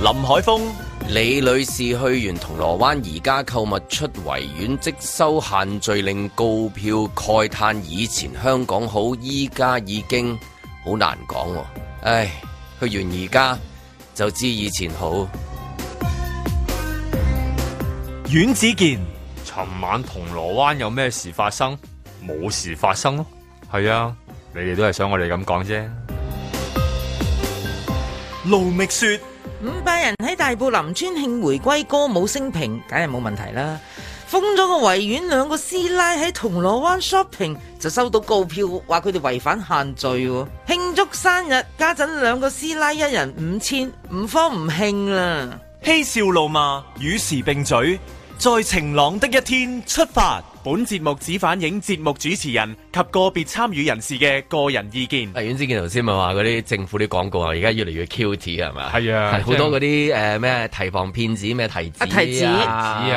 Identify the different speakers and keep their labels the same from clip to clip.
Speaker 1: 林海峰，
Speaker 2: 李女士去完銅鑼灣，而家購物出維園即收限聚令告票，慨嘆以前香港好，依家已經好難講喎。唉，去完而家就知以前好。
Speaker 1: 阮子健，
Speaker 3: 尋晚銅鑼灣有咩事發生？冇事發生咯。係啊，你哋都係想我哋咁講啫。
Speaker 1: 盧覓雪，
Speaker 4: 五百人喺大埔林村慶回歸歌舞升平，梗係冇問題啦。封咗個維園兩個師奶喺銅鑼灣 shopping 就收到告票，話佢哋違反限聚喎。
Speaker 3: 嗯
Speaker 4: 慶祝生日，家陣兩個師奶一人五千，唔慌唔慶啦。
Speaker 1: 嬉笑怒罵，與時並舉，在晴朗的一天出發。
Speaker 5: 本節目只反映節目主持人及個別參與人士嘅個人意見。
Speaker 2: 啊，阮之健頭先咪話嗰啲政府啲廣告啊，而家越嚟越 cute 係咪？
Speaker 3: 係啊
Speaker 2: 好多嗰啲誒咩提防騙子咩提子
Speaker 4: 啊提子
Speaker 3: 知
Speaker 2: 啊，啊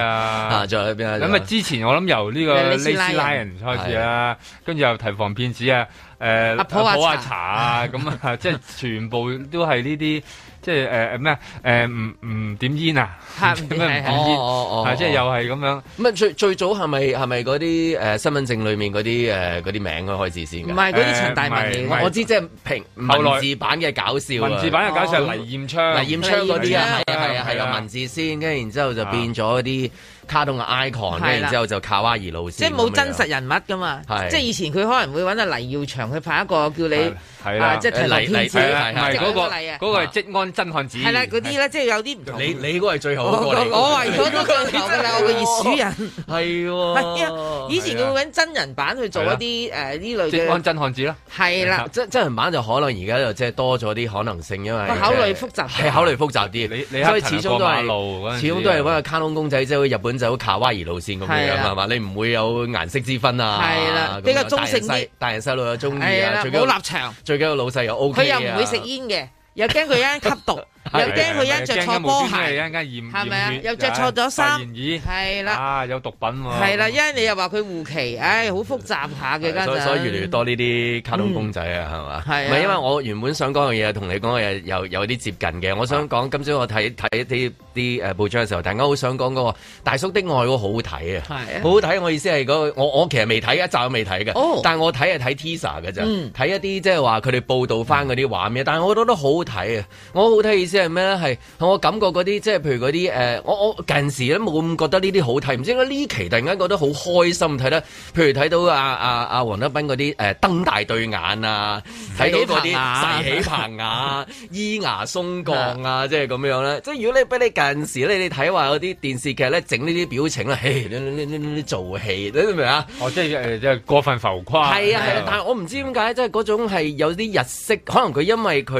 Speaker 3: 啊，
Speaker 2: 仲有邊啊？
Speaker 3: 咁啊，之前我諗由呢個
Speaker 4: 咩
Speaker 3: Lazy Lion
Speaker 4: Lazy Lion
Speaker 3: 開始啦，跟住又提防騙子啊，誒
Speaker 4: 阿婆阿
Speaker 3: 阿
Speaker 4: 茶
Speaker 3: 茶啊，咁啊， 即係全部都係呢啲，即係誒誒咩啊誒唔唔點煙啊，
Speaker 4: 係唔點
Speaker 3: 咩唔
Speaker 4: 係係
Speaker 3: 點煙
Speaker 2: 哦哦哦
Speaker 3: 係即係又係咁樣。
Speaker 2: 咁啊，最最早係咪係咪嗰啲呃誒身份證裏面嗰啲誒嗰啲名開始先
Speaker 4: 唔
Speaker 2: 㗎？
Speaker 4: 係嗰啲陳大文
Speaker 3: 誒唔
Speaker 4: 嚟
Speaker 3: 係
Speaker 4: 嘅，
Speaker 2: 我知即係平
Speaker 3: 後來
Speaker 2: 文字版嘅搞笑啊
Speaker 3: 文字版嘅搞笑
Speaker 4: 哦
Speaker 3: 係黎燕昌，
Speaker 2: 黎燕昌嗰啲啊，係
Speaker 3: 黎燕
Speaker 2: 啊
Speaker 3: 昌
Speaker 2: 係啊係
Speaker 3: 係
Speaker 2: 啊
Speaker 3: 啊
Speaker 2: 文字先，跟住然之後就變咗啲卡通嘅 icon，跟住
Speaker 4: 係啦
Speaker 2: 然之後就卡哇伊路線，
Speaker 4: 即係冇真實。人物噶嘛
Speaker 2: 係。
Speaker 4: 即係以前佢可能會揾阿黎耀祥去拍一個叫
Speaker 3: 係
Speaker 4: 你
Speaker 3: 係啦
Speaker 4: 啊，即係提防
Speaker 2: 黎
Speaker 4: 騙子，
Speaker 2: 黎
Speaker 3: 係啦，
Speaker 2: 係
Speaker 3: 唔
Speaker 2: 係
Speaker 3: 係
Speaker 4: 即係
Speaker 3: 嗰個
Speaker 4: 舉例啊
Speaker 3: 嗰個係職安真漢子，
Speaker 4: 係啦嗰啲咧，即係有啲唔同。
Speaker 2: 你你嗰個係最好
Speaker 4: 我
Speaker 2: 嗰個嚟㗎，
Speaker 4: 我為咗都上頭 㗎啦，我個熱鼠人。
Speaker 2: 係
Speaker 4: 係
Speaker 2: 喎
Speaker 4: 啊，，以前佢會揾真人版去做
Speaker 2: 啊
Speaker 4: 一啲誒呢類
Speaker 3: 職安
Speaker 4: 嘅，
Speaker 3: 真漢子啦。啊
Speaker 4: 係啦，
Speaker 2: 真真人版就可能而家就即係多咗啲可能性，因為
Speaker 4: 個考
Speaker 2: 即
Speaker 4: 慮
Speaker 2: 係
Speaker 4: 複雜
Speaker 2: 係考慮複雜啲，
Speaker 3: 你你
Speaker 2: 所以
Speaker 3: 黑
Speaker 2: 始
Speaker 3: 藤
Speaker 2: 終都
Speaker 3: 過馬路嗰陣
Speaker 2: 係
Speaker 3: 時
Speaker 2: 始終都係揾個卡通公仔，即係好似日本走卡哇伊路線咁
Speaker 4: 係
Speaker 2: 樣
Speaker 4: 啊
Speaker 2: 係嘛？你唔會有顏色之分啊，
Speaker 4: 係啦
Speaker 2: 咁
Speaker 4: 比較
Speaker 2: 樣
Speaker 4: 中性啲
Speaker 2: 大人細大人細路又中意
Speaker 4: 係
Speaker 2: 啊，
Speaker 4: 啦，
Speaker 2: 最緊要
Speaker 4: 冇立場，
Speaker 2: 最緊要老細又啊 O
Speaker 4: 佢
Speaker 2: K
Speaker 4: 又唔會食煙嘅，又驚佢一陣吸毒，又
Speaker 2: 係
Speaker 4: 驚佢一陣着錯波
Speaker 3: 一
Speaker 4: 鞋，
Speaker 3: 陣間驗
Speaker 4: 係咪啊
Speaker 3: 驗血啊
Speaker 4: 又着錯咗衫
Speaker 3: 發現咦
Speaker 4: 係啦，
Speaker 3: 啊有毒品
Speaker 2: 哦
Speaker 3: 喎，
Speaker 4: 係啦，一陣你又話佢護期，唉，好複雜下嘅家
Speaker 2: 所以
Speaker 4: 陣，
Speaker 2: 所以越嚟越多呢啲卡通公仔啊，係嘛？
Speaker 4: 係啊
Speaker 2: 唔係因為我原本想講嘅嘢同你講嘅嘢有有啲接近嘅，我
Speaker 4: 啊
Speaker 2: 想講今朝我睇睇啲啲誒報章嘅時候，大家好想講嗰個大叔的愛嗰個好好睇啊！
Speaker 4: 係啊
Speaker 2: 好好睇，我意思係嗰個我我其實未睇一集都未睇嘅，
Speaker 4: 哦
Speaker 2: 但係我睇係睇 teaser 嘅啫，睇、
Speaker 4: 嗯
Speaker 2: 一啲即係話佢哋報導翻嗰啲畫面，但係我覺得都好好睇啊！我好睇意思係咩咧？係我感覺嗰啲即係譬如嗰啲誒，我我近時咧冇咁覺得呢啲好睇，唔知點解呢期突然間覺得好開心睇得，譬如睇到阿阿阿黃德斌嗰啲誒瞪大對眼啊，睇到嗰
Speaker 4: 洗起
Speaker 2: 啲
Speaker 4: 棚牙
Speaker 2: 細起棚牙、 咿牙鬆降啊，即係咁樣咧。即係如果你俾你近時咧，你睇話嗰啲電視劇咧整呢啲表情咧，嘿，你你你你你做戲，你明唔明啊？
Speaker 3: 哦即係誒即係過分浮誇，
Speaker 2: 係啊係啊，但
Speaker 3: 係
Speaker 2: 係我唔知點解，即係嗰種係有啲日式，可能佢因為佢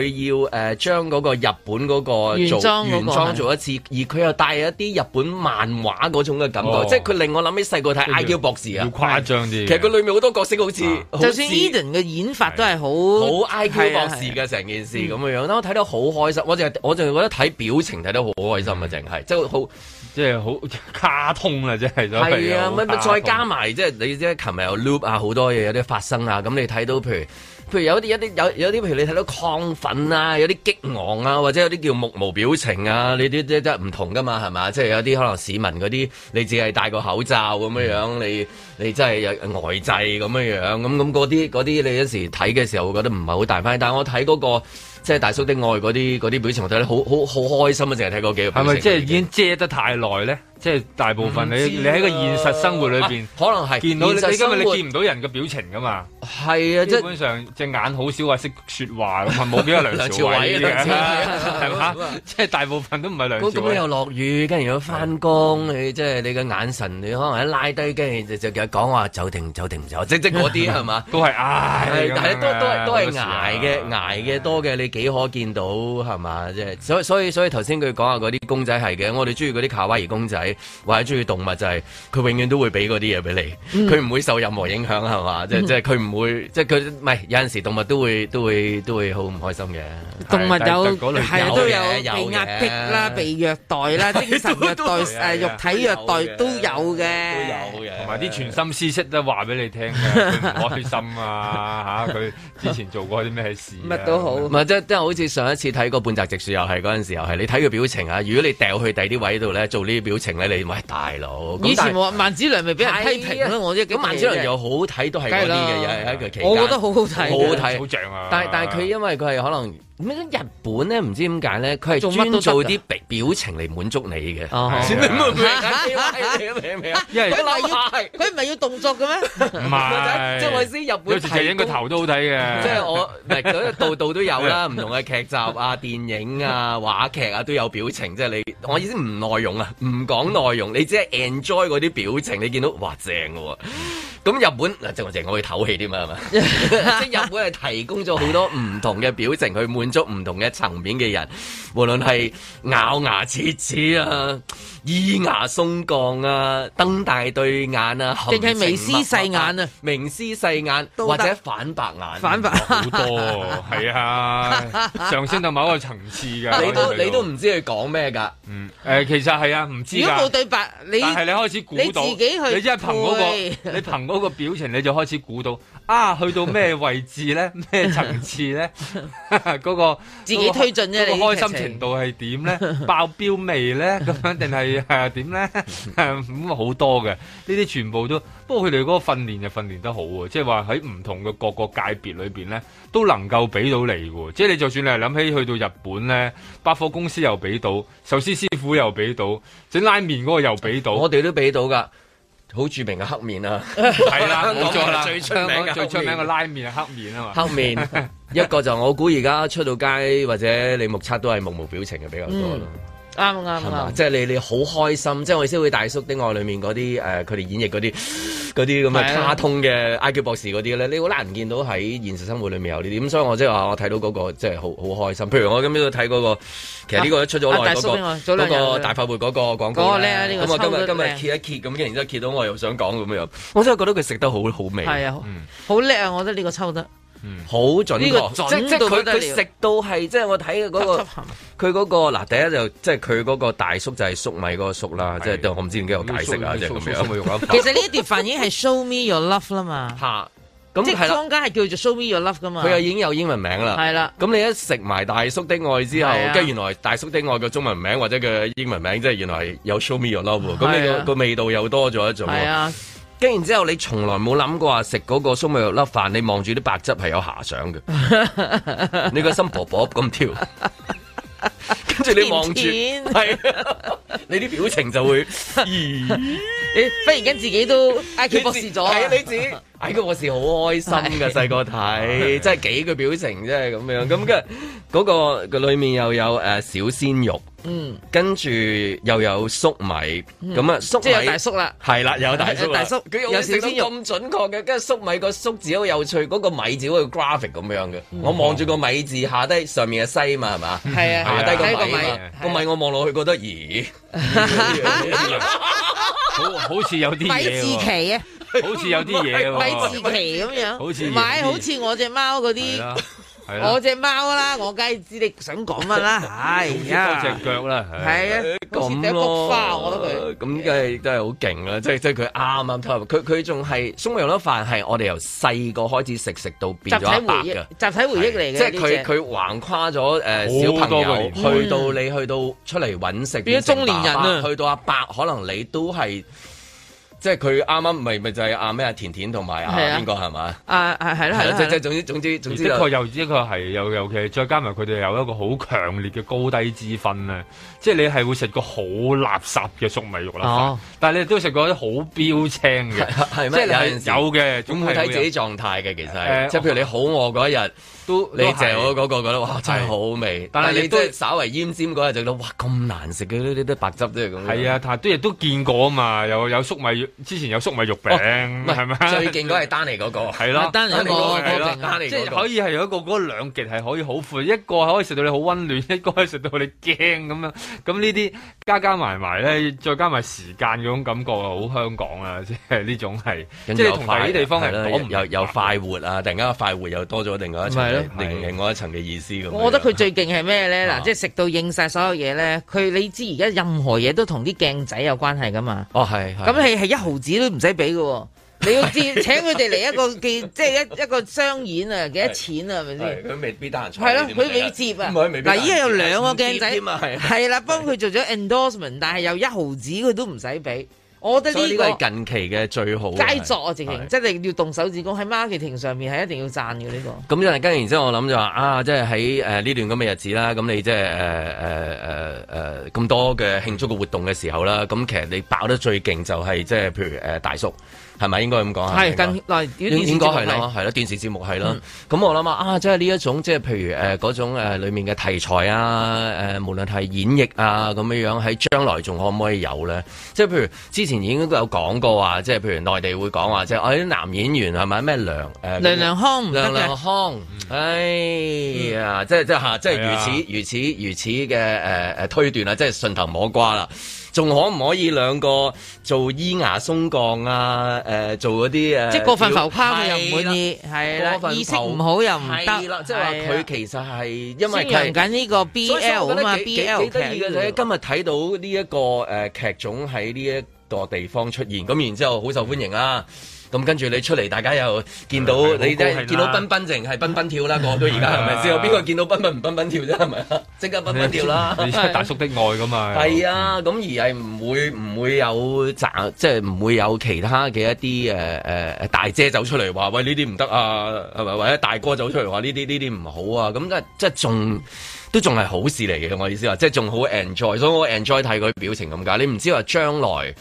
Speaker 2: 要誒將嗰個日本嗰個
Speaker 4: 原
Speaker 2: 做
Speaker 4: 裝嗰個
Speaker 2: 原裝做一次，而佢又帶有一啲日本漫畫嗰種嘅感覺
Speaker 3: 哦，
Speaker 2: 即係佢令我諗起細個睇 IQ 博士
Speaker 3: 要
Speaker 2: 啊。
Speaker 3: 誇張啲嘅，
Speaker 2: 其實佢裏面好多角色好似
Speaker 3: 啊
Speaker 2: 好似
Speaker 4: 就算 Eden 嘅演法都係啊
Speaker 2: 好
Speaker 4: 好
Speaker 2: IQ 博士嘅成件事咁樣樣，啦，我睇到好開心，我就我就覺得睇表情睇得好開心啊，淨係即係好
Speaker 3: 即係好卡通啦，即係所謂嘅
Speaker 2: 係啊，
Speaker 3: 好
Speaker 2: 咪咪
Speaker 3: 卡通
Speaker 2: 再加埋即係你知，琴日有 loop 啊，好多嘢有啲發生啊，咁你睇到譬如。譬如有啲有啲有有啲，譬如你睇到亢奮啊，有啲激昂啊，或者有啲叫目無表情啊，你啲即係唔同噶嘛，係嘛？即係有啲可能市民嗰啲，你只係戴個口罩咁樣樣，你你真係有呆滯咁樣樣，咁咁嗰啲嗰啲，你有時睇嘅時候會覺得唔係好大翻，但係我睇嗰、個即係大叔的愛嗰啲嗰啲表情，我睇得好好好開心啊！淨係睇嗰幾個表
Speaker 3: 係
Speaker 2: 情
Speaker 3: 咪即係已經遮得太耐咧？即係大部分你你喺個現實生活裏邊
Speaker 2: 啊。可能係
Speaker 3: 見到你，
Speaker 2: 現實
Speaker 3: 你今
Speaker 2: 生
Speaker 3: 日
Speaker 2: 活
Speaker 3: 你見唔到人嘅表情噶嘛？
Speaker 2: 係啊，即
Speaker 3: 基
Speaker 2: 係
Speaker 3: 本上隻眼好少話識説話咁啊，冇幾個梁朝 偉嘅，
Speaker 2: 梁朝偉啊
Speaker 3: 係嘛？即係大部分都唔係梁朝
Speaker 2: 咁咁你
Speaker 3: 偉
Speaker 2: 又。落雨，跟住又翻工，你即係你嘅眼神，你可能一拉低，跟住就就講話走定走定唔走，即即嗰 啲係嘛？
Speaker 3: 都係唉，
Speaker 2: 係，但係
Speaker 3: 咁樣
Speaker 2: 都都
Speaker 3: 啊
Speaker 2: 係都
Speaker 3: 好多時
Speaker 2: 係
Speaker 3: 啊
Speaker 2: 捱嘅，捱嘅多嘅，你幾可見到係嘛？即係所以所以所以頭先佢講下嗰啲公仔係嘅，我哋中意嗰啲卡哇伊公仔，係或者中意動物就係、佢永遠都會俾嗰啲嘢俾
Speaker 3: 嗯
Speaker 2: 你，佢唔、會受任何影響係嘛？即係即係佢唔會，即係佢唔係有陣時動物都會都會都會好唔開心嘅。
Speaker 4: 動物
Speaker 3: 但
Speaker 4: 有
Speaker 3: 但嗰類
Speaker 4: 係啊，
Speaker 2: 有
Speaker 4: 都有
Speaker 2: 嘅有
Speaker 4: 被壓
Speaker 2: 嘅
Speaker 4: 迫啦、被虐待 啦、精神虐待、誒肉體虐待都有嘅。
Speaker 2: 嘅
Speaker 3: 同埋啲全心思識都話俾你聽嘅，佢唔開心啊 嚇，佢之前做過啲咩事啊，
Speaker 4: 乜都好
Speaker 2: 唔係即係即係好似上一次睇個半澤直樹又係嗰陣時又係，你睇佢表情啊！如果你掉去第啲位度咧，做呢啲表情咧，你喂大佬。咁
Speaker 4: 以前
Speaker 2: 但係
Speaker 4: 話萬子良咪俾人批評
Speaker 2: 係
Speaker 4: 咯，
Speaker 2: 啊
Speaker 4: 我即係
Speaker 2: 咁萬千良又好睇，都係嗰啲
Speaker 4: 梗係啦
Speaker 2: 嘅，又係一個期間
Speaker 4: 我覺得好好睇
Speaker 2: 好好
Speaker 4: 嘅，
Speaker 2: 睇
Speaker 3: 好像啊！
Speaker 2: 但係但係佢因為佢係可能咩日本咧，唔知點解咧，佢
Speaker 4: 做
Speaker 2: 係
Speaker 4: 乜
Speaker 2: 專
Speaker 4: 都得㗎
Speaker 2: 做啲表表情嚟滿足你嘅。
Speaker 4: 哦
Speaker 3: 係
Speaker 2: 你明唔明
Speaker 4: 啊
Speaker 2: 啊？你明唔明啊？
Speaker 3: 因為
Speaker 2: 我
Speaker 4: 佢咪
Speaker 2: 諗
Speaker 4: 要
Speaker 2: 係
Speaker 4: 佢唔係要動作嘅咩？
Speaker 3: 唔
Speaker 2: 咪
Speaker 3: 係，
Speaker 2: 就係即係我意思日本
Speaker 3: 有時就影個
Speaker 2: 提供
Speaker 3: 頭都好睇嘅，
Speaker 2: 即係我唔 係嗰度度都有啦，唔同嘅劇集啊、電影啊、話劇啊都有表情，即係你我意思唔內容啊，唔講內容，你只係 enjoy 嗰啲表情，你見到哇正嘅喎。咁日本嗱，正正我去唞氣添啊嘛，係 嘛？即係日本係提供咗好多唔同嘅表情去滿足唔同嘅層面嘅人，無論係咬牙切齒啊、咿牙鬆降啊、瞪大對眼啊，
Speaker 4: 定係
Speaker 2: 微
Speaker 4: 微絲細眼啊、
Speaker 2: 明斯細眼
Speaker 4: 都
Speaker 2: 或
Speaker 4: 得
Speaker 2: 者反白眼。
Speaker 4: 反白
Speaker 3: 好多係啊，上升到某一個層次㗎。
Speaker 2: 你都
Speaker 3: 可以去到
Speaker 2: 你都唔知佢講咩㗎，
Speaker 3: 嗯誒，其實係啊，唔知
Speaker 4: 如果冇
Speaker 3: 㗎。
Speaker 4: 對白，你
Speaker 3: 但係你開始估到，
Speaker 4: 你自己去
Speaker 3: 你即係憑嗰個，
Speaker 4: 配
Speaker 3: 你憑嗰個表情，你就開始估到啊，去到咩位置 咧，咩層次咧， 嗰、個
Speaker 4: 自己推進
Speaker 3: 嗰
Speaker 4: 啫
Speaker 3: 個
Speaker 4: 你
Speaker 3: 開
Speaker 4: 劇
Speaker 3: 心
Speaker 4: 情
Speaker 3: 程度係點咧？爆標味 咧？咁樣定係誒點咧？ 咁啊好多嘅呢啲全部都，不過佢哋嗰個訓練就訓練得好喎，即係話喺唔同嘅各個界別裏邊咧，都能夠俾到你嘅喎。即係你就算你係諗起去到日本咧，百貨公司又俾到，壽司師傅又俾到，整拉麵嗰個又俾到。
Speaker 2: 我哋都俾到㗎，好著名嘅黑面 啊，
Speaker 3: 係啦，冇錯啦，
Speaker 2: 最出名嘅
Speaker 3: 香港最出名
Speaker 2: 黑
Speaker 3: 嘅
Speaker 2: 面
Speaker 3: 拉麵係黑面啊嘛。
Speaker 2: 黑面一個就我估而家出到街或者你目測都係目無表情嘅比較多咯，
Speaker 4: 啱啊啱
Speaker 2: 係嘛？
Speaker 4: 啱。
Speaker 2: 即係你你好開心，即係我意思會大叔的愛裡面嗰啲誒，佢哋演繹嗰啲嗰啲咁嘅
Speaker 4: 係啊
Speaker 2: 卡通嘅 IQ 博士嗰啲咧，你好難見到喺現實生活裡面有呢啲，咁所以我即係話我睇到嗰個即係好好開心。譬如我今朝睇嗰個，其實呢個都出咗
Speaker 4: 啊
Speaker 2: 耐
Speaker 4: 大叔邊個
Speaker 2: 嗰
Speaker 4: 早
Speaker 2: 個
Speaker 4: 兩日
Speaker 2: 嗰個大快活嗰個廣
Speaker 4: 嗰
Speaker 2: 告
Speaker 4: 個咧呢個
Speaker 2: 咁我
Speaker 4: 抽咗
Speaker 2: 今日今
Speaker 4: 靚
Speaker 2: 日揭一揭咁，然之後揭到我又想講咁樣，我真係覺得佢食得好好味。嗯
Speaker 4: 係啊
Speaker 3: 嗯，
Speaker 4: 好叻啊！我覺得呢個抽得
Speaker 2: 好準
Speaker 4: 呢個
Speaker 2: 確，
Speaker 4: 準
Speaker 2: 即即
Speaker 4: 到不
Speaker 2: 佢
Speaker 4: 得
Speaker 2: 佢
Speaker 4: 了
Speaker 2: 食到係即係我睇嘅嗰
Speaker 4: 吸
Speaker 2: 個
Speaker 4: 吸含
Speaker 2: 佢嗰個嗱第一就即係佢嗰個大叔就係粟米嗰個粟啦，即
Speaker 3: 係
Speaker 2: 係我唔知點解有解釋啊，即係咁樣
Speaker 4: 其
Speaker 3: 樣。
Speaker 4: 實呢一碟飯已經係 show me your love 啦 嘛，
Speaker 2: 嚇，咁
Speaker 4: 即
Speaker 2: 係
Speaker 4: 係
Speaker 2: 啦，
Speaker 4: 坊間係叫做 show me your love 噶嘛
Speaker 2: 佢。又已經有英文名啦，
Speaker 4: 啊係啦
Speaker 2: 咁你一食埋大叔的愛之後
Speaker 4: 係啊，
Speaker 2: 跟住原來大叔的愛嘅中文名或者嘅英文名，即係原來係有 Show Me Your Love 喎，咁你
Speaker 4: 係啊
Speaker 2: 個個味道又多咗一種喎。
Speaker 4: 係啊，
Speaker 2: 跟然之後，你從來冇諗過話食嗰個粟米肉粒飯，你望住啲白汁係有遐想嘅， 你個心婆婆咁跳，跟住你望住
Speaker 4: 甜甜
Speaker 2: 係啊，你啲表情就會， 咦
Speaker 4: 你忽然間自己都 I Q 博士咗啊，
Speaker 2: 係啊你自己，哎，個博士好開心 嘅，細個睇，即係幾個表情，即係咁樣。咁跟住嗰個個裡面又有誒小鮮肉，
Speaker 4: 嗯，
Speaker 2: 跟住又有粟米，咁啊粟米
Speaker 4: 即係有大叔啦，
Speaker 2: 係啦，有 大叔啦，
Speaker 4: 大叔
Speaker 2: 佢
Speaker 4: 有
Speaker 2: 有
Speaker 4: 小
Speaker 2: 時都
Speaker 4: 鮮肉
Speaker 2: 咁準確嘅，跟住粟米個粟字好有趣，嗰、個米字好似 graphic 咁樣嘅。我望住個米字下低，上面係西嗯嘛，係嘛？
Speaker 4: 係啊，
Speaker 2: 下低
Speaker 4: 係啊
Speaker 2: 個米
Speaker 4: 個米
Speaker 2: 嘛
Speaker 4: 係啊，
Speaker 2: 個米我望落去覺得，咦，
Speaker 3: 好好似有啲
Speaker 4: 米
Speaker 3: 嘢
Speaker 4: 字
Speaker 3: 喎，
Speaker 4: 旗啊，
Speaker 3: 好似有啲嘢
Speaker 4: 米
Speaker 3: 喎，
Speaker 4: 字旗咁樣，
Speaker 3: 好似
Speaker 4: 買好似我只貓嗰
Speaker 3: 係
Speaker 2: 啊
Speaker 3: 啦係
Speaker 4: 啲，，
Speaker 3: 啦，
Speaker 4: 我只貓 啦，我梗係知你想講乜啦，係
Speaker 3: 多
Speaker 4: 啊
Speaker 3: 隻，腳啦，
Speaker 4: 係啊，好似
Speaker 2: 咁
Speaker 4: 朵菊
Speaker 2: 咯
Speaker 4: 花，我覺得佢。
Speaker 2: 咁梗係真係好勁啦！即係即係佢啱啱投入，佢佢仲係粟米肉粒飯係我哋由細個開始食食到變
Speaker 4: 集體
Speaker 2: 咗一
Speaker 4: 回
Speaker 2: 白
Speaker 4: 憶，
Speaker 2: 嘅。
Speaker 4: 集體回憶嚟嘅。
Speaker 2: 即係佢
Speaker 4: 呢隻
Speaker 2: 佢橫跨咗誒、呃小
Speaker 3: 好
Speaker 2: 朋
Speaker 3: 多個
Speaker 2: 友，
Speaker 3: 年代
Speaker 2: 去到你去到出嚟揾食，
Speaker 4: 變咗中年人
Speaker 2: 變成
Speaker 4: 啊
Speaker 2: 爸爸去到阿伯，可能你都係即係佢啱啱咪咪就係阿咩啊甜甜同埋阿
Speaker 4: 係啊
Speaker 2: 邊個係嘛？
Speaker 4: 啊啊係啦
Speaker 2: 係
Speaker 4: 係
Speaker 2: 啦，
Speaker 4: 啦
Speaker 2: 即
Speaker 4: 係
Speaker 2: 即係
Speaker 4: 啦，
Speaker 2: 總之總之總之
Speaker 3: 的
Speaker 2: 就
Speaker 3: 確又的確係又尤其係再加埋佢哋有一個好強烈嘅高低之分咧，即係你係會食個好垃圾嘅粟米肉啦，
Speaker 4: 哦
Speaker 3: 但係你都食過啲好標青嘅，
Speaker 2: 係係
Speaker 3: 即
Speaker 2: 咩？
Speaker 3: 係你
Speaker 2: 有
Speaker 3: 係
Speaker 2: 陣時
Speaker 3: 有嘅，總
Speaker 2: 總
Speaker 3: 係
Speaker 2: 會睇
Speaker 3: 會
Speaker 2: 自己狀態嘅，其實係
Speaker 3: 誒
Speaker 2: 即係譬如你好餓嗰一日，
Speaker 3: 都
Speaker 2: 你
Speaker 3: 都係
Speaker 2: 謝我嗰個覺得哇真係好味，
Speaker 3: 但
Speaker 2: 但
Speaker 3: 係
Speaker 2: 係你
Speaker 3: 亦都
Speaker 2: 真係稍為奄尖嗰日就覺得哇咁難食嘅呢啲啲白汁都係咁樣。
Speaker 3: 係啊，但係都亦都見過啊嘛，有有粟米，之前有粟米肉餅，
Speaker 2: 唔
Speaker 3: 哦係咪、
Speaker 2: 係最勁嗰係 丹尼嗰個，
Speaker 3: 係啦，
Speaker 4: 單人一個
Speaker 2: 嗰個係啦
Speaker 4: 嗰個勁啊
Speaker 2: 丹尼
Speaker 3: 即
Speaker 2: 嗰
Speaker 3: 係
Speaker 2: 個
Speaker 3: 可以係有一個嗰兩極係可以好闊，一個可以食到你好温暖，一個可以食到你驚咁樣。咁呢啲加加埋埋咧，再加埋時間嗰種感覺啊，好香港啊！ 即係呢種係，即
Speaker 2: 跟
Speaker 3: 係
Speaker 2: 住
Speaker 3: 你
Speaker 2: 又
Speaker 3: 同第
Speaker 2: 快
Speaker 3: 啲地方係
Speaker 2: 係啦
Speaker 3: 講唔
Speaker 2: 又又快活啊！突然間快活又多咗另外一層
Speaker 3: 咪
Speaker 2: 嘅
Speaker 3: 係咯，
Speaker 2: 另
Speaker 3: 係
Speaker 2: 另外一層嘅意思咁樣。
Speaker 4: 我覺得佢最勁係咩咧？
Speaker 2: 啊
Speaker 4: 嗱，即係食到應晒所有嘢咧，佢你知而家任何嘢都同啲鏡仔有關係噶嘛。
Speaker 2: 哦係係
Speaker 4: 咁你係一毫子都唔使俾嘅喎，你要知 請佢哋嚟一個嘅，即係一一個商演啊，幾多錢啊？係咪
Speaker 2: 係
Speaker 4: 先？
Speaker 2: 佢未必得閒坐
Speaker 4: 係
Speaker 2: 呢
Speaker 4: 咯，
Speaker 2: 啲
Speaker 4: 佢
Speaker 2: 咁嘅
Speaker 4: 未
Speaker 2: 人
Speaker 4: 接啊！
Speaker 2: 唔係未必得閒
Speaker 4: 嗱，依家有兩個鏡
Speaker 2: 唔接
Speaker 4: 仔
Speaker 2: 添啊係，
Speaker 4: 係啦，幫佢做咗 endorsement，但係又一毫子佢都唔使俾。我覺得
Speaker 2: 所以呢
Speaker 4: 呢
Speaker 2: 個
Speaker 4: 個
Speaker 2: 係近期嘅最好嘅
Speaker 4: 佳作啊，直
Speaker 2: 係
Speaker 4: 情即係你要動手指公喺 marketing 上面係一定要賺嘅呢個。
Speaker 2: 咁因為跟住然之後，我諗就話啊，即係喺呃誒呢段咁嘅日子啦，咁你即係誒誒誒誒呃咁多嘅慶祝嘅活動嘅時候啦，咁其實你爆得最勁就係即係譬如誒大叔，係咪應該咁講啊？
Speaker 4: 係
Speaker 2: 應該
Speaker 4: 近來
Speaker 2: 應
Speaker 4: 啲電視
Speaker 2: 應該
Speaker 4: 節目
Speaker 2: 係啦，係啦，電視節目係啦。咁我諗啊，啊，即係呢一種即係譬如誒嗰種誒裡面嘅題材啊，誒無論係演繹啊咁樣樣，喺將來仲可唔可以有咧？即係譬如之前已經有講過話，即係譬如內地會講話，即係我啲男演員係咪咩梁誒
Speaker 4: 梁良康唔得
Speaker 2: 梁
Speaker 4: 嘅嗯
Speaker 2: 良，康，哎呀，即係即係嚇，即係
Speaker 3: 係
Speaker 2: 如
Speaker 3: 啊
Speaker 2: 此如此如此嘅誒誒推斷啦，即係順藤摸瓜啦。仲可唔可以兩個做咿牙鬆降啊？誒、做嗰啲呃誒，
Speaker 4: 即係過分浮誇佢又唔
Speaker 2: 係啦
Speaker 4: 滿意，係
Speaker 2: 過
Speaker 4: 啦，
Speaker 2: 分
Speaker 4: 意識
Speaker 2: 浮
Speaker 4: 唔好又唔
Speaker 2: 係啦
Speaker 4: 得，
Speaker 2: 即係話
Speaker 4: 係
Speaker 2: 佢
Speaker 4: 啦
Speaker 2: 其實係因為
Speaker 4: 宣
Speaker 2: 佢
Speaker 4: 揚
Speaker 2: 係。
Speaker 4: 緊呢個
Speaker 2: 所以所以
Speaker 4: BL
Speaker 2: 我覺
Speaker 4: 啊嘛
Speaker 2: 得幾幾
Speaker 4: ，BL
Speaker 2: 幾得意嘅就係
Speaker 4: 劇
Speaker 2: 今日睇到呢一個誒劇種喺呢一個地方出現，咁然之後好受歡迎啦。咁跟住你出嚟，大家又見到
Speaker 3: 係好高興啦
Speaker 2: 你即係見到斌斌淨係斌斌跳啦，個個都而家 係咪先？邊個見到斌斌唔斌斌跳啫？係咪啊？即刻斌斌跳啦！
Speaker 3: 你知大叔的愛㗎嘛？
Speaker 2: 係啊，咁而係唔會唔會有賺，即係唔會有其他嘅一啲誒誒誒大姐走出嚟話喂呢啲唔得啊，係咪？或者大哥走出嚟話呢啲呢啲唔好啊，咁即係即係仲。都仲係好事嚟嘅，我意思話，即係仲好 enjoy，所以我 enjoy 睇佢表情咁解。你唔知話將來，
Speaker 3: 會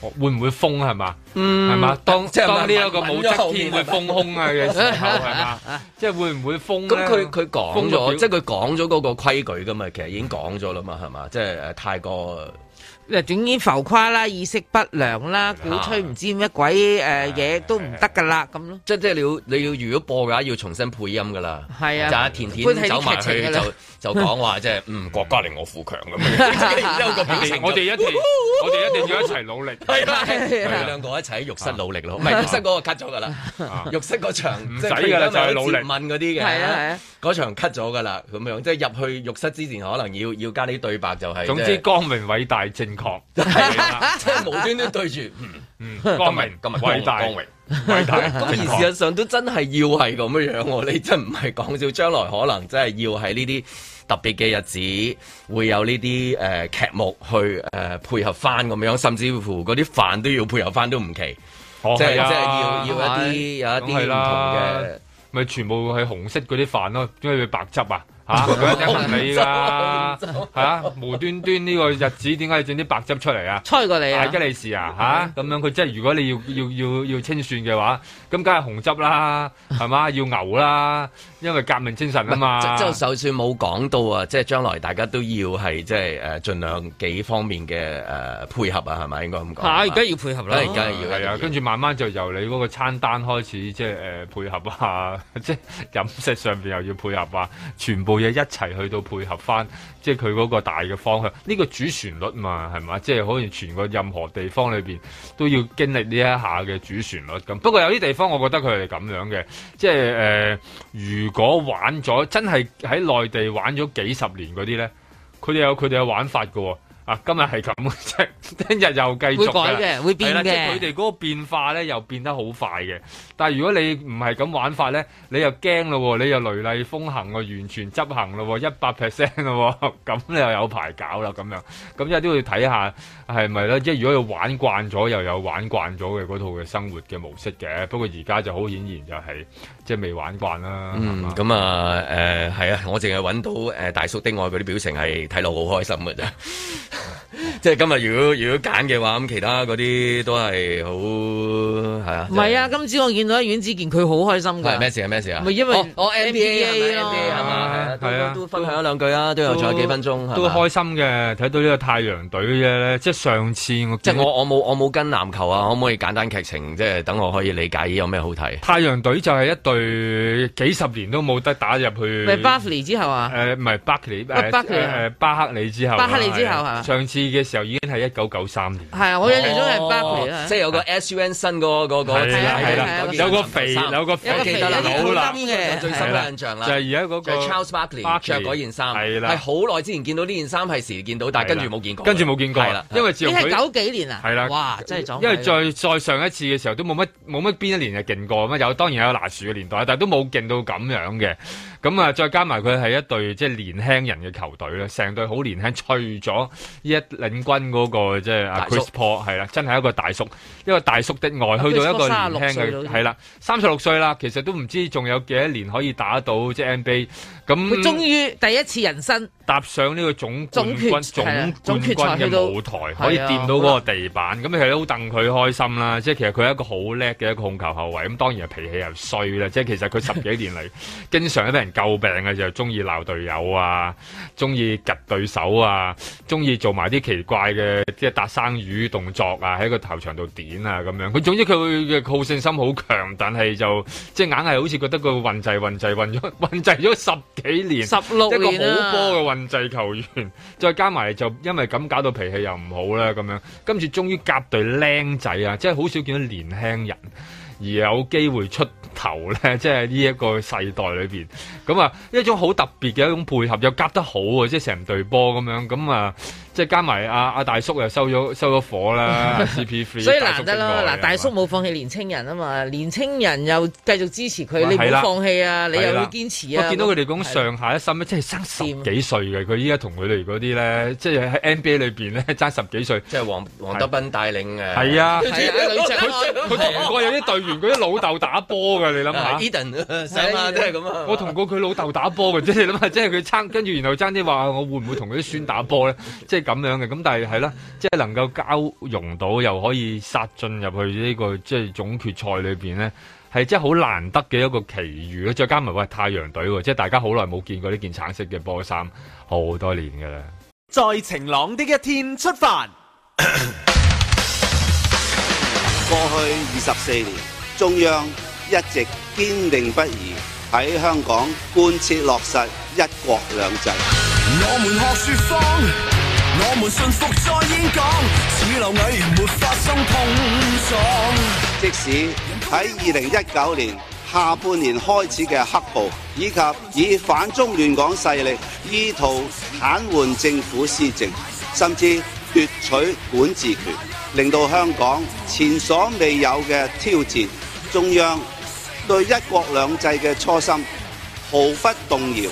Speaker 3: 哦唔會封係嘛？
Speaker 2: 嗯
Speaker 3: 係嘛？當
Speaker 2: 即係
Speaker 3: 當呢一個
Speaker 2: 慢慢慢
Speaker 3: 武
Speaker 2: 咗後
Speaker 3: 則
Speaker 2: 面
Speaker 3: 天
Speaker 2: 係
Speaker 3: 會
Speaker 2: 嘛
Speaker 3: 封胸啊嘅時 候係嘛？即係會唔會封
Speaker 2: 咁
Speaker 3: 咧
Speaker 2: 佢佢講
Speaker 3: 封個
Speaker 2: 咗，
Speaker 3: 表
Speaker 2: 即係 佢講咗嗰個規矩噶嘛，其實已經講咗啦嘛，係嘛？即係誒太過
Speaker 4: 嗱，總啊之浮誇啦，意識不良啦，鼓吹唔知乜鬼誒嘢都唔得噶啦，咁咯，
Speaker 2: 即係即係你要你要如果播嘅 話，要重新配音噶啦。
Speaker 4: 係
Speaker 2: 就
Speaker 4: 啊
Speaker 2: 係，田
Speaker 4: 搬起
Speaker 2: 田
Speaker 4: 啲
Speaker 2: 走埋去
Speaker 4: 劇情㗎啦
Speaker 2: 就就講 話即係嗯國家令我富強咁樣，然之後個表情
Speaker 3: 我哋一定，我哋一定要一齊努力。
Speaker 2: 係啦，佢兩個一齊喺浴室努力咯，唔
Speaker 4: 啊
Speaker 2: 係浴室嗰個 cut 咗噶啦，
Speaker 3: 啊
Speaker 2: 浴室嗰場
Speaker 3: 唔
Speaker 2: 即
Speaker 3: 使㗎啦
Speaker 2: 係佢而家咪有
Speaker 3: 就係努力
Speaker 2: 接吻嗰啲嘅，
Speaker 4: 係啊係啊，
Speaker 2: 嗰場 cut 咗噶啦，咁樣即係入去浴室之前可能要要加啲對白就係，
Speaker 3: 總
Speaker 2: 即
Speaker 3: 之
Speaker 2: 係
Speaker 3: 光明偉大正確，
Speaker 2: 啊即係無端端對住嗯
Speaker 3: 嗯，光明
Speaker 2: 今日
Speaker 3: 偉大
Speaker 2: 光榮。
Speaker 3: 偉大
Speaker 2: 咁而
Speaker 3: 正
Speaker 2: 事
Speaker 3: 確。
Speaker 2: 實上都真係要係咁樣樣喎，你真唔係講笑，將來可能真係要喺呢啲特別嘅日子會有呢啲誒劇目去誒、呃配合翻咁樣，甚至乎嗰啲飯都要配合翻都唔奇，
Speaker 3: 哦
Speaker 2: 即係
Speaker 3: 係啊
Speaker 2: 即係要要一啲有一啲唔
Speaker 3: 係啦
Speaker 2: 同嘅。
Speaker 3: 咪全部係紅色嗰啲飯咯，點解要白汁啊？ 嚇，佢一定問你啦，係啊，無端端呢個日子點解要整啲白汁出嚟啊？
Speaker 4: 猜過你
Speaker 3: 大
Speaker 4: 啊
Speaker 3: 吉，利是啊嚇，咁樣佢即係如果你要要要要清算嘅話，咁梗係紅汁啦，係嘛？要牛啦，因為革命精神啊 嘛。
Speaker 2: 即即係就算冇講到啊，即係將來大家都要係即係誒，儘量幾方面嘅誒、呃配合啊，係咪應該咁講？
Speaker 4: 係，梗係要配合啦，
Speaker 2: 梗係梗係要
Speaker 3: 係啊，跟住慢慢就由你嗰個餐單開始，即係誒、呃配合啊， 即係飲食上邊又要配合啊，全部嘢一齊去到配合翻，即係佢嗰個大嘅方向。呢、個主旋律嘛，係嘛？即係好似全個任何地方裏邊都要經歷呢一下嘅主旋律咁。不過有啲地方我覺得佢係咁樣嘅，即係誒、呃如果玩咗真係喺內地玩咗幾十年嗰啲咧，佢哋有佢哋嘅玩法嘅喎、啊，今日係咁嘅啫， 聽日又繼續
Speaker 4: 會
Speaker 3: 㗎啦
Speaker 4: 改嘅，會
Speaker 3: 係
Speaker 4: 變
Speaker 3: 啦，即係佢
Speaker 4: 嘅，
Speaker 3: 哋嗰個變化咧，又變得好快嘅。但係如果你唔係咁玩法咧，你又驚咯喎，你又雷厲風行喎，完全執行咯喎，一百 percent 咯喎， 咁你又有排搞啦咁樣。咁有啲要睇下係咪啦，即係如果佢玩慣咗，又有玩慣咗嘅嗰套嘅生活嘅模式嘅。不過而家就好顯然就係、即係未玩慣啦。係
Speaker 2: 嗯
Speaker 3: 嘛，
Speaker 2: 咁啊，誒係啊，我淨係揾到誒大叔的愛嗰啲表情係睇落好開心嘅啫。 即係今日如果如果揀嘅話，咁其他嗰啲都係好係啊。
Speaker 4: 唔係啊，今朝我見到阿阮子健佢好開心
Speaker 2: 係咩
Speaker 4: 㗎，
Speaker 2: 事啊？咩事啊？
Speaker 4: 咪因為
Speaker 2: 哦我 NBA 係
Speaker 4: NBA 咯
Speaker 2: 咪 NBA 係嘛？係
Speaker 3: 係
Speaker 2: 啊，
Speaker 3: 啊
Speaker 2: 都都分享一兩句啊，都有仲有幾分鐘係嘛
Speaker 3: 都開心嘅，睇到呢個太陽隊嘅咧，即係上次我
Speaker 2: 即
Speaker 3: 見
Speaker 2: 係我我冇我冇跟籃球啊，可唔可以簡單劇情即係等我可以理解有咩好睇？
Speaker 3: 太陽隊就係一隊幾十年都冇得打入去。呃
Speaker 4: 咪 Buffy 之後啊，
Speaker 3: 誒唔係巴克利
Speaker 4: 喂
Speaker 3: 誒
Speaker 4: 巴克利啊
Speaker 3: 誒巴克利之後，
Speaker 4: 巴克利之後
Speaker 3: 係啊
Speaker 4: 係
Speaker 3: 上次嘅時候已經係一九九三年。
Speaker 4: 係啊，我印象中係 Buffy
Speaker 2: 哦
Speaker 4: 啦
Speaker 2: 即。係有個 SUN 新嗰個嗰個
Speaker 3: 係
Speaker 4: 係啊
Speaker 3: 啦係
Speaker 4: 係啊
Speaker 3: 啦，有個肥有個肥
Speaker 4: 有個肥
Speaker 2: 記得啦
Speaker 4: 有啲
Speaker 2: 好
Speaker 3: 啦
Speaker 4: 好冧嘅，
Speaker 2: 最深刻印象啦
Speaker 3: 就。係而家嗰
Speaker 2: 就
Speaker 3: 個
Speaker 2: 係 Charles Barkley 着嗰件衫，
Speaker 3: 係
Speaker 2: 係
Speaker 3: 啦，
Speaker 2: 好耐之前見到呢件衫係時見到，但係跟住冇見過，
Speaker 3: 跟住冇見過，
Speaker 2: 係啦，
Speaker 3: 因為自
Speaker 4: 你
Speaker 3: 從
Speaker 4: 係
Speaker 3: 佢。
Speaker 4: 九幾年啊？
Speaker 3: 係啦
Speaker 4: 哇，真係撞
Speaker 3: 因為
Speaker 4: 鬼啦
Speaker 3: 再再上一次嘅時候都冇乜冇乜邊一年係勁過咁啊，有當然有拿樹嘅年代，但係都冇勁到咁樣嘅。咁啊，再加埋佢係一隊即係年輕人嘅球隊啦，成隊好年輕，除咗一領軍嗰、個即係阿
Speaker 2: 大叔
Speaker 3: Chris Paul 係啦，真係一個大叔，一個大叔的愛，去
Speaker 4: 啊 Chris
Speaker 3: 到一
Speaker 4: Paul
Speaker 3: 個
Speaker 4: 36
Speaker 3: 年輕
Speaker 4: 歲啦
Speaker 3: 嘅
Speaker 4: 好似
Speaker 3: 係啦，三十六歲啦，其實都唔知仲有幾多年可以打到即係 NBA
Speaker 4: 佢終
Speaker 3: 咁。
Speaker 4: 於第一次人生
Speaker 3: 踏上呢個總冠軍、
Speaker 4: 總決係啊
Speaker 3: 總冠軍嘅舞台，
Speaker 4: 決賽去到啊
Speaker 3: 可以掂到嗰個地板，咁其實好戥佢開心啦。即係其實佢係一個好叻嘅一個控球後衞，咁當然係脾氣又衰啦。即係其實佢十幾年 嚟，經常都俾人詬病啊嘅，就係中意鬧隊友啊，中意夾對手啊，中意做埋啲奇怪嘅即係搭生魚動作啊，喺個球場度點啊咁樣。佢總之佢嘅好勝心好強，但係就即係硬係好似覺得佢運滯運滯運咗 運滯咗十幾年。
Speaker 4: 十六
Speaker 3: 一個
Speaker 4: 年啊
Speaker 3: 好波
Speaker 4: 啦，
Speaker 3: 嘅運滯球員，再加埋就因為咁搞到脾氣又唔好啦，咁樣跟住終於夾隊僆仔啊，即係好少見到年輕人而有機會出頭咧，即係呢一個世代裏邊，咁啊一種好特別嘅一種配合，又夾得好啊，即係成隊波咁樣，咁啊即係加埋阿阿大叔又收咗收咗火啦，CP3，
Speaker 4: 所以
Speaker 3: 大
Speaker 4: 難得
Speaker 3: 叔
Speaker 4: 啦。
Speaker 3: 的愛
Speaker 4: 嗱，大叔
Speaker 3: 啊係嘛
Speaker 4: 冇放棄年青人啊嘛，年青人又繼續支持佢，
Speaker 3: 哇
Speaker 4: 你唔
Speaker 3: 係
Speaker 4: 好
Speaker 3: 啦
Speaker 4: 放棄啊，你又
Speaker 3: 係
Speaker 4: 要
Speaker 3: 啦
Speaker 4: 堅持
Speaker 3: 我
Speaker 4: 啊。
Speaker 3: 見到佢哋
Speaker 4: 咁
Speaker 3: 講
Speaker 4: 係
Speaker 3: 上下一心咧，即係生十
Speaker 4: 掂啊
Speaker 3: 幾歲嘅。佢依家同佢哋嗰啲咧，即係喺 NBA 裏邊咧爭十幾歲。
Speaker 2: 即係黃黃德斌帶領誒，
Speaker 3: 係啊，
Speaker 4: 係啊，女仔愛
Speaker 3: 佢同過有啲隊員嗰啲老豆打波嘅，你諗
Speaker 2: 啊
Speaker 3: 下。
Speaker 2: ，Eden 上啊，即係咁啊，
Speaker 3: 我同過佢老豆打波嘅，即係你諗下，即係佢爭，跟住然後爭啲話我會唔會同佢啲孫打波咧？即係咁樣嘅，咁但係係啦，即係能夠交融到，又可以殺進入去呢、個即係總決賽裏邊咧。係真係好難得嘅一個奇遇咯，再加埋喂太陽隊喎，即係大家好耐冇見過呢件橙色嘅波衫，好多年㗎啦。
Speaker 5: 在晴朗的一天出發。
Speaker 6: 過去二十四年，中央一直堅定不移喺香港貫徹落實一國兩制。
Speaker 7: 我們學説謊，我們信服在演講，似流蟻沒發生碰撞。
Speaker 6: 即使喺二零一九年下半年開始嘅黑暴，以及以反中亂港勢力意圖癱瘓政府施政，甚至奪取管治權，令到香港前所未有嘅挑戰，中央對一國兩制嘅初心毫不動搖，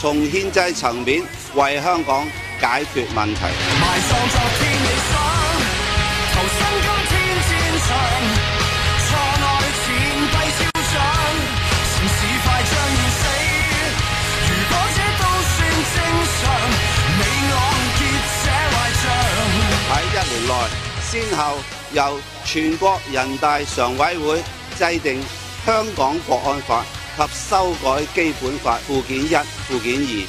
Speaker 6: 從憲制層面為香港解決問題。
Speaker 7: 埋葬昨天理想，投身今天戰場，錯愛錢幣超漲，城市快將要死。如果這都算正常，你我結這壞帳。
Speaker 6: 喺一年內，先後由全國人大常委會制定《香港國安法》及修改《基本法》附件一、附件二，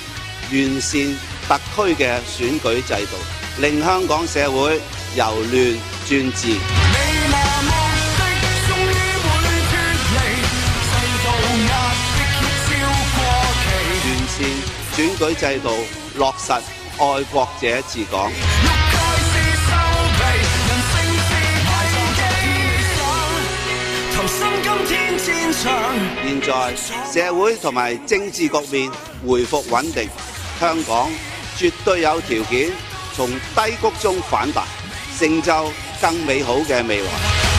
Speaker 6: 完善特區嘅選舉制度，令香港社會由亂轉治。
Speaker 7: 你麻木的終於會脫離制度壓迫超過期，
Speaker 6: 完善選舉制度，落實愛國者治港。
Speaker 7: 欲蓋是收皮，人性是虛偽，投身今天戰場。
Speaker 6: 現在社會同埋政治局面回復穩定，香港絕對有條件從低谷中反彈，成就更美好嘅未來。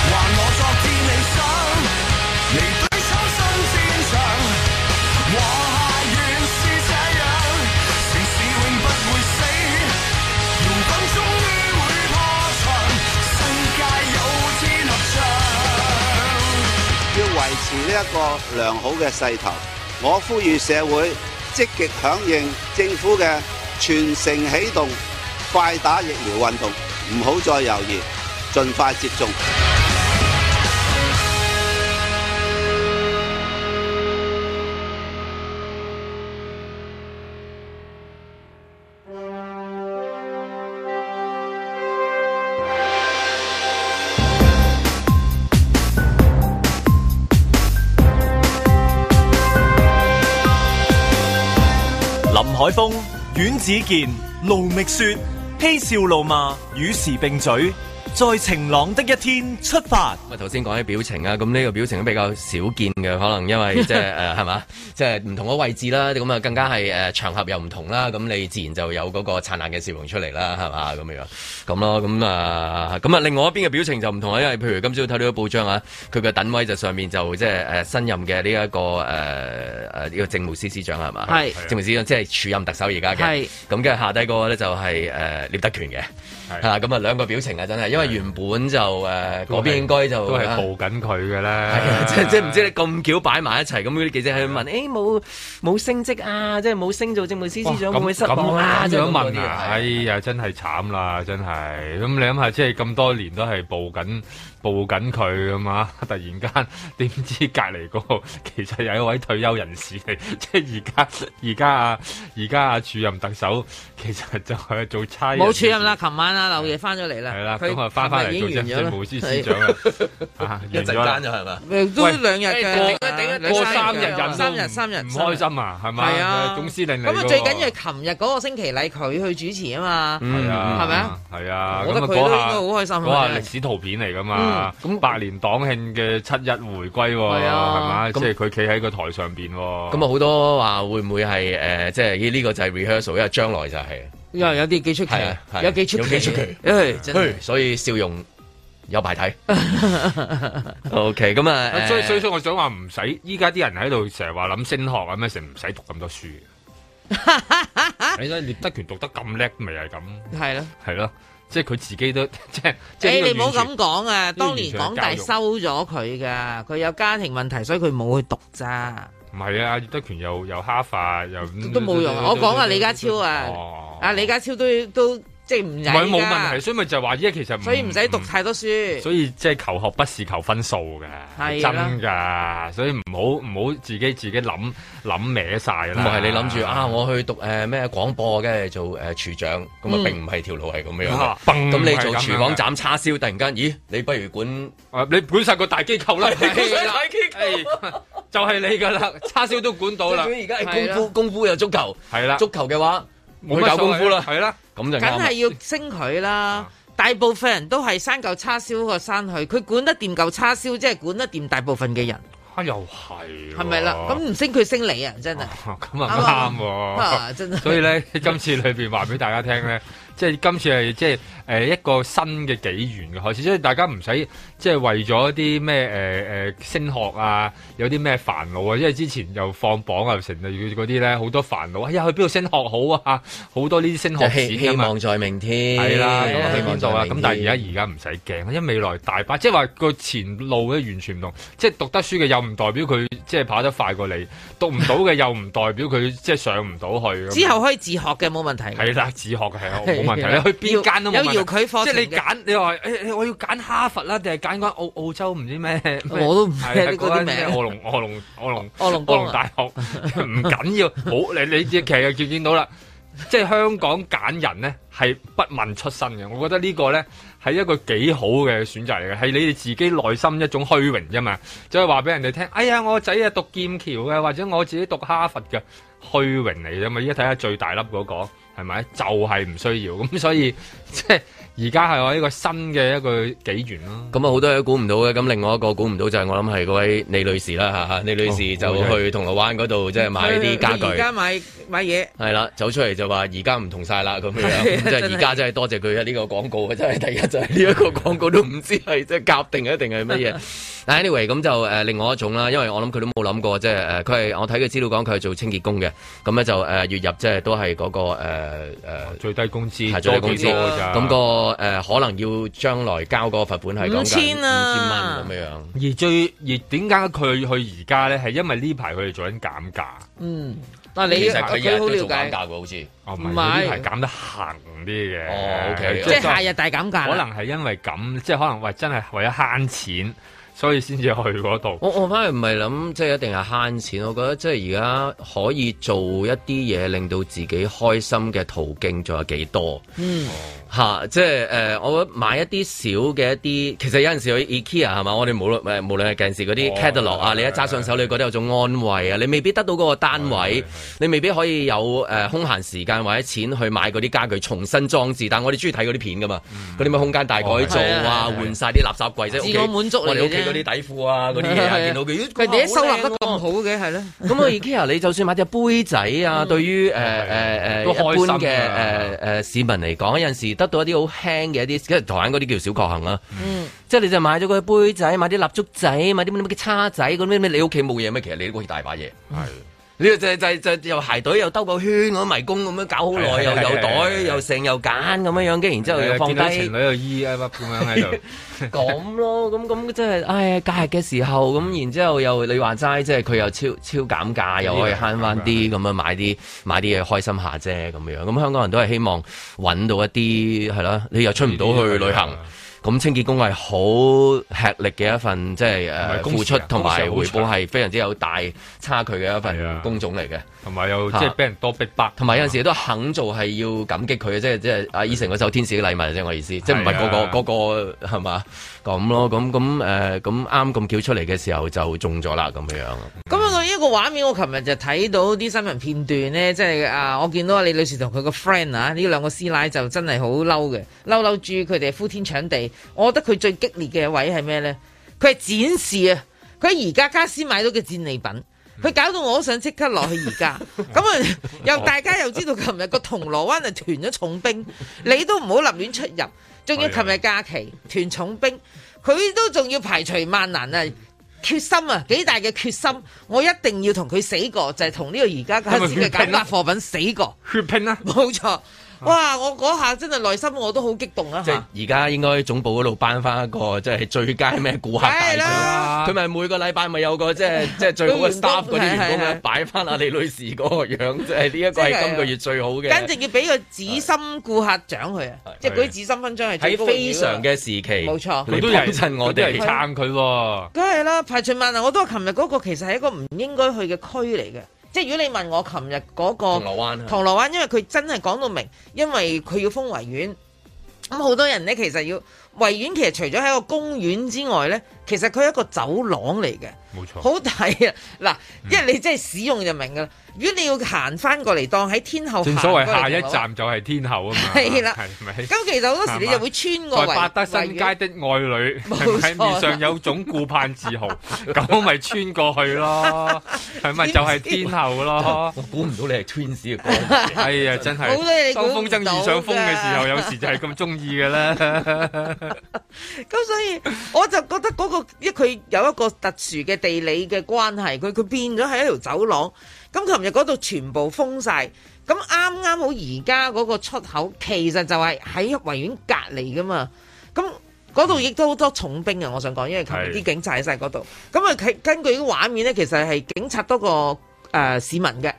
Speaker 7: 還我昨天理想，離隊抽身戰場，和諧原是這樣，城市永不會死，搖滾終於會破場，世界有天合唱。
Speaker 6: 要維持呢一個良好嘅勢頭。我呼籲社會積極響應政府嘅全城起動、快打疫苗運動，唔好再猶豫，盡快接種。
Speaker 1: 林海峰、阮子健、卢觅雪，嬉笑怒骂，与时并举，在晴朗的一天出发。
Speaker 2: 咁啊，頭先講起表情啊，咁呢個表情都比較少見嘅，可能因為即係誒係 嘛，即係唔同嘅位置啦，咁啊更加係誒場合又唔同啦，咁你自然就有嗰個燦爛嘅笑容出嚟啦，係嘛咁樣咁咯，咁啊咁啊，另外一邊嘅表情就唔同啦，因為譬如今朝睇到個報章啊，佢嘅等位就上面就即係誒新任嘅呢一個誒誒呢個政務司司長係嘛，
Speaker 4: 係
Speaker 2: 政務司司長即係署任特首而家嘅
Speaker 4: 係，
Speaker 2: 咁跟住下低嗰個咧就係誒聶德權嘅，係啦，咁啊兩個表情啊真係，因為原本就誒嗰邊應該就啊
Speaker 3: 都係報緊佢嘅
Speaker 2: 係啊
Speaker 3: 啦，
Speaker 2: 即即唔知你咁巧擺埋一齊，咁嗰啲記者喺度問，誒冇冇升職啊，即係冇升做政務司司長會唔會失望啊？
Speaker 3: 咁
Speaker 2: 即係
Speaker 3: 樣
Speaker 2: 咁嗰
Speaker 3: 問
Speaker 2: 啲
Speaker 3: 啊！哎
Speaker 2: 係
Speaker 3: 呀，真係慘啦，真係。咁你諗下，即係咁多年都係報緊報緊佢咁嘛， 突然間點知隔離嗰個 其實有一位退休人士嚟， 即係而家而家啊而家啊署任特首其實就係做差人
Speaker 4: 冇主任啦，琴晚啊，劉爺翻咗嚟啦，
Speaker 3: 係啦，
Speaker 4: 佢
Speaker 3: 咁啊翻翻嚟做
Speaker 4: 琴日已
Speaker 3: 政
Speaker 4: 經完咗啦
Speaker 3: 政務司司長啦， 啊
Speaker 2: 一
Speaker 3: 完咗
Speaker 2: 陣
Speaker 3: 啦
Speaker 2: 間。就係嘛？
Speaker 4: 誒都
Speaker 3: 喂
Speaker 4: 兩日
Speaker 2: 誒
Speaker 4: 嘅
Speaker 2: 過，頂一
Speaker 4: 兩
Speaker 3: 過
Speaker 4: 三
Speaker 3: 三
Speaker 4: 日
Speaker 3: 日
Speaker 4: 嘅
Speaker 3: 人
Speaker 4: 三日三日
Speaker 3: 唔
Speaker 4: 三日
Speaker 3: 開心啊，係咪？
Speaker 4: 係啊，
Speaker 3: 總司令嚟
Speaker 4: 咁啊，
Speaker 3: 㗎
Speaker 4: 最
Speaker 3: 喎
Speaker 4: 緊要係琴日嗰個星期禮佢去主持啊嘛。
Speaker 3: 係啊，
Speaker 4: 係咪啊？
Speaker 3: 係啊，
Speaker 4: 我覺得佢都應該好開心啊
Speaker 3: 嗰下
Speaker 4: 真係
Speaker 3: 歷史圖片嚟噶嘛，
Speaker 2: 嗯咁
Speaker 3: 咁百年黨慶嘅七一回歸喎，
Speaker 4: 係啊
Speaker 3: 係嘛？
Speaker 2: 咁
Speaker 3: 即係佢企喺個台上邊喎。
Speaker 2: 咁啊好多話會唔會係誒，即係呢呢個就係 rehearsal，因為將來就係，
Speaker 4: 有有啲幾出奇
Speaker 2: 係啊係啊，
Speaker 4: 有幾出
Speaker 2: 有
Speaker 4: 奇，
Speaker 2: 幾出奇
Speaker 4: 誒真係
Speaker 2: 嘿所以笑容有排 睇。OK，咁啊
Speaker 3: 啊
Speaker 2: 誒
Speaker 3: 所以所以所以我想話唔使，依家啲人喺度成日話諗升學啊咩，成唔使讀咁多書 嘅。你睇聶德權讀得咁叻，咪係咁，
Speaker 4: 係咯。
Speaker 3: 係咯，即係佢自己都 即係即係
Speaker 4: 誒，
Speaker 3: 呢個
Speaker 4: 你唔好
Speaker 3: 完全
Speaker 4: 咁講啊！
Speaker 3: 個
Speaker 4: 當年港大
Speaker 3: 完全係
Speaker 4: 收咗佢噶，佢有家庭問題，所以佢冇去讀咋。
Speaker 3: 唔係啊！葉德權又又哈法又
Speaker 4: 都冇用啊我講啊李家超啊
Speaker 3: 哦
Speaker 4: 啊，李家超都都即係唔
Speaker 3: 唔係
Speaker 4: 曳
Speaker 3: 冇問題，
Speaker 4: 㗎，
Speaker 3: 所以咪就係話依家其實
Speaker 4: 所以唔使讀太多書。
Speaker 3: 所以即係求學不是求分數嘅，係
Speaker 4: 係
Speaker 3: 真㗎，所以唔好唔好自己自己諗諗歪晒
Speaker 2: 唔
Speaker 3: 啦。
Speaker 2: 係你諗住啊，我去讀誒咩廣播嘅做誒廚長，咁啊並唔係條路係咁樣嘅
Speaker 3: 嗯啊。嘣
Speaker 2: 咁你做
Speaker 3: 係咁樣
Speaker 2: 廚
Speaker 3: 嘅
Speaker 2: 房斬叉燒，突然間，咦？你不如管
Speaker 3: 啊你管晒個大機 構啦，你管晒
Speaker 2: 啦
Speaker 3: 大機構，就係你㗎啦，叉燒都管到啦，
Speaker 2: 最緊要而家係
Speaker 4: 係啊啦
Speaker 2: 功夫，功夫有足球，
Speaker 3: 係啦，
Speaker 2: 足球嘅話
Speaker 3: 冇
Speaker 2: 冇
Speaker 3: 乜
Speaker 2: 搞功夫啦，
Speaker 3: 所謂係啊啦，
Speaker 2: 咁就
Speaker 4: 梗
Speaker 2: 啱啦
Speaker 4: 係。要升佢啦！大部分人都係生嚿叉燒個生佢，佢管得掂嚿叉燒，即係管得掂大部分嘅人，
Speaker 3: 啊又係喎
Speaker 4: 係咪啦？咁唔升佢升你啊！真係
Speaker 3: 咁啊啱喎。
Speaker 4: 啊，真係。
Speaker 3: 所以咧，今次裏邊話俾大家聽咧， 即係今次係即係誒一個新嘅紀元嘅開始，即係大家唔使即係為咗啲咩誒誒升學啊，有啲咩煩惱啊，因為之前又放榜啊，又成啊嗰啲咧好多煩惱，哎呀去邊度升學好啊，好多呢啲升
Speaker 2: 即
Speaker 3: 學
Speaker 2: 係希
Speaker 3: 展㗎
Speaker 2: 希
Speaker 3: 嘛。
Speaker 2: 望在明天，
Speaker 3: 係啦，咁
Speaker 2: 係
Speaker 3: 啊去邊度啊？
Speaker 2: 希望在明
Speaker 3: 咁
Speaker 2: 天
Speaker 3: 但係而家而家唔使驚，啊因為未來大把，即係話個前路咧完全唔同，即係讀得書嘅又唔代表佢即係跑得快過你，讀唔到嘅又唔代表佢即係上唔到去咁。
Speaker 4: 之後可以自學嘅冇問題嘅。
Speaker 3: 係啦，自學 嘅係啊
Speaker 4: 係
Speaker 3: 冇問題。你去邊間都冇問題
Speaker 4: 有遙距課程嘅
Speaker 3: 即係你揀，你話誒誒，我要揀哈佛啦，定係揀間澳澳洲唔知 咩？咩
Speaker 4: 我都唔知
Speaker 3: 係啊
Speaker 4: 嗰啲名
Speaker 3: 間咩卧龍卧龍卧龍
Speaker 4: 卧龍江啊
Speaker 3: 龍大學 唔緊要，好你你其實就見到啦。即係香港揀人呢，係不問出身嘅，我覺得呢個呢，係一個幾好嘅選擇嚟嘅，係你哋自己內心一種虛榮啫嘛，就係話俾人哋聽，哎呀我仔啊讀劍橋嘅，或者我自己讀哈佛嘅，虛榮嚟啫嘛，依家睇下最大粒嗰、個係咪？就係、唔需要，咁所以即係而家係我一個新嘅一個紀元咯。
Speaker 2: 咁啊，好多嘢都估唔到嘅。咁另外一個估唔到就係我諗係嗰位李女士啦嚇，李女士就
Speaker 3: 哦好
Speaker 2: 去銅鑼灣嗰度即係買啲家
Speaker 4: 佢而家
Speaker 2: 具，
Speaker 4: 買買嘢，
Speaker 2: 係啦，走出嚟就話而家唔同晒啦咁樣，咁即係而家真係多謝佢啊！呢個廣告啊，真係第一就係呢一個廣告都唔知係即係夾定一定係乜嘢。但 anyway 咁就誒、呃另外一種啦，因為我諗佢都冇諗過，即係呃誒佢係我睇佢資料講佢係做清潔工嘅，咁咧就誒、呃月入即係都係嗰、個誒、呃呃
Speaker 3: 最低工資
Speaker 2: 係最低
Speaker 3: 多
Speaker 2: 工資
Speaker 3: 幾多㗎咋？
Speaker 2: 咁、個誒、呃可能要將來交嗰個罰款係講緊
Speaker 4: 五千
Speaker 2: 五千蚊
Speaker 4: 啊
Speaker 2: 咁樣。
Speaker 3: 而最而點解佢去而家咧？係因為呢排佢哋做緊減價，
Speaker 4: 嗯，但
Speaker 2: 其
Speaker 4: 你
Speaker 2: 實佢日
Speaker 4: 佢
Speaker 2: 日
Speaker 4: 好
Speaker 2: 都做
Speaker 4: 了
Speaker 2: 減
Speaker 4: 解，
Speaker 2: 價嘅，好似。
Speaker 3: 哦唔係佢
Speaker 4: 唔係
Speaker 3: 呢排減得行啲嘅。
Speaker 2: 哦，OK，
Speaker 4: 即係
Speaker 3: 係
Speaker 4: 下日大減價
Speaker 3: 可
Speaker 4: 啦。
Speaker 3: 能係因為咁，即係可能喂真係為咗慳錢，所以先至去嗰度。
Speaker 2: 我我反而唔係諗即係一定係慳錢，我覺得即係而家可以做一啲嘢令到自己開心嘅途徑仲有幾多？
Speaker 4: 嗯，
Speaker 2: 嚇，即係誒、呃我覺得買一啲小嘅一啲，其實有陣時去 IKEA 係嘛，我哋無論誒無論係近時嗰
Speaker 3: 哦
Speaker 2: 啲 catalog 啊，你一揸上手，你覺得有種安慰啊，你未必得到嗰個單位，你未必可以有誒、呃空閒時間或者錢去買嗰啲家具重新裝置，但我哋中意睇嗰啲片噶嘛，
Speaker 3: 嗯
Speaker 2: 嗰啲咩空間大改造啊，
Speaker 4: 哦係係係
Speaker 2: 換晒啲垃圾櫃即係屋企
Speaker 4: 自我滿足嚟嘅啫
Speaker 2: 我哋屋企嗰啲底褲啊嗰啲嘢啊，見到佢，咦
Speaker 4: 佢哋一收納
Speaker 2: 好
Speaker 4: 得
Speaker 2: 靚喎
Speaker 4: 咁好嘅，係咧。
Speaker 2: 咁我 IKEA 你就算買隻杯仔啊，
Speaker 4: 嗯
Speaker 2: 對於誒誒誒
Speaker 3: 都開
Speaker 2: 一
Speaker 3: 心
Speaker 2: 般
Speaker 3: 啊
Speaker 2: 嘅誒誒呃市民嚟講，有陣時得到一啲好輕嘅一啲，因為台灣嗰啲叫小確幸啦。
Speaker 4: 嗯，
Speaker 2: 即係你就買咗個杯仔，買啲蠟燭仔，買啲乜乜嘅叉仔，嗰啲咩咩你屋企冇嘢咩？其實你屋企大把嘢。係。你就就就就又排隊又兜 個圈咁迷宮咁樣搞好耐，
Speaker 3: 係
Speaker 2: 又
Speaker 3: 係
Speaker 2: 又
Speaker 3: 係
Speaker 2: 袋
Speaker 3: 係
Speaker 2: 又剩又揀咁樣樣，跟住然之後又
Speaker 3: 係啊
Speaker 2: 放
Speaker 3: 見到
Speaker 2: 低
Speaker 3: 情。侶又依啊咁樣喺度。
Speaker 2: 咁咯，咁咁即係，唉，假日嘅時候，咁然之後又你話齋，即係佢又超超減價，又可以慳翻啲，咁樣買啲買啲嘢開心下啫，咁樣。咁香港人都係希望揾到一啲係啦，你又出唔到去旅
Speaker 3: 啊
Speaker 2: 行，咁清潔工係好吃力嘅一份，即係誒
Speaker 3: 係工時啊
Speaker 2: 付出同埋
Speaker 3: 工
Speaker 2: 回
Speaker 3: 時好
Speaker 2: 報
Speaker 3: 長
Speaker 2: 係非常之有大差距嘅一
Speaker 3: 係啊
Speaker 2: 份工種嚟嘅。
Speaker 3: 同埋又
Speaker 2: 嚇
Speaker 3: 即係俾人多逼迫，
Speaker 2: 同埋有陣時都肯做係要感激佢嘅，即係即係阿以成嗰首《天使嘅禮物》即係我意思，即係唔係個
Speaker 3: 係啊
Speaker 2: 個個個係嘛咁
Speaker 4: 哦
Speaker 2: 咯，咁咁誒咁啱咁巧出嚟嘅時候就中咗啦咁樣。
Speaker 4: 咁啊，呢一個畫面，我琴日就睇到啲新聞片段咧，即係啊，我見到李女士同佢個 friend 啊，呢兩個師奶就真係好嬲嘅，嬲嬲住佢哋呼天搶地。我覺得佢最激烈嘅位係咩咧？佢係展示啊！佢喺而家家私買到嘅戰利品。佢搞到我都想即刻落去而家，咁啊又大家又知道琴日個銅鑼灣就團咗重兵，你都唔好立亂出入，仲要琴日假期團重兵，佢都仲要排除萬難啊！決心啊，幾大嘅決心，我一定要同佢死過，就係同呢個而家家私嘅減價貨品死過，
Speaker 3: 血拼啊啦，
Speaker 4: 冇錯。哇！我嗰下真係內心我都好激動啊
Speaker 2: 即
Speaker 4: 嚇
Speaker 2: 係！而家應該總部嗰度頒翻一個即係最佳咩顧客大
Speaker 4: 係啦
Speaker 2: 獎，佢咪每個禮拜咪有個即 係即係最好嘅 staff 嗰啲員工
Speaker 4: 係係
Speaker 2: 咧
Speaker 4: 係
Speaker 2: 擺翻阿李女士嗰個樣， 即係呢一個
Speaker 4: 即係
Speaker 2: 係今個月最好嘅。
Speaker 4: 簡直要俾個紫心顧客獎佢啊！即係嗰啲紫心勳章係最
Speaker 2: 喺
Speaker 4: 高榮
Speaker 2: 非
Speaker 4: 譽啊
Speaker 2: 常嘅時期，
Speaker 4: 冇錯
Speaker 2: 你
Speaker 3: 佢都有人
Speaker 2: 幫襯我
Speaker 3: 佢都有
Speaker 2: 哋
Speaker 3: 人。撐佢喎。
Speaker 4: 梗係啦，排除萬難。我都話琴日嗰個其實係一個唔應該去嘅區嚟嘅。即係如果你問我琴日嗰個
Speaker 2: 銅鑼灣啊
Speaker 4: 銅鑼灣，因為佢真係講到明，因為佢要封維園。咁好多人呢，其實要維園其實除咗係一個公園之外呢，其實佢係一個走廊嚟嘅。
Speaker 3: 冇錯，嗯
Speaker 4: 好大啊！嗱，因為你真係使用就明噶啦。如果你要行翻過嚟，當喺天后行
Speaker 3: 正所謂
Speaker 4: 過嚟
Speaker 3: 下一
Speaker 4: 銅鑼灣
Speaker 3: 站就係天后啊嘛，
Speaker 4: 係啦
Speaker 3: 係咪？
Speaker 4: 咁其實好多時你就會穿過
Speaker 3: 在
Speaker 4: 維
Speaker 3: 百德新
Speaker 4: 維園
Speaker 3: 街的愛侶，係
Speaker 4: 冇錯啊
Speaker 3: 咪
Speaker 4: 啦
Speaker 3: 面上有種顧盼自 豪，咁咪穿過去咯，係咪就係天后咯？
Speaker 2: 我估唔到你係 Twins 嘅歌。
Speaker 3: 哎呀，真係
Speaker 4: 好多嘢你估
Speaker 3: 當風
Speaker 4: 唔到
Speaker 3: 箏遇上風嘅時候，
Speaker 4: 㗎
Speaker 3: 有時就係咁中意嘅啦。
Speaker 4: 咁所以我就覺得嗰、個，因為佢有一個特殊嘅地理嘅關係，佢佢變咗係一條走廊。咁琴日嗰度全部封晒，咁啱啱好而家嗰個出口其實就係喺維園隔離噶嘛。咁嗰度亦都好多重兵啊！我想講，因為琴日
Speaker 3: 係
Speaker 4: 啲警察喺晒嗰度。咁啊，佢根據啲畫面咧，其實係警察多過誒、呃市民嘅。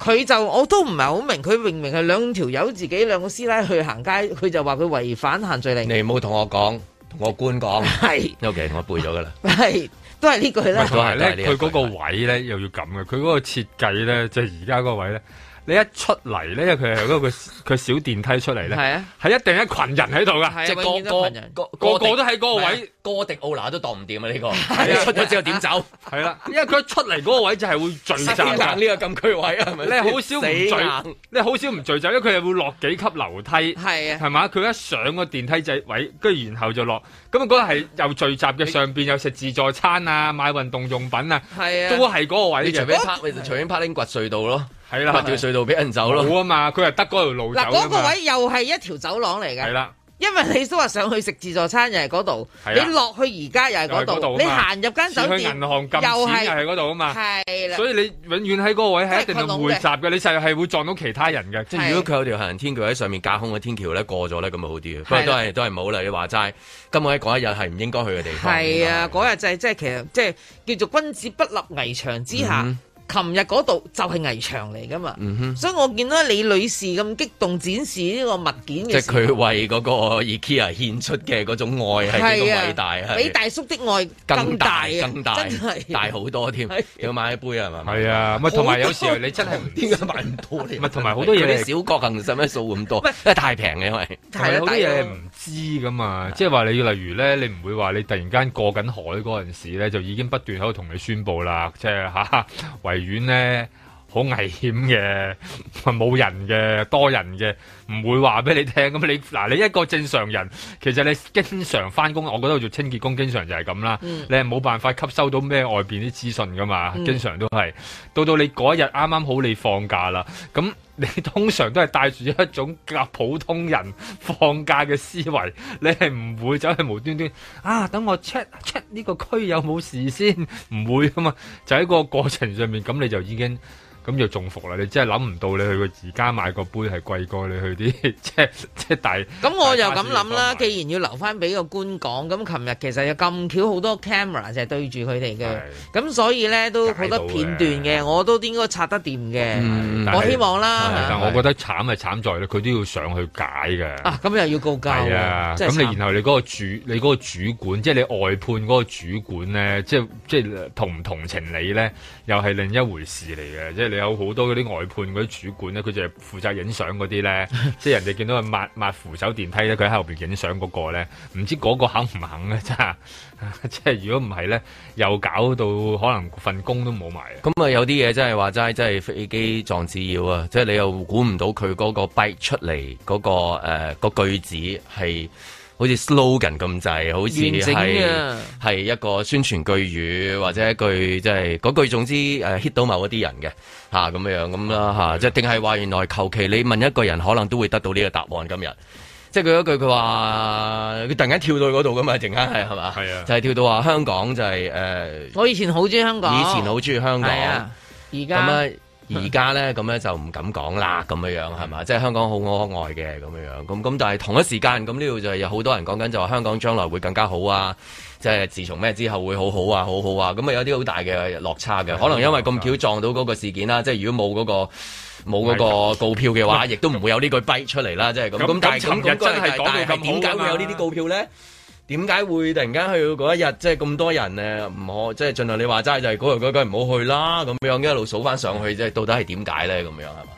Speaker 4: 佢就我都唔係好明，佢明明係兩條友自己兩個師奶去行街，佢就話佢違反限聚令，
Speaker 2: 你唔好同我講，同我官講。
Speaker 4: 係。
Speaker 2: OK，我 背咗噶啦。
Speaker 4: 係都係呢句啦。
Speaker 3: 同埋
Speaker 2: 都
Speaker 3: 咧，
Speaker 2: 係呢一
Speaker 3: 佢
Speaker 2: 句
Speaker 3: 嗰個位咧又要咁嘅，佢嗰個設計咧，就係而家嗰個位咧，你一出嚟咧，因為佢係 嗰個佢小電梯出嚟咧，
Speaker 4: 係啊，
Speaker 3: 係一定一群人喺度噶，
Speaker 4: 係
Speaker 2: 即
Speaker 4: 啊，永遠
Speaker 2: 係
Speaker 4: 都群人。
Speaker 2: 個個
Speaker 3: 個個都喺嗰個位，
Speaker 2: 啊哥迪奧拿都當唔掂啊！ 呢個 出咗之後點走？
Speaker 3: 哎係啦，因為佢一出嚟嗰個位就係會聚集
Speaker 2: 死
Speaker 3: 㗎。
Speaker 2: 硬呢個禁區位啊，係咪？
Speaker 3: 你好少唔
Speaker 2: 死
Speaker 3: 聚
Speaker 2: 硬，
Speaker 3: 你好少唔聚集，因為佢係會落幾級樓梯，
Speaker 4: 係啊，
Speaker 3: 係嘛？佢一上個電梯掣位，跟住然後就落，咁啊嗰個係又聚集嘅，上邊又食自助餐啊，買運動用品啊，
Speaker 4: 係
Speaker 3: 都
Speaker 4: 啊。
Speaker 3: 係嗰個
Speaker 2: 你
Speaker 3: 位
Speaker 2: 隨
Speaker 3: 嘅，
Speaker 2: 便拍，你就隨便拍拎掘隧道咯，
Speaker 3: 係
Speaker 2: 掘
Speaker 3: 啦，
Speaker 2: 條隧道俾人走咯。
Speaker 3: 冇啊嘛，佢係得嗰條路走
Speaker 4: 嗱，嗰
Speaker 3: 㗎
Speaker 4: 個
Speaker 3: 嘛，
Speaker 4: 位又係一條走廊嚟
Speaker 3: 係
Speaker 4: 嘅，
Speaker 3: 啦，
Speaker 4: 因為你都話上去食自助餐又係嗰度，
Speaker 3: 係
Speaker 4: 你
Speaker 3: 啊
Speaker 4: 落去而家又係嗰
Speaker 3: 又係嗰度啊
Speaker 4: 度，
Speaker 3: 嘛
Speaker 4: 你行入間酒
Speaker 3: 錢去
Speaker 4: 店
Speaker 3: 銀行撳
Speaker 4: 又
Speaker 3: 錢又
Speaker 4: 係
Speaker 3: 係嗰度啊嘛。
Speaker 4: 係啦，
Speaker 3: 所以你永遠喺嗰個位 係一定
Speaker 4: 即係
Speaker 3: 要
Speaker 4: 困籠嘅
Speaker 3: 匯集嘅，你就係會撞到其他人嘅。
Speaker 2: 即係如果佢有條行人天橋喺上面架空嘅天橋咧過咗咧，咁咪好啲嘅。不過都係都係冇啦，你話齋，今日喺嗰一日係唔應該去嘅地方。
Speaker 4: 係啊，嗰日就係即係其實即係叫做君子不立危牆之下。
Speaker 2: 嗯
Speaker 4: 琴日嗰度就係危牆嚟噶嘛，所以我見到李女士咁激動展示呢個物件
Speaker 2: 即係
Speaker 4: 嘅時候，
Speaker 2: 佢為嗰個 IKEA 獻出嘅嗰種愛係幾咁偉大，係
Speaker 4: 比啊大叔的愛
Speaker 2: 更
Speaker 4: 大
Speaker 2: 大
Speaker 4: 啊，
Speaker 2: 更大
Speaker 4: 真係
Speaker 2: 大好多添
Speaker 4: 係。
Speaker 2: 要買一杯係嘛？
Speaker 3: 係啊，咪同埋有時候你真係唔
Speaker 2: 點解買唔多咧？
Speaker 3: 咪同埋好多嘢
Speaker 2: 嗰啲小國行使咩數咁多？因為太平嘅，因為
Speaker 3: 同埋
Speaker 4: 係啦啊
Speaker 3: 好多
Speaker 4: 大佬
Speaker 3: 嘢唔知噶嘛，即係話你例如咧，你唔會話你突然間過緊海嗰陣時咧，就已經不斷喺度同你宣佈啦，即係嚇 維園咧好危險嘅， 冇人嘅，多人嘅，唔會話俾你聽。咁你 嗱，你一個正常人，其實你經常翻工，我覺得我做清潔工經常就係咁啦，
Speaker 4: 嗯
Speaker 3: 你係冇辦法吸收到咩外邊啲資訊噶嘛，經啊常都係。到到你嗰一日啱啱好你放假啦，咁你 通常都係帶住一種較普通人放假嘅思維，你係唔會走去無端端啊，等我 check check 呢個區有冇事先，唔會噶嘛，就喺個過程上面，咁你就已經。咁就中伏啦！你真係諗唔到，你去個而家買個杯係貴過你去啲 即係即係大
Speaker 4: 咁我又咁
Speaker 3: 大
Speaker 4: 諗
Speaker 3: 巴士
Speaker 4: 啦，
Speaker 3: 嘅地
Speaker 4: 既然要留翻俾個官講，咁琴日其實有咁巧好多 camera 就係對住佢哋嘅，咁所以咧都好多片段
Speaker 3: 解
Speaker 4: 嘅，我都應該拆得掂嘅，
Speaker 2: 嗯
Speaker 3: 但係
Speaker 4: 我希
Speaker 3: 方
Speaker 4: 望
Speaker 3: 法但
Speaker 4: 啦
Speaker 2: 係
Speaker 3: 我覺得慘係慘在咧，佢都要上去解嘅。
Speaker 4: 啊，咁又要告交
Speaker 3: 係啊，
Speaker 4: 真
Speaker 3: 咁
Speaker 4: 係慘
Speaker 3: 你然後你嗰個主你嗰個主管，即係你外判嗰個主管咧，即係即係呃同唔同情你咧，又係另一回事嚟嘅。即係你有好多嗰啲外判嗰啲主管咧，佢就係負責影相嗰啲咧，即係人哋見到佢抹抹扶手電梯咧，佢喺後邊影相嗰個咧，唔知嗰個肯唔肯咧，真係 即係如果唔係咧，又搞到可能份工都冇埋啊！
Speaker 2: 咁啊，有啲嘢真係話齋，真係飛機撞紙鷂啊！即係你又估唔到佢嗰個 bite 出嚟嗰、個誒、呃個句子係好似 slogan 咁滯，好似
Speaker 4: 完整
Speaker 2: 係
Speaker 4: 啊
Speaker 2: 係一個宣傳句語或者一句即係嗰句，總之誒、呃 hit 到某一啲人嘅嚇咁樣咁啦
Speaker 4: 嗯
Speaker 2: 嚇，即係定係話原來求其你問一個人，可能都會得到呢個答案今日。即係佢嗰句，佢話佢突然間跳到去嗰度噶嘛，陣間係係嘛？
Speaker 3: 係啊
Speaker 2: 就係跳到話香港就係、誒、
Speaker 4: 我以前好中意香港，
Speaker 2: 以前好中意香港。
Speaker 4: 係啊，而
Speaker 2: 咁啊
Speaker 4: 家
Speaker 2: 咧，而家咧咁咧就唔敢講啦，咁樣樣係
Speaker 4: 嗯
Speaker 2: 嘛？即係香港好可愛嘅咁樣樣，咁咁但係同一時間，咁呢度就有好多人講緊就話香港將來會更加好啊！即係自從咩之後會好好啊，好好啊！咁啊有啲好大嘅落差嘅，可能因為咁巧撞到嗰個事件啦，即係如果冇嗰個。冇嗰個告票嘅話，亦都唔會有呢句跛出嚟啦，即係咁。
Speaker 3: 咁
Speaker 2: 咁但係
Speaker 3: 咁
Speaker 2: 咁
Speaker 3: 尋日
Speaker 2: 咁
Speaker 3: 真係講到咁好㗎
Speaker 2: 但係
Speaker 3: 嘛
Speaker 2: 點解會有呢啲告票咧？點解會突然間去到嗰一日，即係咁多人誒唔可，即係儘量你話齋就係嗰日嗰句唔好去啦，咁樣一路數翻上去，即係到底係點解咧？咁樣係嘛？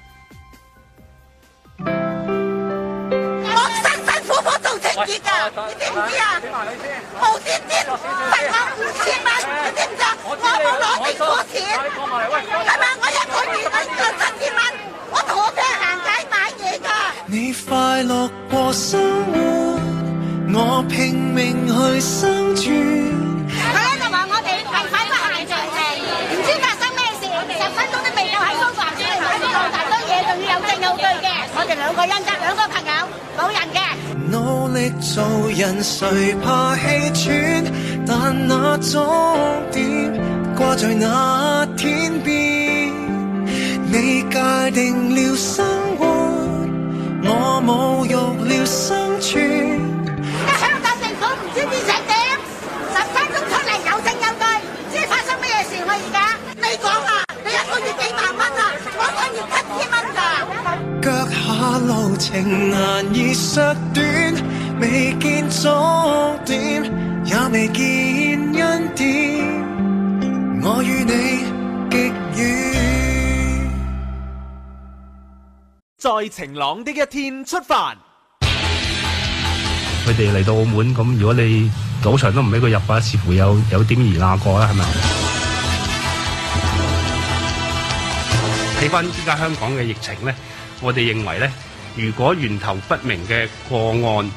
Speaker 8: 我辛辛苦苦做清潔噶，你知唔知啊？無端端罰我五千蚊，你知唔知啊？我冇攞政府錢，係咪？我一個月揾咗七千蚊，我坐車行街買嘢㗎。
Speaker 7: 你快樂過生活，我拼命去生存。
Speaker 8: 佢咧就話我哋係睇不行長期，唔知發生咩事，十分鐘都未夠喺度話出嚟，喺度咁多嘢，仲要有證有據嘅。我哋兩個恩德，兩個朋友，冇人嘅。
Speaker 7: 努力做人，誰怕氣喘？但那終點掛在那天邊，你界定了生活，我侮辱了生存。
Speaker 8: 香港政府唔知變成點，十分鐘出嚟有證有據，唔知發生咩事我而家。你講啊，你一個月幾萬蚊啊，我一個月七千蚊㗎。
Speaker 7: 腳下路程難以削短，未見終點，也未見恩典，我與你極遠。
Speaker 5: 在晴朗的一天出發。
Speaker 9: 佢哋嚟到澳門，咁如果你賭場都唔俾佢入嘅話，似乎有有點兒那過啦，係咪？睇翻依家香港嘅疫情咧，我哋認為咧，如果源頭不明嘅個案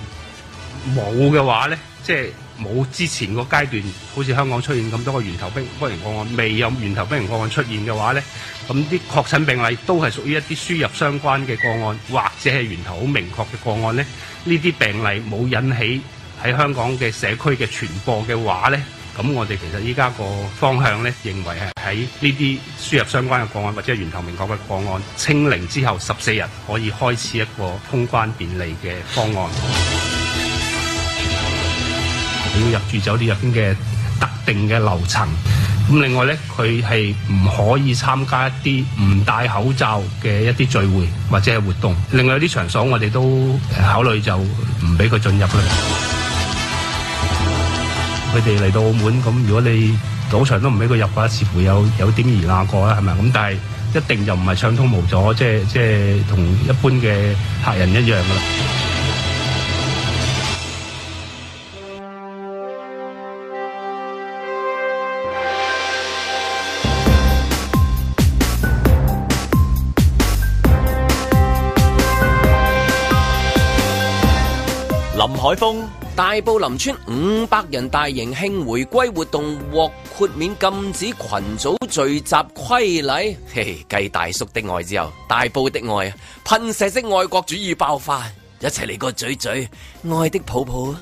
Speaker 9: 冇嘅話咧，即係冇之前個階段，好似香港出現咁多個源頭病不明個案，未有源頭不明個案出現嘅話咧，咁啲確診病例都係屬於一啲輸入相關嘅個案，或者係源頭好明確嘅個案咧，呢啲病例冇引起喺香港嘅社區嘅傳播嘅話咧。咁我哋其實依家個方向咧，認為係喺呢啲輸入相關嘅個案或者係源頭明確嘅個案清零之後十四日，可以開始一個通關便利嘅方案。你要入住酒店入邊嘅特定嘅樓層。咁另外咧，佢係唔可以參加一啲唔戴口罩嘅一啲聚會或者係活動。另外有啲場所我哋都呃考慮就唔俾佢進入啦。佢哋嚟到澳門，咁如果你賭場都唔俾佢入嘅話，似乎有有點兒那過啦，係咪？咁但係一定就唔係暢通無阻，即係即係同一般嘅客人一樣噶啦。
Speaker 1: 林海峰、
Speaker 2: 大埔林村五百人大型慶回歸活動獲豁免禁止群組聚集規例，嘿，繼大叔的愛之後，大埔的愛啊，噴射式愛國主義爆發，一齊嚟個嘴嘴，愛的抱抱啊！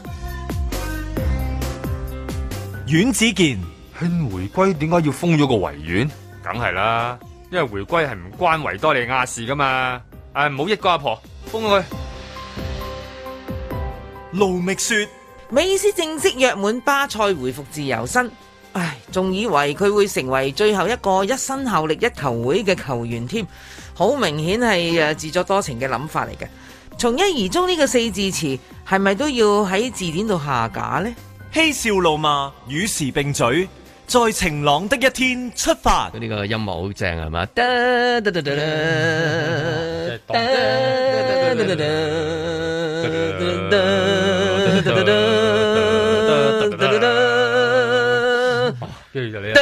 Speaker 1: 阮子健、
Speaker 3: 慶回歸點解要封咗個維園？梗係啦，因為回歸係唔關維多利亞事噶嘛。啊，唔好益個阿婆，封咗佢。
Speaker 1: 卢觅雪、
Speaker 4: 美斯正式約滿巴塞，回復自由身。唉，仲以為佢會成為最後一個一身效力一球會嘅球員添，好明顯
Speaker 1: 嗯
Speaker 4: 係誒自作多情嘅諗法嚟嘅。從一而終呢個四字詞係咪都要喺字典度下架呢？
Speaker 1: 嬉笑怒罵，與時並嘴，在晴朗的一天出發。
Speaker 2: 呢個音樂好正啊係嘛？得得得得得得得得得
Speaker 3: 跟住就你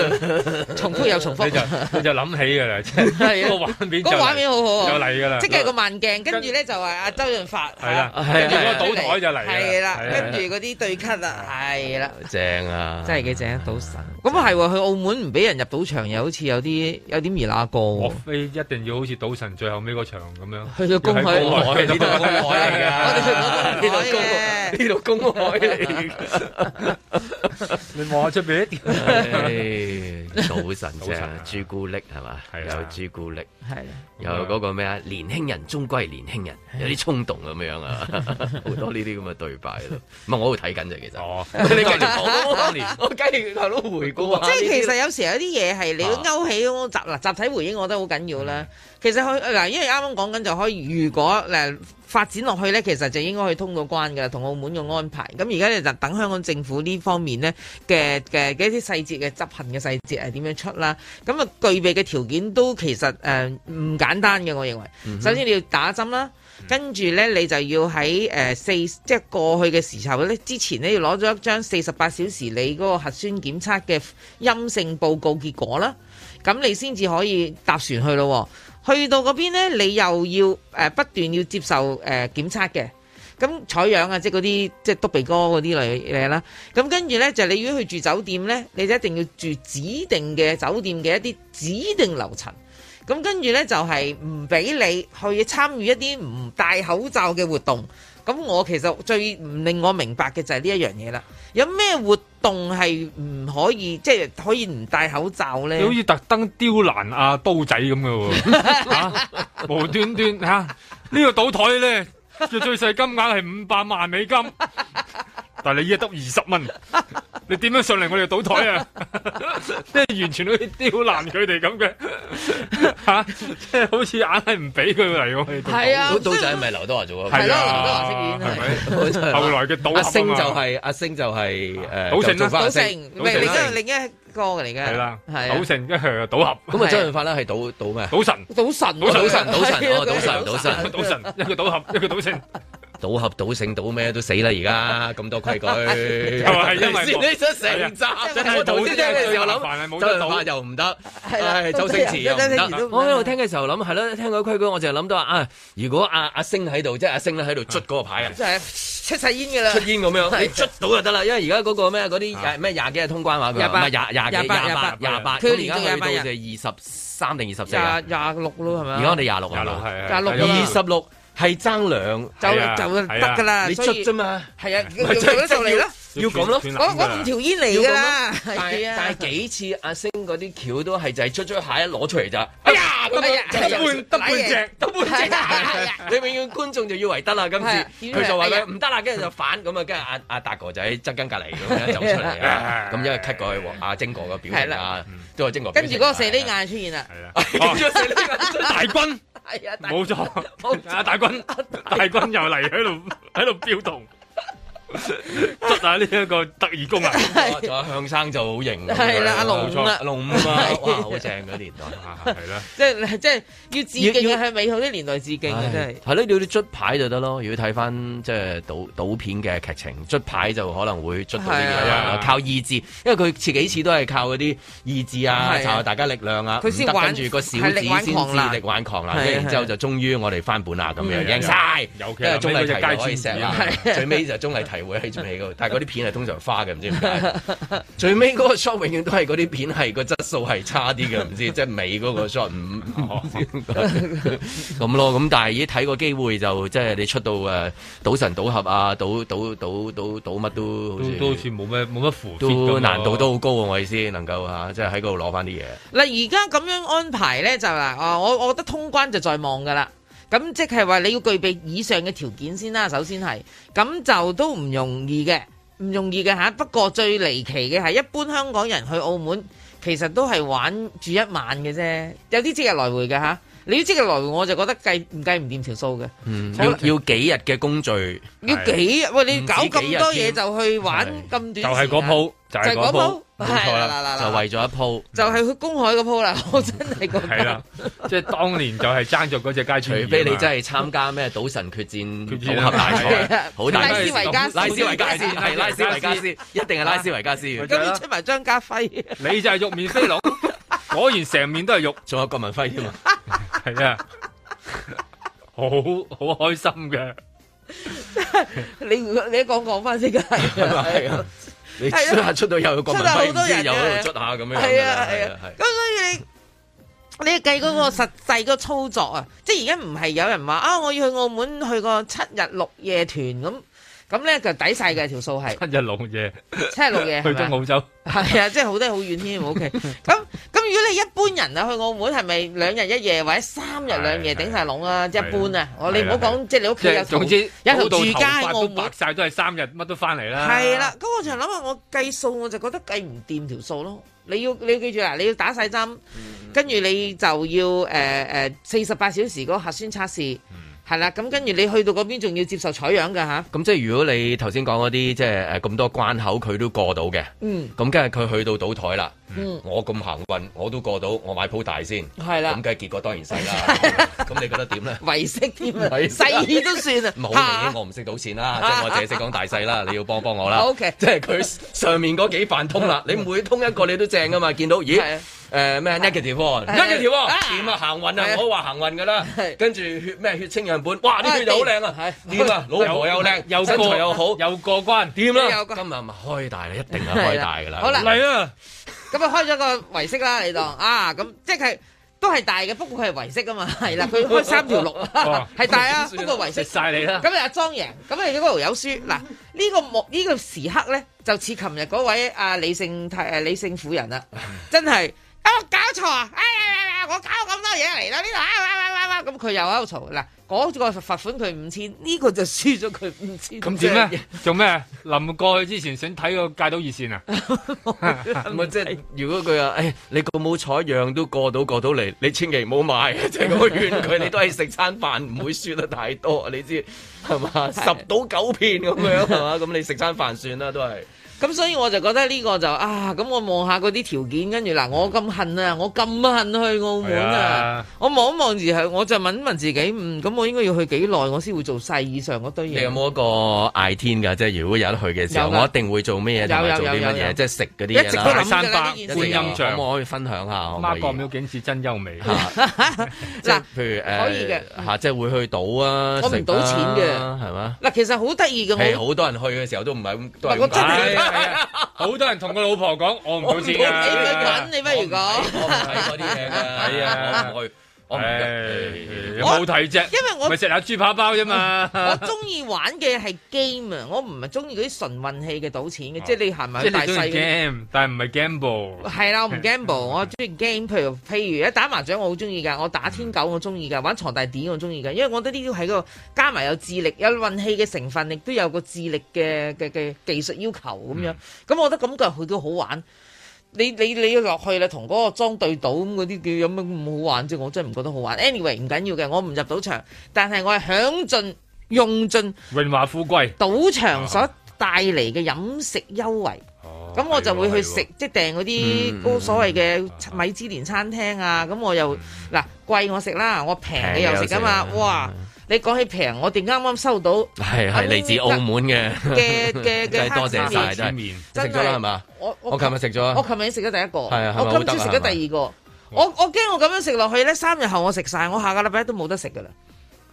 Speaker 4: 重複又重
Speaker 3: 你就
Speaker 4: 複，
Speaker 3: 你就諗起噶 啦，即係個畫面就
Speaker 4: 個
Speaker 3: 嚟，
Speaker 4: 畫面好好啊
Speaker 3: 就嚟噶啦，
Speaker 4: 即係個慢鏡，跟住咧就話阿周潤發
Speaker 3: 係啦
Speaker 4: 啊
Speaker 3: 跟住
Speaker 2: 嗰個
Speaker 3: 倒台就嚟啦
Speaker 4: 係啦，
Speaker 3: 係啦
Speaker 4: 跟住嗰啲對咳啊，係啦。
Speaker 2: 正啊！
Speaker 4: 真係幾正，賭神。咁啊係喎，去澳門唔俾人入賭場，又好似有啲有啲微那過
Speaker 3: 莫
Speaker 4: 喎。
Speaker 3: 非一定要好似賭神最後尾嗰場咁樣？
Speaker 4: 去咗公
Speaker 3: 要
Speaker 4: 海，
Speaker 3: 喺公海
Speaker 2: 呢度公 海嚟
Speaker 4: 我哋去嗰
Speaker 2: 㗎，
Speaker 4: 個公海嘅
Speaker 2: 呢度公海嚟
Speaker 3: 你望下出邊一點
Speaker 2: 㗎。早晨
Speaker 3: 早晨啊
Speaker 2: 啫，朱古力係嘛？
Speaker 3: 係
Speaker 2: 有
Speaker 3: 啊
Speaker 2: 朱古力，
Speaker 4: 係啦
Speaker 2: 有嗰個咩啊？年輕人終歸係年輕人，有啲衝動咁樣啊，好多呢啲咁嘅對白喺度。唔係我喺度睇緊啫，其實。
Speaker 3: 哦，
Speaker 2: 你繼續講，我繼續頭都回顧下。
Speaker 4: 即係其實有時有啲嘢係你要勾起嗰個集嗱集體回憶，我覺得好緊要啦。其實佢嗱，因為啱啱講緊就可以，如果嗱發展落去咧，其實就應該去通過關㗎啦，同澳門嘅安排。咁而家咧就等香港政府呢方面咧嘅嘅嘅一啲細節嘅執行嘅細節係點樣出啦。咁啊，具備嘅條件都其實誒唔、簡單嘅，我認為。首先你要打針啦。跟住咧，你就要喺誒、呃四，即係過去嘅時候咧，之前咧要攞咗一張四十八小時你嗰個核酸檢測嘅陰性報告結果啦，咁你先至可以搭船去咯喎。去到嗰邊咧，你又要誒、呃不斷要接受誒、呃、檢測嘅。咁採樣啊，即係嗰啲即係篤鼻哥嗰啲類嘢啦。咁跟住呢，就你如果去住酒店呢，你就一定要住指定嘅酒店嘅一啲指定樓層。咁跟住呢，就係唔俾你去參與一啲唔戴口罩嘅活動。咁我其實最唔令我明白嘅就係呢一樣嘢啦。有咩活動係唔可以即係可以唔戴口罩呢
Speaker 3: 你？好似特登刁難阿刀仔咁嘅 喎，嚇無端端嚇呢個賭台咧嘅最細金額係五百萬美金，但係你依家得二十蚊，你點樣上嚟我哋賭台啊？ 即係完全好似刁難佢哋咁嘅嚇，即係好似硬係唔俾佢嚟我哋賭台。
Speaker 4: 係啊，
Speaker 2: 賭賭仔咪劉德華做啊。
Speaker 4: 係咯
Speaker 3: 啊
Speaker 4: 劉德華飾演 啊
Speaker 3: 係
Speaker 2: 好真係
Speaker 3: 咪？後來嘅賭
Speaker 2: 阿
Speaker 3: 俠啊
Speaker 2: 星就
Speaker 3: 嘛
Speaker 2: 係阿星就係誒
Speaker 3: 賭聖啦
Speaker 2: 就做返阿
Speaker 4: 賭
Speaker 2: 星
Speaker 4: 城，唔係
Speaker 3: 賭城
Speaker 4: 另一另一個嚟
Speaker 2: à.
Speaker 4: 嘅，
Speaker 3: 係啦，
Speaker 4: 係啊
Speaker 3: 賭城跟住係賭俠、
Speaker 2: 咁啊，周潤發咧係賭賭咩？
Speaker 3: 賭神、
Speaker 4: 賭神，啊
Speaker 3: 賭神
Speaker 2: 賭神賭神
Speaker 4: 係啊
Speaker 2: 哦賭神賭神
Speaker 3: 賭神，一個賭俠，一個賭聖，
Speaker 2: 賭合賭性賭咩都死啦！而家咁多規矩，
Speaker 3: 就係因為
Speaker 2: 你真成集
Speaker 3: 哎真係
Speaker 2: 我頭先聽嘅時候
Speaker 3: 最麻煩係
Speaker 2: 諗，
Speaker 3: 冇
Speaker 2: 周
Speaker 3: 得
Speaker 2: 潤發
Speaker 3: 賭
Speaker 2: 又唔得，
Speaker 4: 係啦
Speaker 2: 唉周星馳又
Speaker 4: 周星
Speaker 2: 唔
Speaker 4: 馳都
Speaker 2: 得。
Speaker 4: 唔得
Speaker 2: 我喺度聽嘅時候諗係咯，聽嗰規矩我就諗到話啊，如果阿阿星喺度，即係阿星咧喺度捽嗰個牌啊。
Speaker 4: 真係出晒煙㗎
Speaker 2: 出
Speaker 4: 啦。
Speaker 2: 煙咁樣，你捽到就得啦，因為而家嗰個咩嗰
Speaker 3: 啊
Speaker 2: 啲誒咩廿幾日通關話佢話
Speaker 4: 廿八
Speaker 2: 唔係廿廿幾
Speaker 4: 廿八
Speaker 2: 廿八廿
Speaker 4: 廿
Speaker 2: 八，
Speaker 4: 八
Speaker 2: 佢
Speaker 4: 佢
Speaker 2: 而
Speaker 4: 連
Speaker 2: 家
Speaker 4: 續
Speaker 2: 去
Speaker 4: 廿八
Speaker 2: 到
Speaker 4: 日
Speaker 2: 就二十三定二十四啊
Speaker 4: 廿廿六咯，係咪啊
Speaker 2: 而家我哋廿六啊
Speaker 3: 廿六
Speaker 2: 嘛，
Speaker 3: 係
Speaker 4: 廿六
Speaker 2: 二
Speaker 4: 㗎
Speaker 2: 十六係爭兩，
Speaker 3: 係啊
Speaker 4: 就就
Speaker 3: 係啊
Speaker 4: 得㗎啦。
Speaker 2: 你
Speaker 4: 所以
Speaker 2: 捽啫嘛。
Speaker 4: 係啊，
Speaker 2: 咪
Speaker 4: 用咗就嚟啦。
Speaker 2: 要咁咯
Speaker 3: 斷
Speaker 4: 我
Speaker 3: 纜㗎啦
Speaker 4: 我五條煙嚟㗎啦。
Speaker 2: 但
Speaker 4: 係
Speaker 2: 係但
Speaker 4: 啊，
Speaker 2: 係幾次阿星嗰啲橋都係就係捽捽下一攞出嚟咋，哎呀咁
Speaker 4: 哎呀
Speaker 2: 樣就
Speaker 4: 哎呀
Speaker 2: 半得半隻，得半
Speaker 4: 係啊係啊
Speaker 2: 隻，你永遠觀眾就以為得啦，今
Speaker 4: 係啊以
Speaker 2: 次
Speaker 4: 為
Speaker 2: 佢就話
Speaker 4: 哎
Speaker 2: 咩
Speaker 4: 呀
Speaker 2: 唔得啦，跟住就反咁啊，跟住阿阿達哥仔側跟隔離咁樣走出嚟啊，咁因為 cut 過去黃阿晶哥嘅表
Speaker 4: 係
Speaker 2: 情啊
Speaker 4: 啦，
Speaker 2: 都係晶哥表
Speaker 4: 跟
Speaker 2: 情啊。
Speaker 4: 住嗰個射呢眼出現啦。
Speaker 2: 係啊，跟
Speaker 3: 哦
Speaker 2: 住四呢眼
Speaker 3: 大軍
Speaker 4: 係啊，但
Speaker 3: 冇 錯，啊大軍大軍又嚟喺度喺度標動，執下呢一個特異功能。啊
Speaker 2: 哇仲有向生就好型喎，
Speaker 4: 係啦，阿
Speaker 3: 冇
Speaker 4: 龍
Speaker 3: 錯
Speaker 4: 啦
Speaker 2: 阿。 龍五啊，哇好正嗰年代。
Speaker 3: 啊係啦，
Speaker 4: 即係即係要致敬
Speaker 2: 要
Speaker 4: 啊，向美好啲年代致敬啊，真係。
Speaker 2: 係咯，你要捽牌就得咯。如果睇翻即係賭賭片嘅劇情，捽牌就可能會捽到呢啲嘢
Speaker 3: 係啊
Speaker 2: 啦。靠意志，因為佢前幾次都係靠嗰啲意志啊，
Speaker 4: 係啊
Speaker 2: 靠大家力量啊，
Speaker 4: 佢先
Speaker 2: 唔得
Speaker 4: 玩
Speaker 2: 跟住個小
Speaker 4: 係
Speaker 2: 子
Speaker 4: 力
Speaker 2: 先
Speaker 4: 挽狂瀾
Speaker 2: 至力挽狂
Speaker 4: 係啊
Speaker 2: 瀾，跟住然之後
Speaker 4: 係
Speaker 2: 就終於我哋翻本啦咁樣，
Speaker 3: 嗯
Speaker 2: 贏晒。
Speaker 3: 尤其
Speaker 2: 因為
Speaker 3: 係
Speaker 2: 鐘麗緹就可以
Speaker 3: 街
Speaker 2: 錫
Speaker 3: 戰
Speaker 2: 啦，最尾就鐘麗緹會喺中戲嗰度，但係嗰啲片係通常花嘅，唔知點解。最尾嗰個 shot 永遠都係嗰啲片係個質素係差啲嘅，唔知即係尾嗰個 shot 唔唔知點解咁咯。咁但係已經睇個機會就即係你出到誒賭神賭俠啊，賭賭賭賭賭乜都好
Speaker 3: 都都好似
Speaker 2: 似
Speaker 3: 冇咩冇乜符 fit 咁
Speaker 2: 都
Speaker 3: 咯
Speaker 2: 難度都好高啊！我意思能夠嚇即係喺嗰度攞翻啲嘢。
Speaker 4: 嗱，而家咁樣安排咧就嗱，啊我我覺得通關就在望噶啦。咁即係話你要具備以上嘅條件先啦，首先係，咁就都唔容易嘅，唔容易嘅吓。不過最離奇嘅係，一般香港人去澳門其實都係玩住一晚嘅啫，有啲即日來回嘅吓。你啲即日來回我就覺得計唔計唔掂條數嘅，
Speaker 2: 要嗯要幾日嘅工序？
Speaker 4: 嗯要幾日喂
Speaker 2: 唔
Speaker 4: 你
Speaker 2: 止
Speaker 4: 搞
Speaker 2: 幾日
Speaker 4: 咁多
Speaker 2: 添
Speaker 4: 嘢就去玩
Speaker 2: 係
Speaker 4: 咁短
Speaker 3: 就
Speaker 4: 時間，
Speaker 3: 係嗰鋪，就係嗰鋪，
Speaker 4: 就
Speaker 2: 冇
Speaker 4: 係嗰鋪
Speaker 2: 錯
Speaker 4: 係啦
Speaker 2: 啦，
Speaker 4: 啦
Speaker 2: 就
Speaker 4: 啦
Speaker 2: 為咗一鋪。
Speaker 4: 就係去公海嗰鋪啦，我真係覺
Speaker 3: 係
Speaker 4: 得
Speaker 3: 啦。，即係當年就係爭咗嗰隻街
Speaker 2: 除
Speaker 3: 村。
Speaker 2: 非你真係參加咩賭神決戰
Speaker 3: 決戰
Speaker 2: 組合大
Speaker 3: 係
Speaker 2: 賽
Speaker 4: 啊，
Speaker 2: 好大
Speaker 4: 拉斯維加斯
Speaker 2: 拉斯維加斯係拉斯維加斯，
Speaker 3: 拉斯維加斯
Speaker 2: 一定係拉斯維加斯。
Speaker 4: 咁要出埋張家輝。
Speaker 3: 你就係肉面飛龍，果然成面都係肉，
Speaker 2: 仲有郭文輝 添啊！
Speaker 3: 係啊，好好開心嘅。
Speaker 4: 你你一講講翻先㗎，係 啊
Speaker 2: 係啊，你出下出到又有郭文輝，
Speaker 4: 出到好多人
Speaker 2: 又喺度
Speaker 4: 嘅
Speaker 2: 出下咁樣。
Speaker 4: 係啊係啊，咁所以你。你計嗰個實際個操作啊，即係而家唔係有人話啊，我要去澳門去個七日六夜團咁，咁咧就抵晒嘅條數係
Speaker 3: 七日六夜
Speaker 4: 七日六 夜
Speaker 3: 去
Speaker 4: 係咪啊
Speaker 3: 咗澳洲，
Speaker 4: 係啊，即係好得好遠添，OK。咁 咁如果你一般人啊去澳門係咪兩日一夜或者三日兩夜
Speaker 3: 係
Speaker 4: 頂晒籠啊？一般
Speaker 3: à.
Speaker 4: 啊，我你唔好
Speaker 3: 係啊
Speaker 4: 講即係你屋
Speaker 3: 即
Speaker 4: 企有
Speaker 3: 係
Speaker 4: 頭
Speaker 3: 總之
Speaker 4: 有
Speaker 3: 到
Speaker 4: 頭
Speaker 3: 到
Speaker 4: 住家
Speaker 3: 頭
Speaker 4: 喺
Speaker 3: 髮
Speaker 4: 澳
Speaker 3: 都
Speaker 4: 門
Speaker 3: 白。晒，都係三日，乜都翻嚟啦。
Speaker 4: 係啦，，咁我就諗下，我計數我就覺得計唔掂條數咯。你要你要記住啊啦，你要打晒針，跟住你就要誒誒四十八小時嗰個核酸測試，係啦、咁跟住你去到嗰邊仲要接受採樣㗎吓，
Speaker 2: 咁即係如果你頭先講嗰啲，即係誒咁多關口佢都過到嘅，
Speaker 4: 嗯
Speaker 2: 咁跟住佢去到賭台啦，
Speaker 4: 嗯，
Speaker 2: 我咁行運我都過到，我買鋪大先，
Speaker 4: 係啦
Speaker 2: 咁，梗係結果當然細啦。咁你覺得點 咧？
Speaker 4: 維息 添啊，
Speaker 2: 維息
Speaker 4: 細都算 啊，
Speaker 2: 唔好
Speaker 4: 嚇
Speaker 2: 明顯，我唔識賭錢啦，即係我淨係識講大細 啦，你要幫幫我啦。
Speaker 4: OK
Speaker 2: 即係佢上面嗰幾飯通 啦，你每通一個你都正噶嘛，見到咦
Speaker 4: 係啊
Speaker 2: 誒咩 negative 喎
Speaker 4: 係啊
Speaker 2: negative 喎
Speaker 4: 啊
Speaker 2: 點啊行運啊
Speaker 4: 係，啊
Speaker 2: 我話行運噶啦
Speaker 4: 係，
Speaker 2: 跟住血咩血清樣本，哇啲血就好靚啊
Speaker 4: 係，
Speaker 2: 點啊老婆又靚，
Speaker 3: 又
Speaker 2: 身
Speaker 3: 過
Speaker 2: 材又好，
Speaker 3: 又過關，
Speaker 2: 點啦
Speaker 4: 有個
Speaker 2: 今日咪開大啦，一定係開大噶啦。
Speaker 4: 好啦
Speaker 3: 嚟啊！
Speaker 4: 咁啊開咗個維息啦，你當啊咁即係。都係大嘅，不過佢係維息啊嘛，係啦，佢開三條六，
Speaker 3: 哇
Speaker 4: 係大 啊，
Speaker 2: 咁
Speaker 4: 不過維
Speaker 3: 食
Speaker 4: 息
Speaker 3: 晒你啦。
Speaker 4: 咁阿莊贏，咁你嗰條友輸。嗱，呢個幕呢個時刻咧，就似琴日嗰位阿李姓太誒李姓婦人啦，真係啊我搞錯啊！哎呀呀呀，我搞咁多嘢嚟啦呢度啊啊啊啊啊！咁佢又喺度嘈嗱，嗰個罰款佢五千，呢個就輸咗佢五千。
Speaker 3: 咁點咧？做咩？臨過去之前想睇個戒到熱線 啊？
Speaker 2: 咁啊，即係如果佢話，誒，你咁冇彩樣都過到過到嚟，你千祈唔好買， 即係我勸佢，你都係食餐飯，唔會輸得太多，你知係嘛？十到九片咁樣係嘛？咁你食餐飯算啦，都係。
Speaker 4: 咁所以我就覺得呢個就啊，咁我望下嗰啲條件，跟住嗱，我咁恨啊，我咁恨去澳門
Speaker 3: 係
Speaker 4: 啊
Speaker 3: 啊，
Speaker 4: 我望一望住佢，我就問一問自己，嗯，咁我應該要去幾耐，我先會做晒以上嗰堆
Speaker 2: 你
Speaker 4: 嘢。
Speaker 2: 有冇一個嗌天㗎？即係如果有得去嘅時候，
Speaker 4: 有㗎
Speaker 2: 我一定會做咩嘢，同埋做啲乜
Speaker 4: 有有有
Speaker 2: 嘢，
Speaker 4: 有
Speaker 2: 即係食嗰啲
Speaker 4: 一直
Speaker 2: 嘢
Speaker 4: 都
Speaker 2: 啦
Speaker 4: 諗。
Speaker 3: 山
Speaker 4: 㗎啦
Speaker 3: 巴
Speaker 4: 呢件
Speaker 2: 一
Speaker 4: 事。
Speaker 2: 定
Speaker 3: 觀
Speaker 2: 有
Speaker 3: 音像
Speaker 2: 可唔可以分享下？可唔可
Speaker 3: 孖
Speaker 2: 以
Speaker 3: 國廟景致真優美。
Speaker 2: 即係
Speaker 4: 嗱
Speaker 2: 譬如誒，
Speaker 4: 可以嘅
Speaker 2: 嚇，即係會去賭啊，
Speaker 4: 我唔
Speaker 2: 食啦
Speaker 4: 賭錢嘅
Speaker 2: 係嘛？
Speaker 4: 嗱，其實好得意
Speaker 2: 譬
Speaker 4: 嘅，
Speaker 2: 如
Speaker 4: 我
Speaker 2: 好多人去嘅時候都唔係咁，都係
Speaker 4: 嗱我
Speaker 2: 咁
Speaker 4: 真係
Speaker 2: 講。
Speaker 3: 係啊係啊，好多人同個老婆講我唔
Speaker 4: 我
Speaker 3: 好
Speaker 4: 唔賭
Speaker 3: 錢
Speaker 4: 錢咪
Speaker 3: 啊
Speaker 4: 滾，。你不如講。
Speaker 2: 我唔睇嗰啲嘢㗎，
Speaker 3: 係啊
Speaker 2: 我唔去，我唔
Speaker 3: 唉
Speaker 2: 去。
Speaker 3: 有冇睇啫？
Speaker 4: 因為我
Speaker 3: 咪食下豬扒包啫嘛。
Speaker 4: 我中意玩嘅係 game 啊，我唔係中意嗰啲純運氣嘅賭錢嘅，即係你行埋
Speaker 3: 哦即
Speaker 4: 去
Speaker 3: 係
Speaker 4: 大
Speaker 3: 你中
Speaker 4: 細
Speaker 3: 意
Speaker 4: 嗰啲。
Speaker 3: game，但係唔係 gamble。
Speaker 4: 係啦，我唔 gamble，我中意 game。譬如譬如一打麻雀，我好中意㗎；我打
Speaker 3: 嗯
Speaker 4: 天九，我中意㗎；玩床大碟，我中意㗎。因為我覺得呢啲係個加埋有智力、有運氣嘅成分，亦都有個智力嘅嘅嘅技術要求咁
Speaker 3: 嗯
Speaker 4: 樣。咁、我覺得咁嘅佢都好玩。你你你要落去啦，同嗰個莊對賭咁嗰啲叫有乜咁好玩啫？我真係唔覺得好玩。anyway 唔緊要嘅，我唔入賭場，但係我係享盡用盡。
Speaker 3: 榮華富貴。
Speaker 4: 賭場所帶嚟嘅飲食優惠，咁、我就會去食，即係訂嗰啲高所謂嘅米芝蓮餐廳啊，咁我又嗱貴我食啦，我平嘅又食噶嘛
Speaker 2: 平嘅又，食
Speaker 4: 哇！你講起平，我哋啱啱收到
Speaker 2: 係係嚟自澳門嘅，
Speaker 4: 嘅嘅嘅
Speaker 2: 真係多謝
Speaker 4: 黑
Speaker 2: 晒
Speaker 4: 面
Speaker 2: 真係。
Speaker 3: 面
Speaker 2: 食咗啦係嘛？
Speaker 4: 我
Speaker 2: 我琴日食咗
Speaker 4: 我
Speaker 2: 啊，
Speaker 4: 琴日已經食咗第一個，
Speaker 2: 係啊係咪
Speaker 4: 我今朝食
Speaker 2: 好得啊
Speaker 4: 咗
Speaker 2: 係咪
Speaker 4: 第二個。我我驚我咁樣食落去咧，三日後我食晒，我下個禮拜都冇得食噶啦。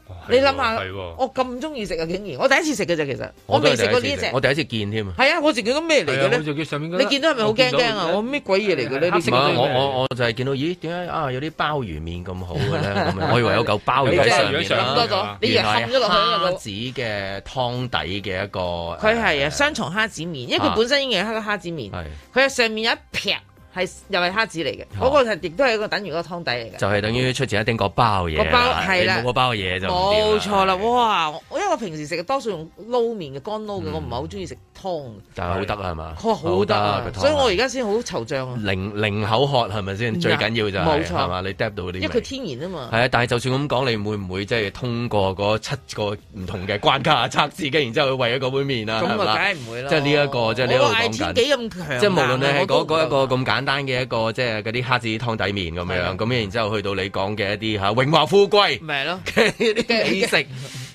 Speaker 2: 哦
Speaker 4: 你諗下，
Speaker 3: 係喎
Speaker 4: 我咁中意食啊，竟然我第一次食嘅啫，其實我
Speaker 2: 都係
Speaker 4: 未食過呢
Speaker 2: 第一
Speaker 4: 一
Speaker 2: 次
Speaker 4: 隻
Speaker 2: 食，我第一次見添啊。
Speaker 4: 係啊，我自己都咩嚟
Speaker 3: 係
Speaker 4: 嘅
Speaker 3: 啊
Speaker 4: 咧
Speaker 3: 我？就叫上面嗰
Speaker 4: 你見到係咪好驚驚啊？我
Speaker 3: 見
Speaker 4: 咩鬼嘢嚟嘅呢？呢
Speaker 3: 黑
Speaker 2: 唔
Speaker 3: 色
Speaker 2: 係
Speaker 3: 嗰
Speaker 4: 啲
Speaker 3: 啲
Speaker 2: 我我我就係見到，咦？點解啊有啲鮑魚面咁好嘅咧？咁 樣我以為有嚿鮑魚喺上
Speaker 3: 你
Speaker 2: 面
Speaker 3: 真係
Speaker 4: 諗
Speaker 3: 以
Speaker 2: 啦
Speaker 3: 為
Speaker 4: 多
Speaker 3: 上。
Speaker 4: 咗，你以為
Speaker 2: 原來
Speaker 4: 冚咗落去啊
Speaker 2: 蝦
Speaker 4: 老
Speaker 2: 子嘅湯底嘅一個，
Speaker 4: 佢係啊
Speaker 2: 呃
Speaker 4: 雙重蝦子麵，因為
Speaker 2: 啊
Speaker 4: 佢本身已經係一個蝦子麵，
Speaker 2: 係
Speaker 4: 佢係上面有一劈係又係蝦子嚟嘅，
Speaker 2: 哦
Speaker 4: 嗰個係亦都係一個等於一個湯底嚟嘅。
Speaker 2: 就係等於出前一丁嗰包嘢啦，
Speaker 4: 個包係啦
Speaker 2: 你冇嗰包嘢就唔掂
Speaker 4: 冇錯啦，！哇！我因為我平時食嘅多數用撈麵嘅乾撈
Speaker 2: 嗯
Speaker 4: 嘅，我唔係好中意食湯。
Speaker 2: 但係好得啊係嘛，
Speaker 4: 哇，好得啊！所以我而家先好惆悵啊，
Speaker 2: 零零口渴係咪先？最緊要就係
Speaker 4: 冇錯
Speaker 2: 係嘛，你 d 到嗰啲味
Speaker 4: 因為佢天然啊嘛。
Speaker 2: 係啊，但係就算咁講，你會唔會即係通過嗰七個唔同嘅關卡測試，跟然之後去為咗嗰碗麵啊？
Speaker 4: 咁啊，
Speaker 2: 係嘛
Speaker 4: 梗係唔會啦。
Speaker 2: 即係呢一個即係呢一個
Speaker 4: 我嗌天幾咁強硬啊，
Speaker 2: 即係無論你係
Speaker 4: 我都
Speaker 2: 嗰
Speaker 4: 唔
Speaker 2: 嗰一
Speaker 4: 夠
Speaker 2: 個咁簡單嘅一個即係嗰啲蝦子湯底麵咁樣，咁然之後去到你講嘅一啲嚇榮華富貴
Speaker 4: 啊咪係咯。
Speaker 2: 嘅 啲美食，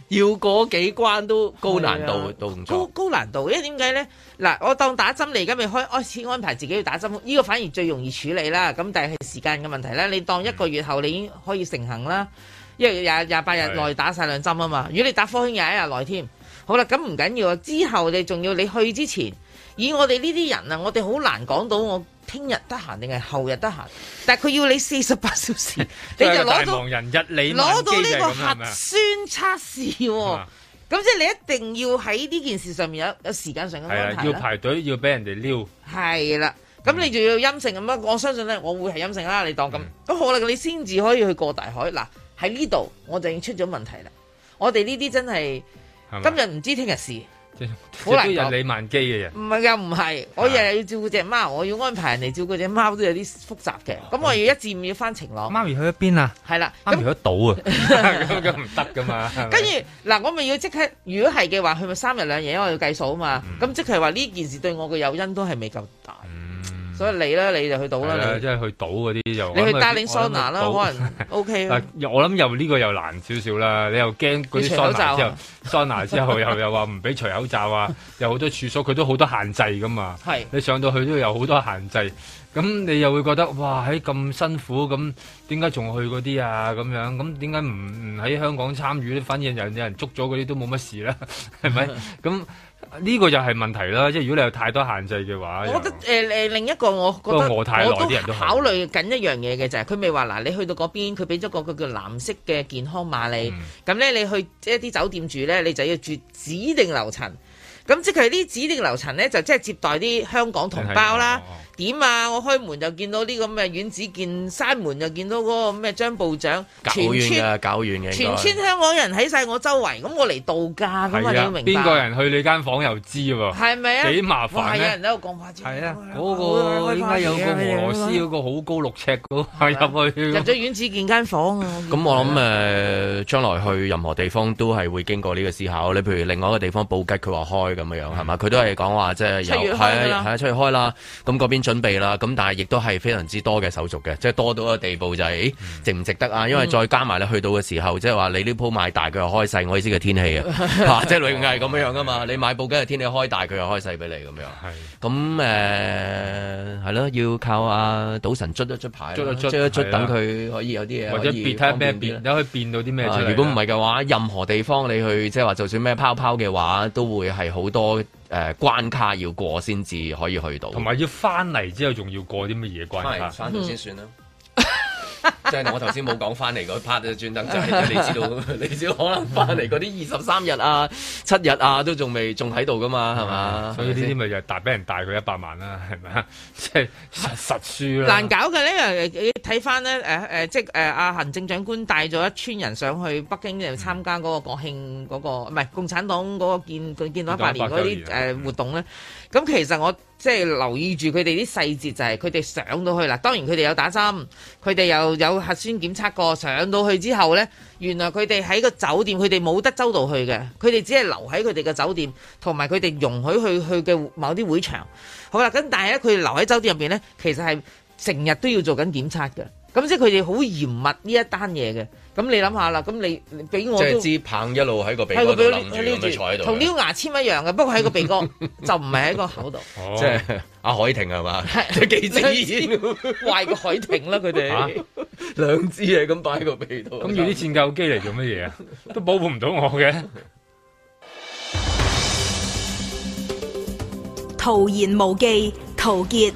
Speaker 2: 要過幾關都高難
Speaker 4: 係
Speaker 2: 度
Speaker 4: 啊
Speaker 2: 動
Speaker 4: 高
Speaker 2: 作。
Speaker 4: 高難度，因為點解咧？嗱，我當打針你而家未開開始安排自己去打針，呢、個反而最容易處理啦。咁但係時間嘅問題啦，你當一個月後你已經可以成行啦，因為廿廿八日內打晒兩針啊嘛。如果你打科興廿一日內添，好啦，咁唔緊要啊。之後你仲要你去之前，以我哋呢啲人啊，我哋好難講到我聽日得閒定係後日得閒，但係佢要你四十八小時， 你就攞
Speaker 3: 大
Speaker 4: 到
Speaker 3: 忙人日理
Speaker 4: 攞
Speaker 3: 萬機
Speaker 4: 到
Speaker 3: 就
Speaker 4: 呢
Speaker 3: 係
Speaker 4: 個
Speaker 3: 咁啦係
Speaker 4: 核
Speaker 3: 咪啊
Speaker 4: 酸測試喎、
Speaker 3: 啊
Speaker 4: 咁即係你一定要喺呢件事上面有有時間上嘅
Speaker 3: 係
Speaker 4: 安
Speaker 3: 啦，
Speaker 4: 排
Speaker 3: 要嗯
Speaker 4: 啦，
Speaker 3: 排隊，要俾人哋撩。
Speaker 4: 係啦。咁你就要陰性咁樣，我相信咧，我會係陰性啦。你當咁
Speaker 3: 嗯
Speaker 4: 咁好啦，你先至可以去過大海。嗱，喺呢度我就已經出咗問題啦。我哋呢啲真係
Speaker 3: 係嘛
Speaker 4: 今日唔知聽日事，
Speaker 3: 即
Speaker 4: 好難
Speaker 3: 即都
Speaker 4: 講
Speaker 3: 日理萬機嘅人。
Speaker 4: 唔係又唔
Speaker 3: 啊
Speaker 4: 係，我日日要照顧只貓，我要安排人嚟照顧只貓都有啲複雜嘅。咁我要一至五要翻晴朗，
Speaker 3: 咪去咗邊啊？
Speaker 4: 係啦。
Speaker 3: 媽
Speaker 4: 咁
Speaker 3: 咪去咗 島啊？咁咁唔得噶嘛。 係咪
Speaker 4: 跟住嗱，我咪要即刻，如果係嘅話，佢咪三日兩夜，因為我要計數啊嘛。
Speaker 3: 嗯
Speaker 4: 咁、即係話呢件事對我嘅誘因都係未夠大，所以你啦，你就去到
Speaker 3: 嗯係啊
Speaker 4: 啦，
Speaker 3: 啦，即
Speaker 4: 你
Speaker 3: 係去島嗰啲就
Speaker 4: 你去 Darling
Speaker 3: 拎
Speaker 4: Sauna 啦，可能 OK 啊。
Speaker 3: 嗱，我諗又呢個又難少少啦，你又驚嗰
Speaker 4: 要
Speaker 3: 啲
Speaker 4: 除
Speaker 3: sauna
Speaker 4: 口罩
Speaker 3: 之後
Speaker 4: 啊
Speaker 3: ，sauna 之後又 又話唔俾除口罩啊，有好多處所佢都好多限制噶嘛。
Speaker 4: 係
Speaker 3: 你上到去都有好多限制，咁你又會覺得哇，喺咁辛苦，咁點解仲去嗰啲啊？咁樣咁點解唔唔喺香港參與咧？反正人有人捉咗嗰啲都冇乜事啦，係 咪？咁呢個又係問題啦，即係如果你有太多限制嘅話，
Speaker 4: 我覺
Speaker 3: 又
Speaker 4: 得誒誒、另一個我覺
Speaker 3: 哎不
Speaker 4: 得
Speaker 3: 過我太耐
Speaker 4: 我
Speaker 3: 啲人都係
Speaker 4: 考慮緊一樣嘢嘅就係佢未話嗱，你去到嗰邊，佢俾咗個佢叫藍色嘅健康碼
Speaker 3: 嗯
Speaker 4: 你，咁咧、你去即係一啲酒店住咧，你就要住指定樓層。咁即係呢指定樓層咧，就即係接待啲香港同胞啦
Speaker 3: 真係哦哦。
Speaker 4: 點啊？我開門就見到呢個咩阮子健，閂門就見到嗰個咩張部長，
Speaker 2: 搞
Speaker 4: 全
Speaker 2: 遠
Speaker 4: 村
Speaker 2: 嘅，啊搞遠嘅應該。
Speaker 4: 全村香港人喺晒我周圍，咁我嚟度假咁嘛，
Speaker 3: 係
Speaker 4: 你要
Speaker 3: 啊，
Speaker 4: 明白。
Speaker 3: 邊個人去你間房又知喎？
Speaker 4: 係咪啊？
Speaker 3: 幾麻煩呢
Speaker 4: 哇係有人喺度講話，
Speaker 3: 係啊，嗰、個應該有個俄羅斯嗰個好高六尺嗰個入去
Speaker 4: 入。咗院子見間房啊！
Speaker 2: 咁我諗誒、呃，將來去任何地方都係會經過呢個思考。你譬如另外一個地方布吉，佢話開開咁樣樣係嘛？佢都係講話即係有
Speaker 4: 七月開㗎
Speaker 2: 係
Speaker 4: 啦
Speaker 2: 啊係啊七月開啦，咁嗰邊準備啦，咁但係亦都係非常之多嘅手續嘅，即係多到一個地步就係、咦值唔值得啊？因為再加埋你去到嘅時候，即係話你呢鋪買大佢又開細，我意思嘅天氣啊， 嚇即係類似係咁樣樣噶嘛。你買布嘅天氣開大佢又開細俾你咁樣。咁誒係咯，要靠阿賭神捽一捽牌啦，
Speaker 3: 捽一捽
Speaker 2: 捽一捽
Speaker 3: 係啦
Speaker 2: 等佢可以有啲嘢
Speaker 3: 或者
Speaker 2: 可以
Speaker 3: 變睇下
Speaker 2: 方
Speaker 3: 咩
Speaker 2: 便啲啦
Speaker 3: 變，有可以變到啲咩出
Speaker 2: 啊
Speaker 3: 嚟。
Speaker 2: 如果唔係嘅話，任何地方你去即係話，就算咩泡泡嘅話，都會係好多誒、呃、關卡要過先至可以去到。
Speaker 3: 同埋要翻嚟之後，仲要過啲乜嘢關
Speaker 2: 翻嚟
Speaker 3: 卡？
Speaker 2: 翻到先算啦。
Speaker 4: 嗯
Speaker 2: 即係我頭先冇講翻嚟嗰 part 就專登就係你知 道，你知道可能翻嚟嗰啲二十三日啊、七日啊都仲未仲喺度噶嘛，係嘛？
Speaker 3: 啊所以呢啲咪就係大俾人大佢一百萬啦，係咪啊？ 即係實實輸啦。
Speaker 4: 難搞嘅咧，因為你睇翻咧，誒、誒，即係誒阿行政長官帶咗一村人上去北京就參加嗰個國慶嗰、個，唔係共產黨嗰個建佢建黨一百年嗰
Speaker 3: 建黨一百週
Speaker 4: 啲
Speaker 3: 年
Speaker 4: 呃誒活動咧。咁其實我即係留意住佢哋啲細節，就係佢哋上到去啦。當然佢哋有打針，佢哋又有核酸檢測過。上到去之後咧，原來佢哋喺個酒店，佢哋冇得周到去嘅，佢哋只係留喺佢哋嘅酒店，同埋佢哋容許去去嘅某啲會場。好啦，咁但係咧，佢哋留喺酒店入邊咧，其實係成日都要做緊檢測嘅。咁即係佢哋好嚴密呢一單嘢嘅。咁你諗下啦，咁你你俾我
Speaker 2: 即
Speaker 4: 都
Speaker 2: 係支棒一路喺個鼻
Speaker 4: 喺
Speaker 2: 哥
Speaker 4: 個
Speaker 2: 度
Speaker 4: 鼻
Speaker 2: 攬住咁
Speaker 4: 撩
Speaker 2: 樣坐喺
Speaker 4: 住，
Speaker 2: 度
Speaker 4: 同
Speaker 2: 嘅，
Speaker 4: 撩牙籤一樣嘅，不過喺個 鼻哥就唔係喺個口度。
Speaker 3: 哦
Speaker 2: 即係啊阿海婷係嘛？幾支煙
Speaker 4: 壞個海豚啦，佢
Speaker 3: 啊
Speaker 4: 哋
Speaker 2: 兩支嘢咁擺喺個鼻度，
Speaker 3: 咁要啲戰鬥機嚟做乜 嘢啊？都保護唔到我嘅。
Speaker 10: 徒言無忌，陶傑。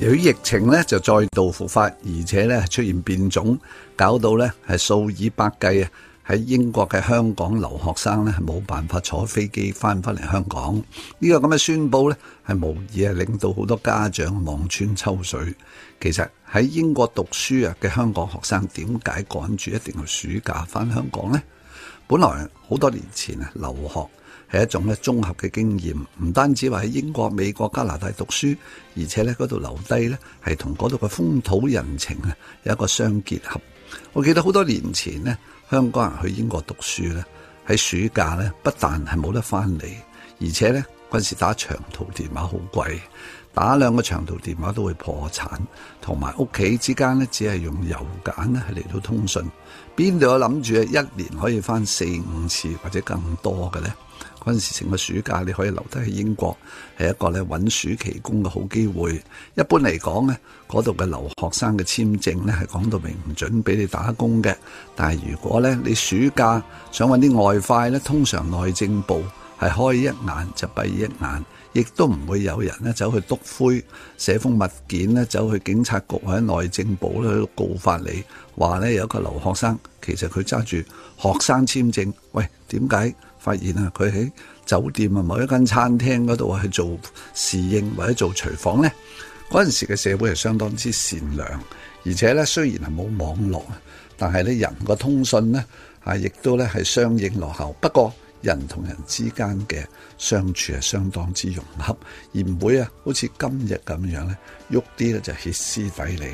Speaker 11: 由於疫情咧就再度復發，而且咧出現變種，搞到咧係數以百計啊喺英國嘅香港留學生咧係冇辦法坐飛機翻返嚟香港。呢、個咁嘅宣佈咧係無疑係令到好多家長望穿秋水。其實喺英國讀書啊嘅香港學生點解趕住一定要暑假翻香港呢？本來好多年前啊，留學係一種咧綜合嘅經驗，唔單止話喺英國、美國、加拿大讀書，而且咧嗰度留低咧係同嗰度嘅風土人情啊有一個相結合。我記得好多年前呢，香港人去英國讀書咧，喺暑假咧不但係冇得翻嚟，而且咧嗰陣時打長途電話好貴。打兩個長途電話都會破產，同埋屋企之間咧，只係用郵簡咧係嚟到通訊。邊度有諗住一年可以翻四五次或者更多嘅咧？嗰陣時成個暑假你可以留低喺英國，係一個咧揾暑期工嘅好機會。一般嚟講咧，嗰度嘅留學生嘅簽證咧係講到明唔準俾你打工嘅。但係如果咧你暑假想揾啲外快咧，通常內政部。係開一眼就閉一眼，亦都唔會有人咧走去督灰，寫封物件咧走去警察局或者內政部咧去告發你，話咧有一個留學生，其實佢揸住學生簽證，喂點解發現啊佢喺酒店啊某一間餐廳嗰度去做侍應或者做廚房呢？嗰陣時嘅社會係相當之善良，而且咧雖然係冇網絡，但係咧人個通訊咧啊，亦都咧係相應落後。不過人同人之間嘅相處係相當之融洽，而唔會啊好似今日咁樣咧，喐啲咧就歇斯底里。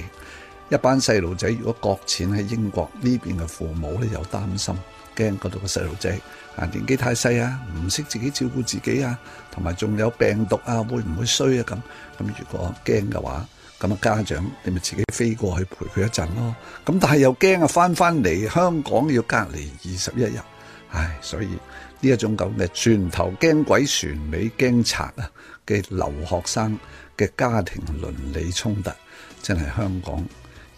Speaker 11: 一班細路仔如果擱淺喺英國呢邊嘅父母咧，又擔心驚嗰度嘅細路仔啊年紀太細啊，唔識自己照顧自己啊，同埋仲有病毒啊，會唔會衰啊咁？咁如果驚嘅話，咁啊家長你咪自己飛過去陪佢一陣咯。咁但係又驚啊，翻翻嚟香港要隔離二十一日，唉，所以呢一種咁嘅船頭驚鬼，船尾驚賊啊嘅留學生嘅家庭倫理衝突，真係香港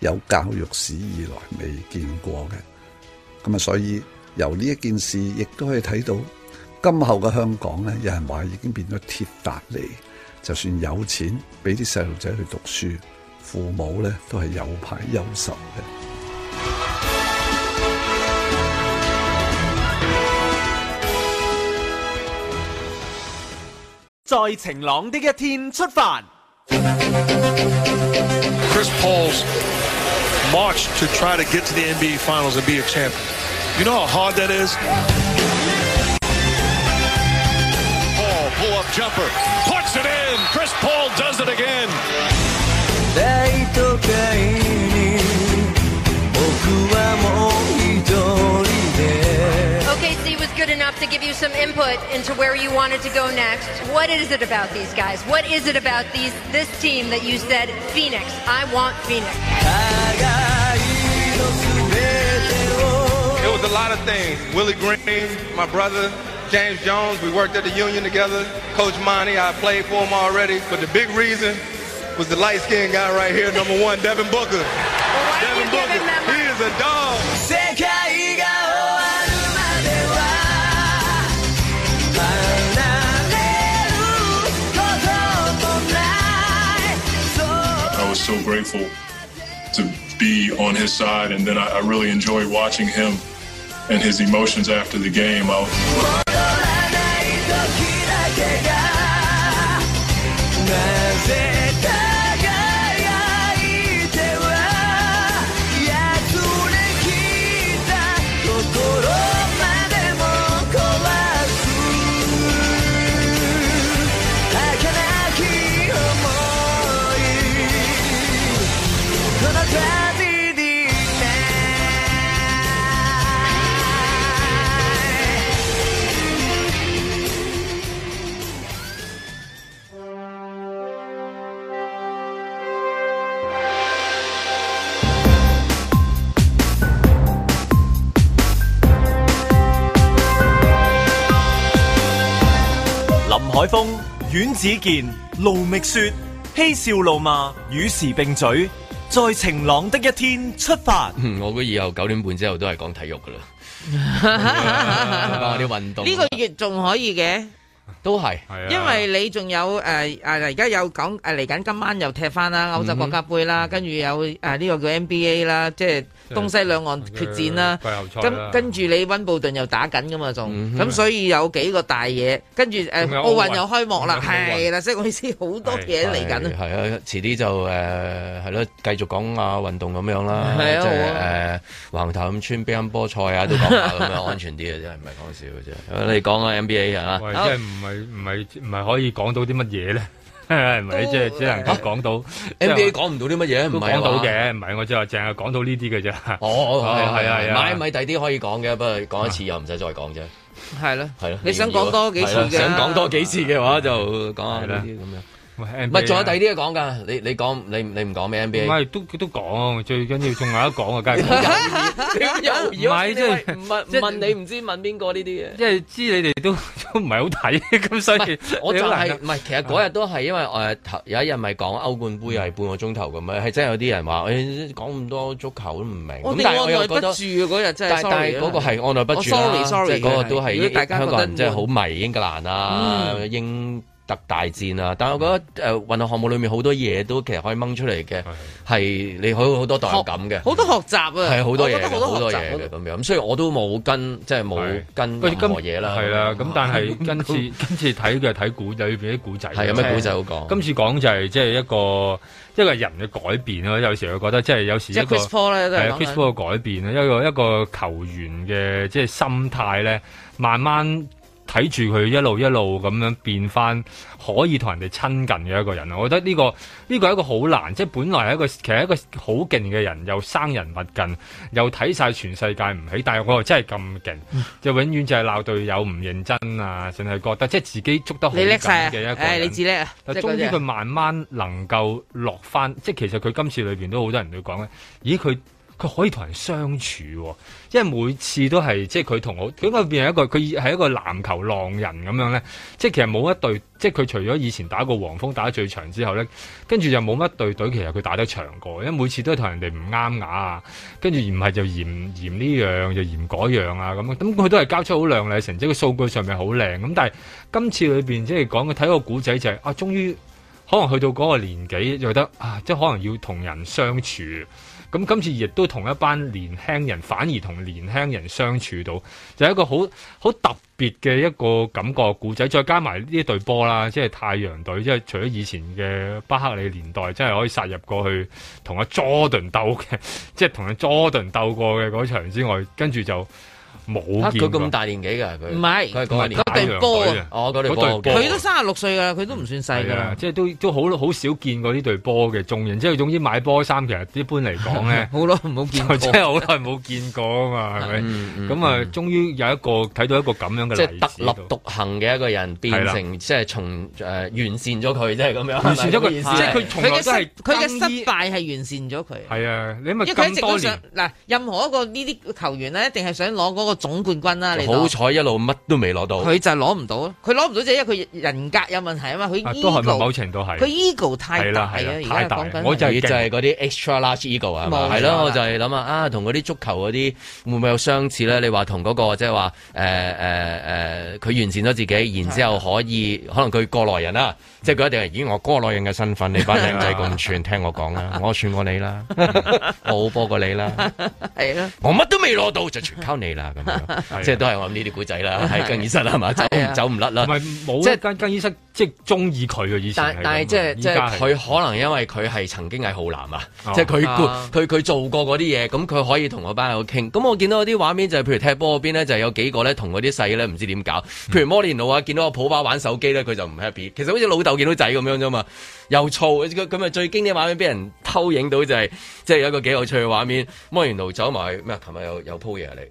Speaker 11: 有教育史以來未見過嘅。咁啊，所以由呢一件事，亦都可以睇到今後嘅香港咧，有人話已經變咗鐵達尼，就算有錢俾啲細路仔去讀書，父母咧都係有排憂愁嘅。
Speaker 5: 在晴朗的一天出發。
Speaker 12: Chris Paul's march to try to get to the NBA Finals and be a champion. You know how hard that is? Paul, pull up jumper, puts it in. Chris Paul does it again.
Speaker 7: 僕はもう一人で
Speaker 13: OKC was good. good enough to give you some input into where you wanted to go next. What is it about these guys? What is it about these this team that you said Phoenix? I want Phoenix.
Speaker 14: It was a lot of things. Willie Green, my brother, James Jones, we worked at the union together. Coach Monty, I played for him already. But the big reason was the light skinned guy right here, number one, Devin Booker. Devin Booker, he is a dog.
Speaker 15: I was so grateful to be on his side, and then I, I really enjoyed watching him and his emotions after the game. I,
Speaker 1: 林海峰、阮子健、卢觅雪，嬉笑怒骂，与时并举，在晴朗的一天出发。
Speaker 2: 嗯我估以後九點半之後都係講體育噶啦， 講下啲運動。
Speaker 4: 呢個月仲可以嘅。
Speaker 2: 都係，啊
Speaker 4: 因為你仲有誒誒而家有講誒嚟緊今晚又踢翻啦歐洲國家杯啦，跟住有誒呢個叫 NBA 啦，即係東西兩岸決戰啦。
Speaker 3: 季後賽啦
Speaker 4: 咁跟住你温布頓又打緊噶嘛仲，
Speaker 3: 嗯哼
Speaker 4: 咁所以有幾個大嘢，跟住誒
Speaker 2: 仲有
Speaker 4: 奧
Speaker 2: 奧運
Speaker 4: 運又開幕啦，
Speaker 2: 仲有奧運
Speaker 4: 係啦，即係我意思好多嘢嚟緊啊。
Speaker 2: 係啊，遲啲就誒係咯，繼續講下運動咁樣啦，
Speaker 4: 係啊
Speaker 2: 即
Speaker 4: 好
Speaker 2: 係誒橫頭咁穿乒乓波賽啊，都講下咁樣安全啲嘅啫，唔係講笑嘅啫。你講下 NBA 啊，
Speaker 3: 喂，真係唔係唔係唔係可以講到啲乜嘢咧？ 係
Speaker 2: 哦
Speaker 3: 咪即係只能夠講到
Speaker 2: NBA 講唔到啲乜嘢唔
Speaker 3: 都
Speaker 2: 係
Speaker 3: 講到
Speaker 2: 話
Speaker 3: 嘅，唔係我就話淨係講到呢啲嘅啫。
Speaker 2: 哦，係
Speaker 3: 係啊
Speaker 2: 係
Speaker 3: 係
Speaker 2: 啊，
Speaker 3: 啊
Speaker 2: 買米第啲可以講嘅，不過講一次又唔使再講啫。
Speaker 4: 係咯，
Speaker 2: 係咯，
Speaker 4: 你想講多幾次
Speaker 2: 係咯
Speaker 4: 嘅
Speaker 2: 想講多幾次嘅話就講下
Speaker 3: 係啦
Speaker 2: 呢啲咁啊
Speaker 3: 樣。
Speaker 2: 唔係，仲有第二
Speaker 3: 啲。
Speaker 2: 啲嘢講㗎，你你講你你唔講咩
Speaker 3: 唔
Speaker 2: NBA？
Speaker 3: 係都都講，最緊要仲有一講啊， 梗係講。
Speaker 2: 有
Speaker 3: 唔係即係
Speaker 2: 唔問問你唔知問邊個呢啲嘢。
Speaker 3: 即係知你哋都 都唔係好睇，咁所以
Speaker 2: 我就
Speaker 3: 係
Speaker 4: 啊
Speaker 2: 係唔係？其實嗰日都係因為誒頭有一日咪講歐冠杯係半個鐘頭咁樣，係真係有啲人話誒講咁多足球都唔明。
Speaker 4: 我
Speaker 2: 咁
Speaker 4: 哋
Speaker 2: 但係我
Speaker 4: 按耐
Speaker 2: 又
Speaker 4: 不
Speaker 2: 覺
Speaker 4: 住
Speaker 2: 得
Speaker 4: 啊！。嗰日真係
Speaker 2: 但
Speaker 4: sorry 啊，
Speaker 2: 但係嗰個係按耐不住啦
Speaker 4: 我 sorry，sorry
Speaker 2: 即係嗰個都
Speaker 4: 如果大
Speaker 2: 係
Speaker 4: 家
Speaker 2: 香港
Speaker 4: 覺
Speaker 2: 人
Speaker 4: 得
Speaker 2: 真係好迷英格蘭啊、
Speaker 4: 嗯
Speaker 2: 英特大戰啊。但係我覺得誒運動項目裏面好多嘢都其實可以掹出嚟嘅，係你可以好多代入感嘅，
Speaker 4: 好多學習啊，
Speaker 2: 係好多嘢
Speaker 4: 我覺
Speaker 2: 嘅，
Speaker 4: 得
Speaker 2: 好多
Speaker 4: 學
Speaker 2: 嘢
Speaker 4: 習
Speaker 2: 嘅咁樣。咁所以我都冇跟，即係冇跟任何嘢啦。
Speaker 3: 係啦，咁但 係
Speaker 2: 咁
Speaker 3: 今次今次睇嘅係睇古仔裏邊啲古仔，
Speaker 2: 係有咩古仔好講
Speaker 3: 今次講就係即係一個一個人嘅改變咯，有時我覺得即係有時一個
Speaker 4: 即係 Chris Paul 咧都係
Speaker 3: 係啊
Speaker 4: 講緊
Speaker 3: Chris Paul 嘅改變咧，一個一個球員嘅即係心態咧，慢慢睇住佢一路一路咁樣變翻，可以同人哋親近嘅一個人。啊我覺得呢、個呢、個係一個好難，即係本來係一個其實一個好勁嘅人，又生人勿近，又睇晒全世界唔起，但係我又真係咁勁，
Speaker 4: 嗯
Speaker 3: 就永遠就係鬧隊友唔認真啊，淨係覺得即係自己捉得好
Speaker 4: 你叻晒
Speaker 3: 緊
Speaker 4: 啊！
Speaker 3: 嘅一個
Speaker 4: 誒，你
Speaker 3: 人。
Speaker 4: 自叻啊！
Speaker 3: 但
Speaker 4: 即係
Speaker 3: 終於
Speaker 4: 嗰啲
Speaker 3: 佢
Speaker 4: 啊
Speaker 3: 慢慢能夠落翻，即係其實佢今次裏面都好多人都講咧，咦佢佢可以同人相處喎，因為每次都係即係佢同我，佢應該變係一個佢係一個籃球浪人咁樣咧，即係其實冇一隊，即係佢除咗以前打過黃蜂打得最長之後咧，跟住就冇乜隊隊其實佢打得長過，因為每次都係同人哋唔啱牙啊，跟住唔係就嫌嫌呢樣就嫌嗰樣啊咁，咁佢都係交出好亮麗嘅成績，個數據上面好靚，咁但係今次裏面即係講佢睇個古仔就係、啊，終於。可能去到嗰個年紀，就覺得啊，即係可能要同人相處。咁今次亦都同一班年輕人，反而同年輕人相處到，就係一個好好特別嘅一個感覺故仔。再加埋呢隊波啦，即係太陽隊，即係除咗以前嘅巴克利年代，真係可以殺入過去 同阿 Jordan 鬥嘅，即係同阿 Jordan 鬥過嘅嗰場之外，跟住就。冇
Speaker 2: 啊
Speaker 3: 見
Speaker 2: 佢
Speaker 3: 過
Speaker 2: 咁大年紀㗎，佢
Speaker 4: 唔係
Speaker 2: 佢係嗰一年
Speaker 4: 嗰隊波啊
Speaker 2: 哦，嗰隊波
Speaker 3: 嗰隊波
Speaker 4: 佢都三十六歲㗎啦，佢都唔算細㗎
Speaker 3: 係
Speaker 4: 啦
Speaker 3: 啊，。即係都都好好少見過呢隊波嘅眾人，即係總之買波衫其實一般嚟 講咧，
Speaker 4: 好耐冇見
Speaker 3: 過，真係好耐冇見過啊嘛，係咪？咁啊，終於有一個睇到一個咁樣嘅
Speaker 2: 嗯即係
Speaker 3: 例子
Speaker 2: 特立獨行嘅一個人變
Speaker 3: 係
Speaker 2: 成即係從誒啊完善咗佢，即係咁樣。
Speaker 3: 完善咗佢
Speaker 2: 係咪意思
Speaker 3: 即係佢從
Speaker 4: 佢
Speaker 3: 來
Speaker 4: 嘅
Speaker 3: 都係
Speaker 4: 失佢嘅失敗係完善咗佢。
Speaker 3: 係啊，你咪
Speaker 4: 因為佢一
Speaker 3: 咁
Speaker 4: 直
Speaker 3: 多
Speaker 4: 都想
Speaker 3: 年。
Speaker 4: 嗱，任何一個呢啲球員咧，一定係想攞嗰個總冠軍啦。你當
Speaker 2: 好彩一路乜都未攞到，
Speaker 4: 佢就攞唔到。佢攞唔到就係因為佢人格有問題啊嘛。佢
Speaker 2: 啊
Speaker 4: ego
Speaker 2: 都係咪某程度係
Speaker 4: 佢 ego 太
Speaker 2: 係
Speaker 4: 大
Speaker 2: 啦
Speaker 4: 啊，
Speaker 2: 係啦
Speaker 4: 而
Speaker 2: 太
Speaker 4: 家
Speaker 2: 大
Speaker 4: 講緊
Speaker 2: 我就係就係嗰啲 extra large ego 啊，
Speaker 4: 冇錯啦
Speaker 2: 係咯，我就係諗下啊，同嗰啲足球嗰啲會唔會有相似
Speaker 4: 嗯
Speaker 2: 咧？你話同嗰個即係話誒誒誒，佢完善咗自己，然之後可以
Speaker 4: 嗯
Speaker 2: 可能佢過來人啦，即係佢一定係以我過來人嘅身 份，你班靚仔咁串，聽我講啦，我串過你啦，我好波過你啦。
Speaker 4: 係咯。
Speaker 2: 我乜都未攞到，就全靠你啦咁 樣，即係都係我諗呢啲古仔啦，喺更衣室 啦係嘛，走
Speaker 3: 係
Speaker 2: 唔
Speaker 3: 啊
Speaker 2: 走唔甩啦，
Speaker 3: 冇
Speaker 2: 即
Speaker 3: 即
Speaker 2: 係
Speaker 3: 係間間醫生即係中意佢嘅以前
Speaker 2: 但
Speaker 3: 係咁嘅，
Speaker 2: 但係即係即
Speaker 3: 依家
Speaker 2: 係
Speaker 3: 係
Speaker 2: 佢可能因為佢係曾經係浩南啊
Speaker 3: 哦，
Speaker 2: 即係佢
Speaker 3: 啊
Speaker 2: 佢佢做過嗰啲嘢，咁佢可以同我班友傾。咁我見到有啲畫面就係譬如踢波嗰邊咧，就有幾個咧同嗰啲細咧唔知點搞。
Speaker 3: 嗯
Speaker 2: 譬如摩連奴啊，見到個普巴玩手機咧，佢就唔 happy。其實好似老豆見到仔咁樣啫嘛，又燥。咁咁啊最經典畫面俾人偷影到就係即係有一個幾有趣嘅畫面，摩連奴走埋去咩啊？琴日又又鋪嘢啊你。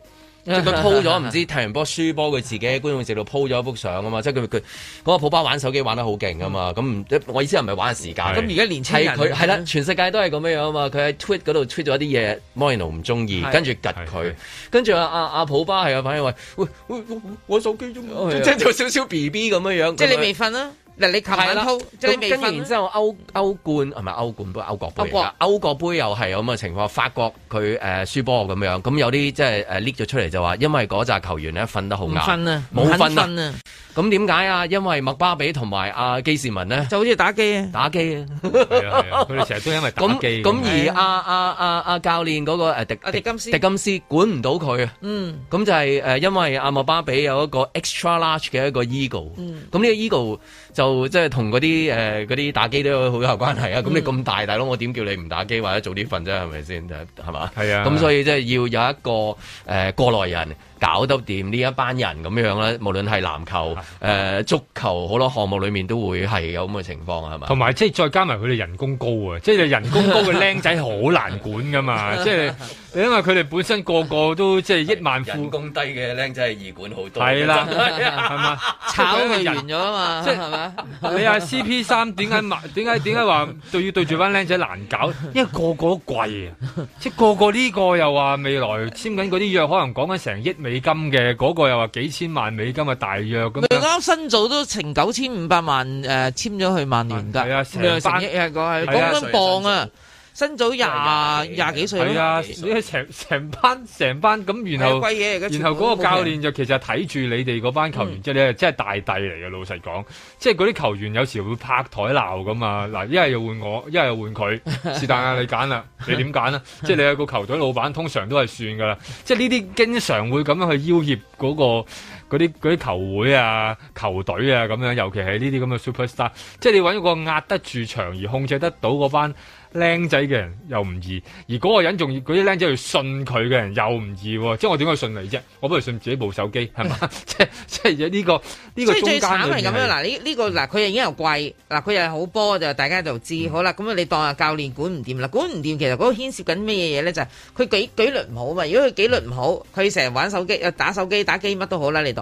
Speaker 2: 即係佢鋪咗唔知踢完波輸波，佢自己喺觀眾席度鋪咗一幅相啊嘛，即係佢佢嗰個普巴玩手機玩得好勁啊嘛，咁唔我意思係唔係玩時間？
Speaker 4: 咁而家年青人
Speaker 2: 係佢係啦，全世界都係咁樣樣啊嘛，佢喺 tweet 嗰度 tweet 咗一啲嘢 m o r n o 唔中意，
Speaker 4: 係
Speaker 2: 跟住吉佢，跟住阿阿阿普巴係啊，反而話喂喂我我手機中
Speaker 4: 係啊
Speaker 2: 即係有少少 B B 咁樣樣，
Speaker 4: 即係你
Speaker 2: 咁樣
Speaker 4: 未瞓啦。嗱，你琴
Speaker 2: 係
Speaker 4: 晚
Speaker 2: 啦
Speaker 4: 鋪，即係你
Speaker 2: 咁
Speaker 4: 未
Speaker 2: 跟住
Speaker 4: 瞓
Speaker 2: 然
Speaker 4: 啦。
Speaker 2: 之後歐歐冠係咪歐冠杯、歐國杯
Speaker 4: 歐國
Speaker 2: 而家？歐國杯又係咁嘅啊情況，法國佢誒輸波咁樣，咁有啲即係誒 leak 咗出嚟就話，因為嗰扎球員咧瞓得好晏，
Speaker 4: 唔瞓啊
Speaker 2: 冇
Speaker 4: 唔肯
Speaker 2: 瞓
Speaker 4: 瞓啊。
Speaker 2: 咁點解啊？因為麥巴比同埋阿基士文咧，
Speaker 4: 就好似打機啊，
Speaker 2: 打機啊，
Speaker 3: 係啊係啊佢哋成日都因為打機
Speaker 2: 咁咁而阿阿阿阿教練嗰個誒呃迪
Speaker 4: 迪金斯
Speaker 2: 迪金斯管唔到佢啊。
Speaker 4: 嗯，
Speaker 2: 咁就係、誒，因為阿莫巴比有一個 extra large 嘅一個 ego，咁呢、
Speaker 4: 嗯
Speaker 2: 個 ego 就即係同嗰啲誒嗰啲打機都好有關係
Speaker 3: 嗯
Speaker 2: 啊！咁、你咁大大佬，我點叫你唔打機或者早啲瞓啫？係咪先？係嘛？係
Speaker 3: 啊
Speaker 2: 咁所以即係要有一個誒、過來人搞得掂呢一班人咁樣啦，無論係籃球、誒、
Speaker 3: 啊
Speaker 2: 足球好多項目裡面都會係有咁嘅情況係嘛？
Speaker 3: 同埋即係再加埋佢哋人工高啊！即係人工高嘅僆仔好難管噶 嘛！即係因為佢哋本身個個都即係億萬
Speaker 2: 人
Speaker 3: 富，
Speaker 2: 工低嘅僆仔係易管好多，
Speaker 3: 係啦，
Speaker 2: 係
Speaker 3: 嘛？
Speaker 4: 炒
Speaker 3: 人
Speaker 4: 佢完咗啊嘛，係咪？
Speaker 3: 你啊 CP 三點解麻點解點解話對要對住班僆仔難搞？因為個個都貴啊！即係個個呢個又話未來簽緊嗰啲約，可能講緊成億美金嘅，嗰、個又話幾千萬美金嘅大約咁
Speaker 4: 佢
Speaker 3: 樣。
Speaker 4: 啱新組都成九千五百萬誒簽咗去曼聯㗎，
Speaker 3: 啊成
Speaker 4: 兩
Speaker 3: 班
Speaker 4: 成億係講係
Speaker 3: 係啊
Speaker 4: 講緊磅啊，新組廿廿幾歲
Speaker 3: 係
Speaker 4: 咯，
Speaker 3: 啊，你係成成班成班咁，然後
Speaker 4: 係貴嘢嚟嘅嗯
Speaker 3: 然後嗰
Speaker 4: 全部
Speaker 3: 個
Speaker 4: 都
Speaker 3: 教
Speaker 4: 冇平
Speaker 3: 練就其實睇住你哋嗰班球員，即係你係真係大帝嚟嘅。老實講，即係嗰啲球員有時會拍台鬧噶嘛。嗱，一係又換我，一係又換佢，是但啊，你揀啦，你點揀啊？
Speaker 4: 嗯
Speaker 3: 即係你有個球隊老闆，通常都係算噶啦。即係呢啲經常會咁樣去要挾嗰、個。嗰啲嗰啲球會啊、球隊啊咁樣，尤其係呢啲咁嘅 superstar，即係你揾一個壓得住場而控制得到嗰班僆仔嘅人又唔易，而嗰個人仲要嗰啲僆仔要信佢嘅人又唔易喎，即係我點解信你啫？我不如信自己部手機係 嘛？即係即係呢個呢、個
Speaker 4: 所以
Speaker 3: 中
Speaker 4: 最
Speaker 3: 間
Speaker 4: 慘
Speaker 3: 裏
Speaker 4: 係咁
Speaker 3: 面嗯
Speaker 4: 樣嗱，呢呢個嗱佢又已經又貴，嗱佢又係好波就大家就知，好啦，咁啊你當啊教練管唔掂啦，管唔掂其實嗰個牽涉緊咩嘢嘢咧？就係佢紀紀律唔好嘛，如果佢紀律唔好，佢成日玩手機又打手機打機乜都好啦，你當。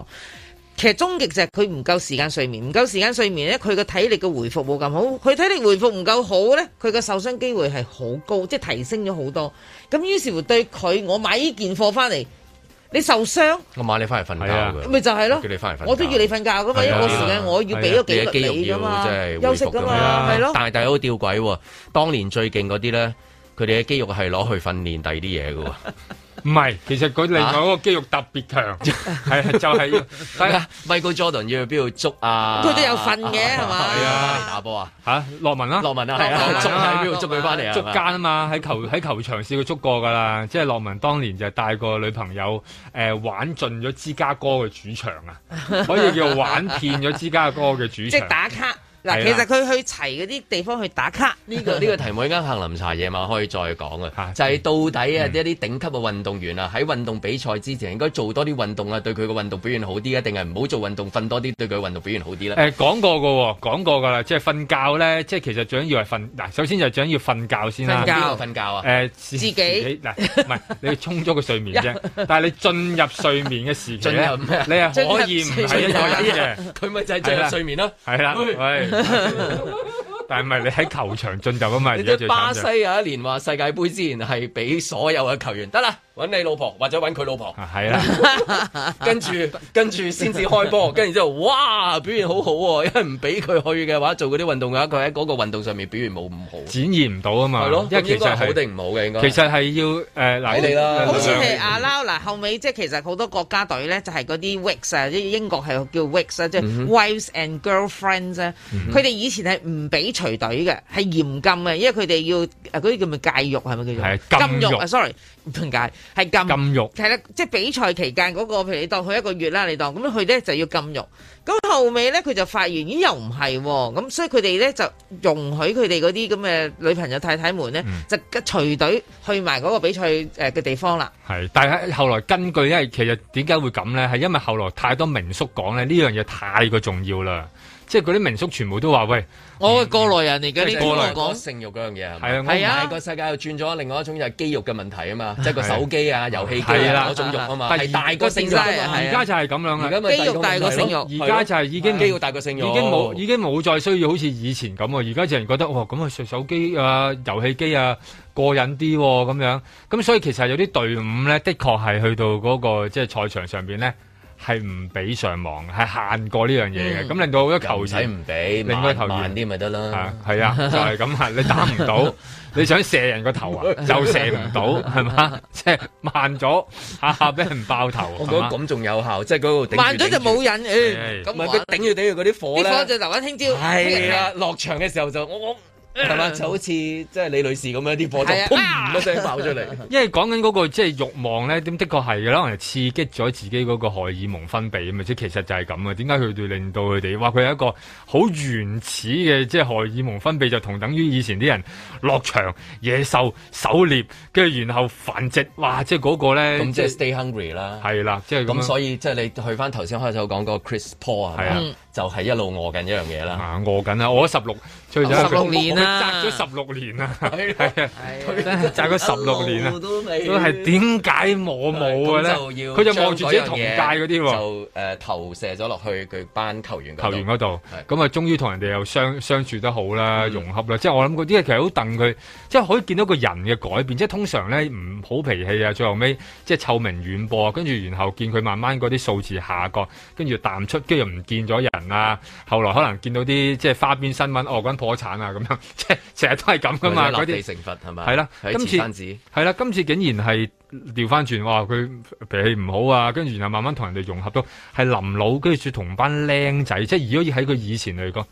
Speaker 4: 其實終極就係佢唔夠時間睡眠，唔夠時間睡眠咧，佢個體力嘅回復冇咁好，佢體力回復唔夠好咧，佢個受傷機會係好高，即係提升咗好多。咁於是乎對佢，我買呢件貨翻嚟，你受傷。
Speaker 2: 我啊買你翻嚟瞓覺
Speaker 3: 啊
Speaker 2: 㗎
Speaker 4: 咪就係咯，
Speaker 2: 叫你翻嚟瞓覺，啊
Speaker 4: 我都要你瞓覺噶嘛，因為我時間我要
Speaker 3: 啊
Speaker 4: 俾咗
Speaker 2: 你嘅
Speaker 4: 幾
Speaker 2: 肌
Speaker 4: 律
Speaker 2: 肉
Speaker 4: 你噶嘛
Speaker 2: 要即係，
Speaker 4: 休息
Speaker 2: 㗎
Speaker 4: 噶嘛，係咯。
Speaker 2: 但係大家都吊鬼喎，當年最勁嗰啲咧，佢哋嘅肌肉係攞去訓練第二啲嘢嘅喎。
Speaker 3: 唔係，其實佢另外嗰個肌肉特別強，係啊就係要
Speaker 2: 係啊，Michael Jordan 要去邊度捉啊？
Speaker 4: 佢都有瞓嘅係嘛
Speaker 2: 係 啊，打波啊！
Speaker 3: 嚇洛文啦，
Speaker 2: 洛文啊，係啊，捉喺邊度捉佢翻嚟啊？
Speaker 3: 捉奸啊嘛，喺球喺球場試佢捉過噶啦，即係洛文當年就係帶個女朋友誒、呃玩盡 咗芝加哥嘅主場啊，可以叫玩遍咗芝加哥嘅主
Speaker 4: 即係
Speaker 3: 場。
Speaker 4: 打卡，嗱，
Speaker 2: 係
Speaker 4: 其
Speaker 2: 啦
Speaker 4: 實佢去齊嗰啲地方去打卡，
Speaker 2: 呢個呢個題目一間杏林茶夜晚可以再講啊，就
Speaker 3: 嗯
Speaker 2: 係到底啊一啲頂級嘅運動員啊喺運動比賽之前應該做多啲運動啊，對佢嘅運動表現好啲啊，定係唔好做運動瞓多啲對佢嘅運動表現好啲咧？
Speaker 3: 誒講過嘅喎，講過㗎啦，即係瞓覺咧，即係其實最緊要係瞓。嗱，首先就最緊要瞓覺先啦。
Speaker 2: 瞓覺邊個瞓覺啊
Speaker 3: 誒，
Speaker 2: 自己
Speaker 3: 嗱，唔係你沖咗個睡眠 啫，但係你進入睡眠嘅時期
Speaker 2: 進
Speaker 3: 咧，
Speaker 2: 入咩啊
Speaker 3: 你係可以唔係一個人嘅。
Speaker 2: 佢咪就係進入睡眠咯。
Speaker 3: 係啦，
Speaker 2: 喂
Speaker 3: 喂，但係唔係你喺球場進入啊嘛？而
Speaker 2: 你
Speaker 3: 家
Speaker 2: 知
Speaker 3: 最
Speaker 2: 巴
Speaker 3: 慘就係
Speaker 2: 西有一年話世界盃之前係俾所有嘅球員得啦，揾你老婆或者揾佢老婆，
Speaker 3: 啊係
Speaker 2: 啦， 跟住跟住先至開波，跟住之後哇表現好好喎，因為唔俾佢去嘅話做嗰啲運動嘅話，佢喺嗰個運動上面表現冇咁好，
Speaker 3: 展現唔到啊嘛。
Speaker 2: 係咯
Speaker 3: 因為
Speaker 2: 咁
Speaker 3: 其
Speaker 2: 應該
Speaker 3: 實
Speaker 2: 係好
Speaker 3: 係
Speaker 2: 定唔好嘅應該
Speaker 3: 其實係要誒嗱，
Speaker 2: 睇你啦
Speaker 4: 好似係阿撈嗱，後尾即係其實好多國家隊咧，就係嗰啲 Wix 啊，即英國係叫 Wix 啊，即係
Speaker 16: 嗯哼
Speaker 4: wives and girlfriends 啊
Speaker 16: 嗯。哼
Speaker 4: 佢哋以前係唔俾隨隊嘅，係嚴禁嘅，因為佢哋要啊嗰啲叫咪戒肉係咪叫做
Speaker 3: 係禁肉
Speaker 4: 啊？sorry，唔係戒係禁
Speaker 3: 禁肉
Speaker 4: 係啦，即係比賽期間嗰個，譬如你當佢一個月啦，你當咁佢咧就要禁肉。咁後尾咧佢就發現咦又唔係喎，咁所以佢哋咧就容許佢哋嗰啲咁嘅女朋友太太們咧就隨隊去埋嗰個比賽誒嘅地方啦。
Speaker 3: 係，但係後來根據，因為其實點解會咁咧？係因為後來太多名宿講咧，呢樣嘢太過重要啦。即係嗰啲名宿全部都話喂，
Speaker 4: 我係過來人嚟嘅，呢
Speaker 3: 過來
Speaker 4: 個我講
Speaker 2: 性慾嗰樣嘢
Speaker 3: 嗯係啊我
Speaker 2: 係啊，個世界又轉咗另外一種就係肌肉嘅問題啊嘛，即係個手機啊、遊戲機
Speaker 3: 係
Speaker 2: 啊
Speaker 3: 啦
Speaker 2: 嗰種慾啊嘛，
Speaker 3: 但係
Speaker 2: 係大過性慾啊嘛
Speaker 3: 而家就係咁樣啦
Speaker 2: 而家咪第二個問題咯
Speaker 3: 而家就係已經
Speaker 2: 肌肉大過性慾，
Speaker 3: 已經冇已經冇再需要好似以前咁喎。而家就人覺得哇，咁啊手手機啊、遊戲機啊過癮啲喎咁樣。咁所以其實有啲隊伍咧，的確係去到嗰、個即係賽場上邊咧。係唔俾上網，係限過呢樣嘢嘅，
Speaker 2: 嗯
Speaker 3: 咁、令到好多球
Speaker 2: 又唔使
Speaker 3: 員
Speaker 2: 唔俾
Speaker 3: 令到
Speaker 2: 慢
Speaker 3: 球
Speaker 2: 慢
Speaker 3: 員
Speaker 2: 啲咪得啦。
Speaker 3: 係啊，就係咁啊！你打唔 到，你想射人個頭啊，又射唔到，係嘛？即係慢咗，下下俾人爆頭。
Speaker 2: 我覺得咁仲有效，即係嗰度頂住
Speaker 4: 慢咗就
Speaker 2: 頂住
Speaker 4: 冇癮，誒
Speaker 2: 係
Speaker 4: 咁
Speaker 2: 唔係
Speaker 4: 玩
Speaker 2: 佢頂住頂住嗰啲火
Speaker 4: 啲
Speaker 2: 咧
Speaker 4: 火就啊留翻聽朝。
Speaker 2: 係啊啦，落場嘅時候就我我係嘛，就好似即係李女士咁樣，啲火就
Speaker 4: 係啊
Speaker 2: 砰一聲爆出嚟。
Speaker 3: 因為講緊嗰個即係慾望咧，點的確係嘅啦，可能刺激咗自己嗰個荷爾蒙分泌啊嘛，即係其實就係咁啊。點解佢哋令到佢哋話佢有一個好原始嘅即係荷爾蒙分泌，就同等於以前啲人落場野獸狩獵，跟住然後繁殖，哇！即係嗰個咧，
Speaker 2: 咁即係 stay hungry 啦。
Speaker 3: 係啦，即係
Speaker 2: 咁
Speaker 3: 樣
Speaker 2: 所以即係你去翻頭先開頭講嗰個 Chris Paul 啊，
Speaker 3: 係啊
Speaker 2: 嗯就係一路餓緊一樣嘢啦。
Speaker 3: 餓緊啊！我十六，最
Speaker 2: 咗16年啊啦
Speaker 3: 佢摘咗十六年啦，
Speaker 2: 係
Speaker 3: 啊，摘咗十六年啦，
Speaker 2: 都未
Speaker 3: 係點解我冇嘅咧？
Speaker 2: 咁就要
Speaker 3: 佢就望住自己同屆嗰
Speaker 2: 將樣
Speaker 3: 啲
Speaker 2: 嘢
Speaker 3: 喎，
Speaker 2: 就誒投射咗落去佢班球員
Speaker 3: 球員
Speaker 2: 度
Speaker 3: 嗰度，咁啊，終於同人哋又相相處得好啦，融合啦。即係我諗嗰啲其實好戥佢，即係可以見到個人嘅改變。即係通常咧唔好脾氣啊，最後尾即係臭名遠播啊，跟住然後見佢慢慢嗰啲數字下降，跟住淡出，跟住唔見咗人啊。後來可能見到啲即係花邊新聞，哦，嗰人破產啊咁樣，即係成日都係咁噶嘛。
Speaker 2: 或者
Speaker 3: 嗰
Speaker 2: 立
Speaker 3: 啲
Speaker 2: 地成佛係咪
Speaker 3: 係啦，
Speaker 2: 喺
Speaker 3: 今
Speaker 2: 慈山寺
Speaker 3: 次係啦，今次竟然係調翻轉，哇！佢脾氣唔好啊，跟住然後慢慢同人哋融合到，係臨老跟住同班僆仔，即係如果喺佢以前嚟講，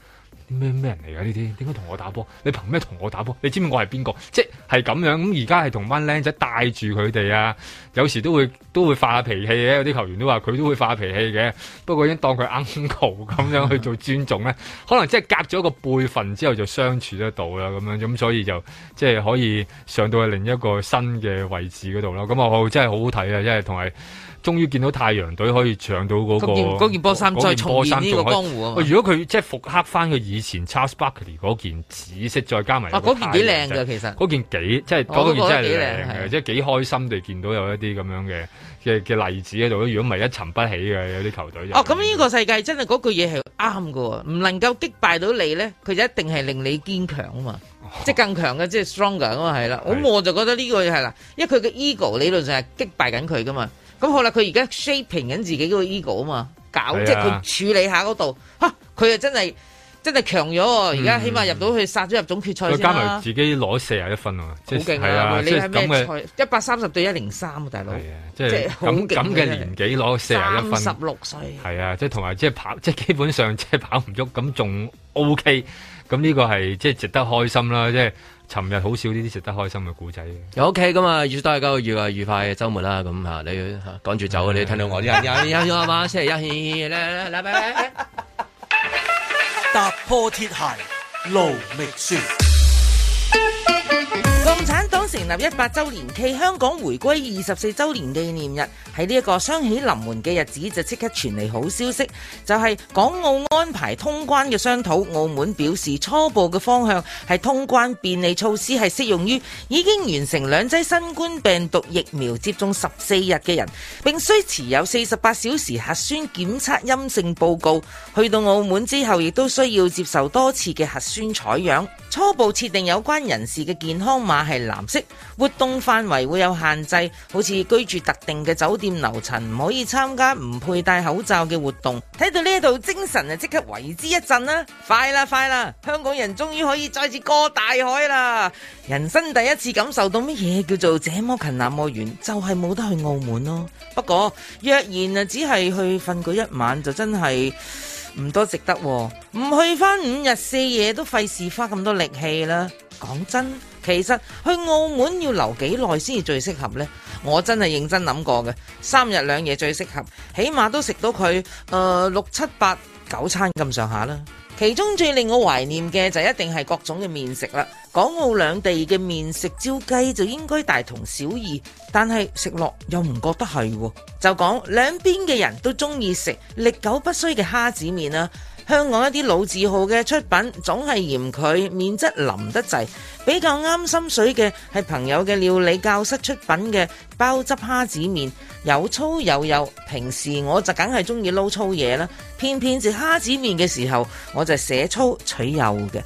Speaker 3: 咩咩人嚟㗎呢啲？點解同我打波？你憑咩同我打波？你知唔知我係邊個？即係咁樣咁，而家係同班僆仔帶住佢哋啊，有時都會都會發下脾氣嘅，有啲球員都話佢都會發下脾氣嘅，不過已經當佢 uncle 咁樣去做尊重咧， 可能即係隔咗個輩份之後就相處得到啦，咁樣咁所以就即係可以上到去另一個新嘅位置嗰度咯。咁我真係好好睇啊，因為同埋。終於見到太陽隊可以上到嗰、個
Speaker 4: 嗰件嗰件波衫
Speaker 3: 嗰件
Speaker 4: 再重現呢個
Speaker 3: 波衫仲可以
Speaker 4: 江湖啊嘛
Speaker 3: 喂如果佢即係復刻翻佢以前 Charles Barkley 嗰件紫色，再加埋
Speaker 4: 啊
Speaker 3: 有個
Speaker 4: 嗰件幾
Speaker 3: 太陽
Speaker 4: 靚㗎
Speaker 3: 仔
Speaker 4: 其實
Speaker 3: 嗰件幾即係
Speaker 4: 我都
Speaker 3: 嗰件真
Speaker 4: 覺得幾
Speaker 3: 係
Speaker 4: 靚
Speaker 3: 靚
Speaker 4: 係
Speaker 3: 嘅，即係幾開心地見到有一啲咁樣嘅嘅嘅例子喺度。如果唔係一沉不起嘅，有啲球隊就
Speaker 4: 哦，咁呢個世界真係嗰句嘢係啱嘅喎，唔能夠擊敗到你咧，佢就一定係令你堅強啊嘛，即係更強嘅，即係 stronger 啊嘛，係啦。咁我就覺得呢個係啦，因為佢嘅 ego 理論上係擊敗緊佢噶嘛。咁好啦，佢而家 shaping 緊自己嗰個 ego 啊嘛，搞
Speaker 16: 係啊
Speaker 4: 即係佢處理下嗰度，嚇佢啊真係真係強咗喎！而家
Speaker 3: 嗯
Speaker 4: 起碼入到去殺咗入總決賽
Speaker 3: 佢
Speaker 4: 先
Speaker 3: 加埋
Speaker 4: 啦，
Speaker 3: 自己攞四十一分啊！
Speaker 4: 好
Speaker 3: 即係
Speaker 4: 勁
Speaker 3: 係
Speaker 4: 啊！
Speaker 3: 啊！
Speaker 4: 喂
Speaker 3: 即
Speaker 4: 你
Speaker 3: 係咁
Speaker 4: 係
Speaker 3: 嘅
Speaker 4: 咩賽？一百三十對一零三啊，大佬，
Speaker 3: 即係
Speaker 4: 好
Speaker 3: 咁
Speaker 4: 勁啊
Speaker 3: 咁嘅年紀攞四十一分，
Speaker 4: 三十六歲。
Speaker 3: 係啊，即係同埋即係跑， 即係基本上即係跑唔喐，咁仲 O K，咁呢個係即係值得開心啦，即係。尋日好少呢啲值得開心嘅故仔嘅，
Speaker 2: OK 咁啊，預祝大家愉啊愉快嘅週末啦，咁嚇你嚇趕住走啊，你聽到我啲人有有有嘛，星期一咧，禮拜一。
Speaker 1: 踏破鐵鞋路未雪。
Speaker 4: 共產黨成立一百週年暨香港回歸二十四週年紀念日，喺呢一個雙喜臨門嘅日子，就即刻傳嚟好消息，就係、港澳安排通關嘅商討，澳門表示初步嘅方向係通關便利措施係適用於已經完成兩劑新冠病毒疫苗接種十四日嘅人，並需持有四十八小時核酸檢測陰性報告。去到澳門之後，亦都需要接受多次嘅核酸採樣。初步設定有關人士嘅健康碼係藍色，活動範圍會有限制，好似居住特定嘅酒店樓層唔可以參加唔佩戴口罩嘅活動。睇到呢一度精神啊，即刻為之一振啦！快啦快啦，香港人終於可以再次過大海啦！人生第一次感受到乜嘢叫做這麼近那麼遠，就係、冇得去澳門咯。不過若然啊，只係去瞓過一晚就真係。唔多值得喎、唔去翻五日四夜都費事花咁多力氣啦。講真，其實去澳門要留幾耐先至最適合呢？我真係認真諗過嘅，三日兩夜最適合，起碼都食到佢誒、呃六七八九餐咁上下啦。其中最令我懷念嘅就一定係各種嘅麵食啦。港澳兩地嘅麵食照計就應該大同小異，但係食落又唔覺得係喎。就講兩邊嘅人都中意食歷久不衰嘅蝦子麵啦。香港一啲老字號嘅出品總係嫌佢麵質腍得滯，比較啱心水嘅係朋友嘅料理教室出品嘅鮑汁蝦子麵，有粗有幼。平時我就梗係中意撈粗嘢啦，偏偏食蝦子麵嘅時候，我就寫粗取幼嘅。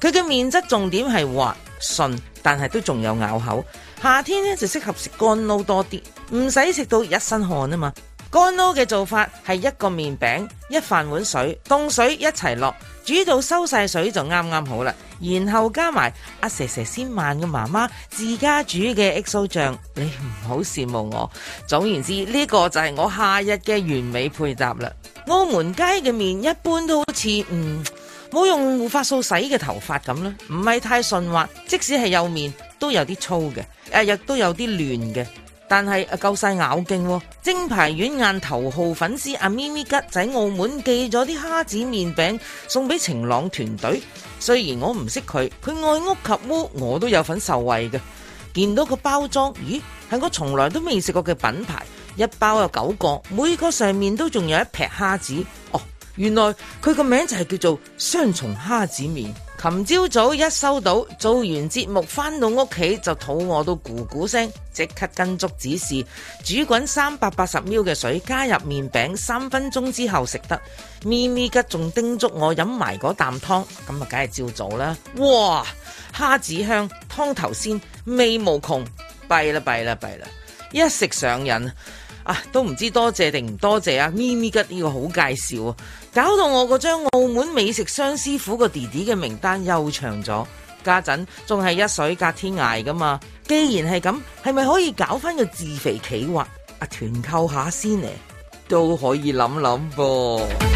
Speaker 4: 佢嘅麵質重點係滑順，但係都仲有咬口。夏天呢就適合食乾撈多啲，唔使食到一身汗啊嘛。乾撈嘅做法係一個麵餅，一飯碗水，凍水一齊落，煮到收晒水就啱啱好啦。然後加埋阿蛇蛇先曼嘅媽媽自家煮嘅 XO 醬，你唔好羨慕我。總言之，呢、個就係我夏日嘅完美配搭啦。澳門街嘅麵一般都好似嗯。冇用護髮素洗嘅頭髮咁啦，唔係太順滑，即使係幼面都有啲粗嘅，誒亦都有啲亂嘅。但係啊夠晒咬勁喎，精牌院硬頭號粉絲阿咪咪吉仔澳門寄咗啲蝦子麵餅送俾晴朗團隊，雖然我唔識佢，佢愛屋及烏，我都有份受惠嘅。見到個包裝，咦，係我從來都未食過嘅品牌，一包有九個，每個上面都仲有一劈蝦子。哦，原來佢個名就係叫做雙重蝦子麵。琴朝早一收到，做完節目翻到屋企就肚餓到咕咕聲，即刻跟足指示煮滾三百八十 ml 嘅水，加入麵餅，三分鐘之後食得。咪咪吉仲叮囑我飲埋嗰啖湯，咁啊梗係照做啦。哇！蝦子香，湯頭鮮，味無窮，弊啦弊啦弊啦！一食上癮啊，都唔知多謝定唔多謝啊！咪咪吉呢個好介紹啊，搞到我個張澳門美食雙師傅個弟弟嘅名單又長咗。家陣仲係一水隔天涯噶嘛，既然係咁，係咪可以搞翻個啊自肥企劃啊？團購下先呢，都可以諗諗噃。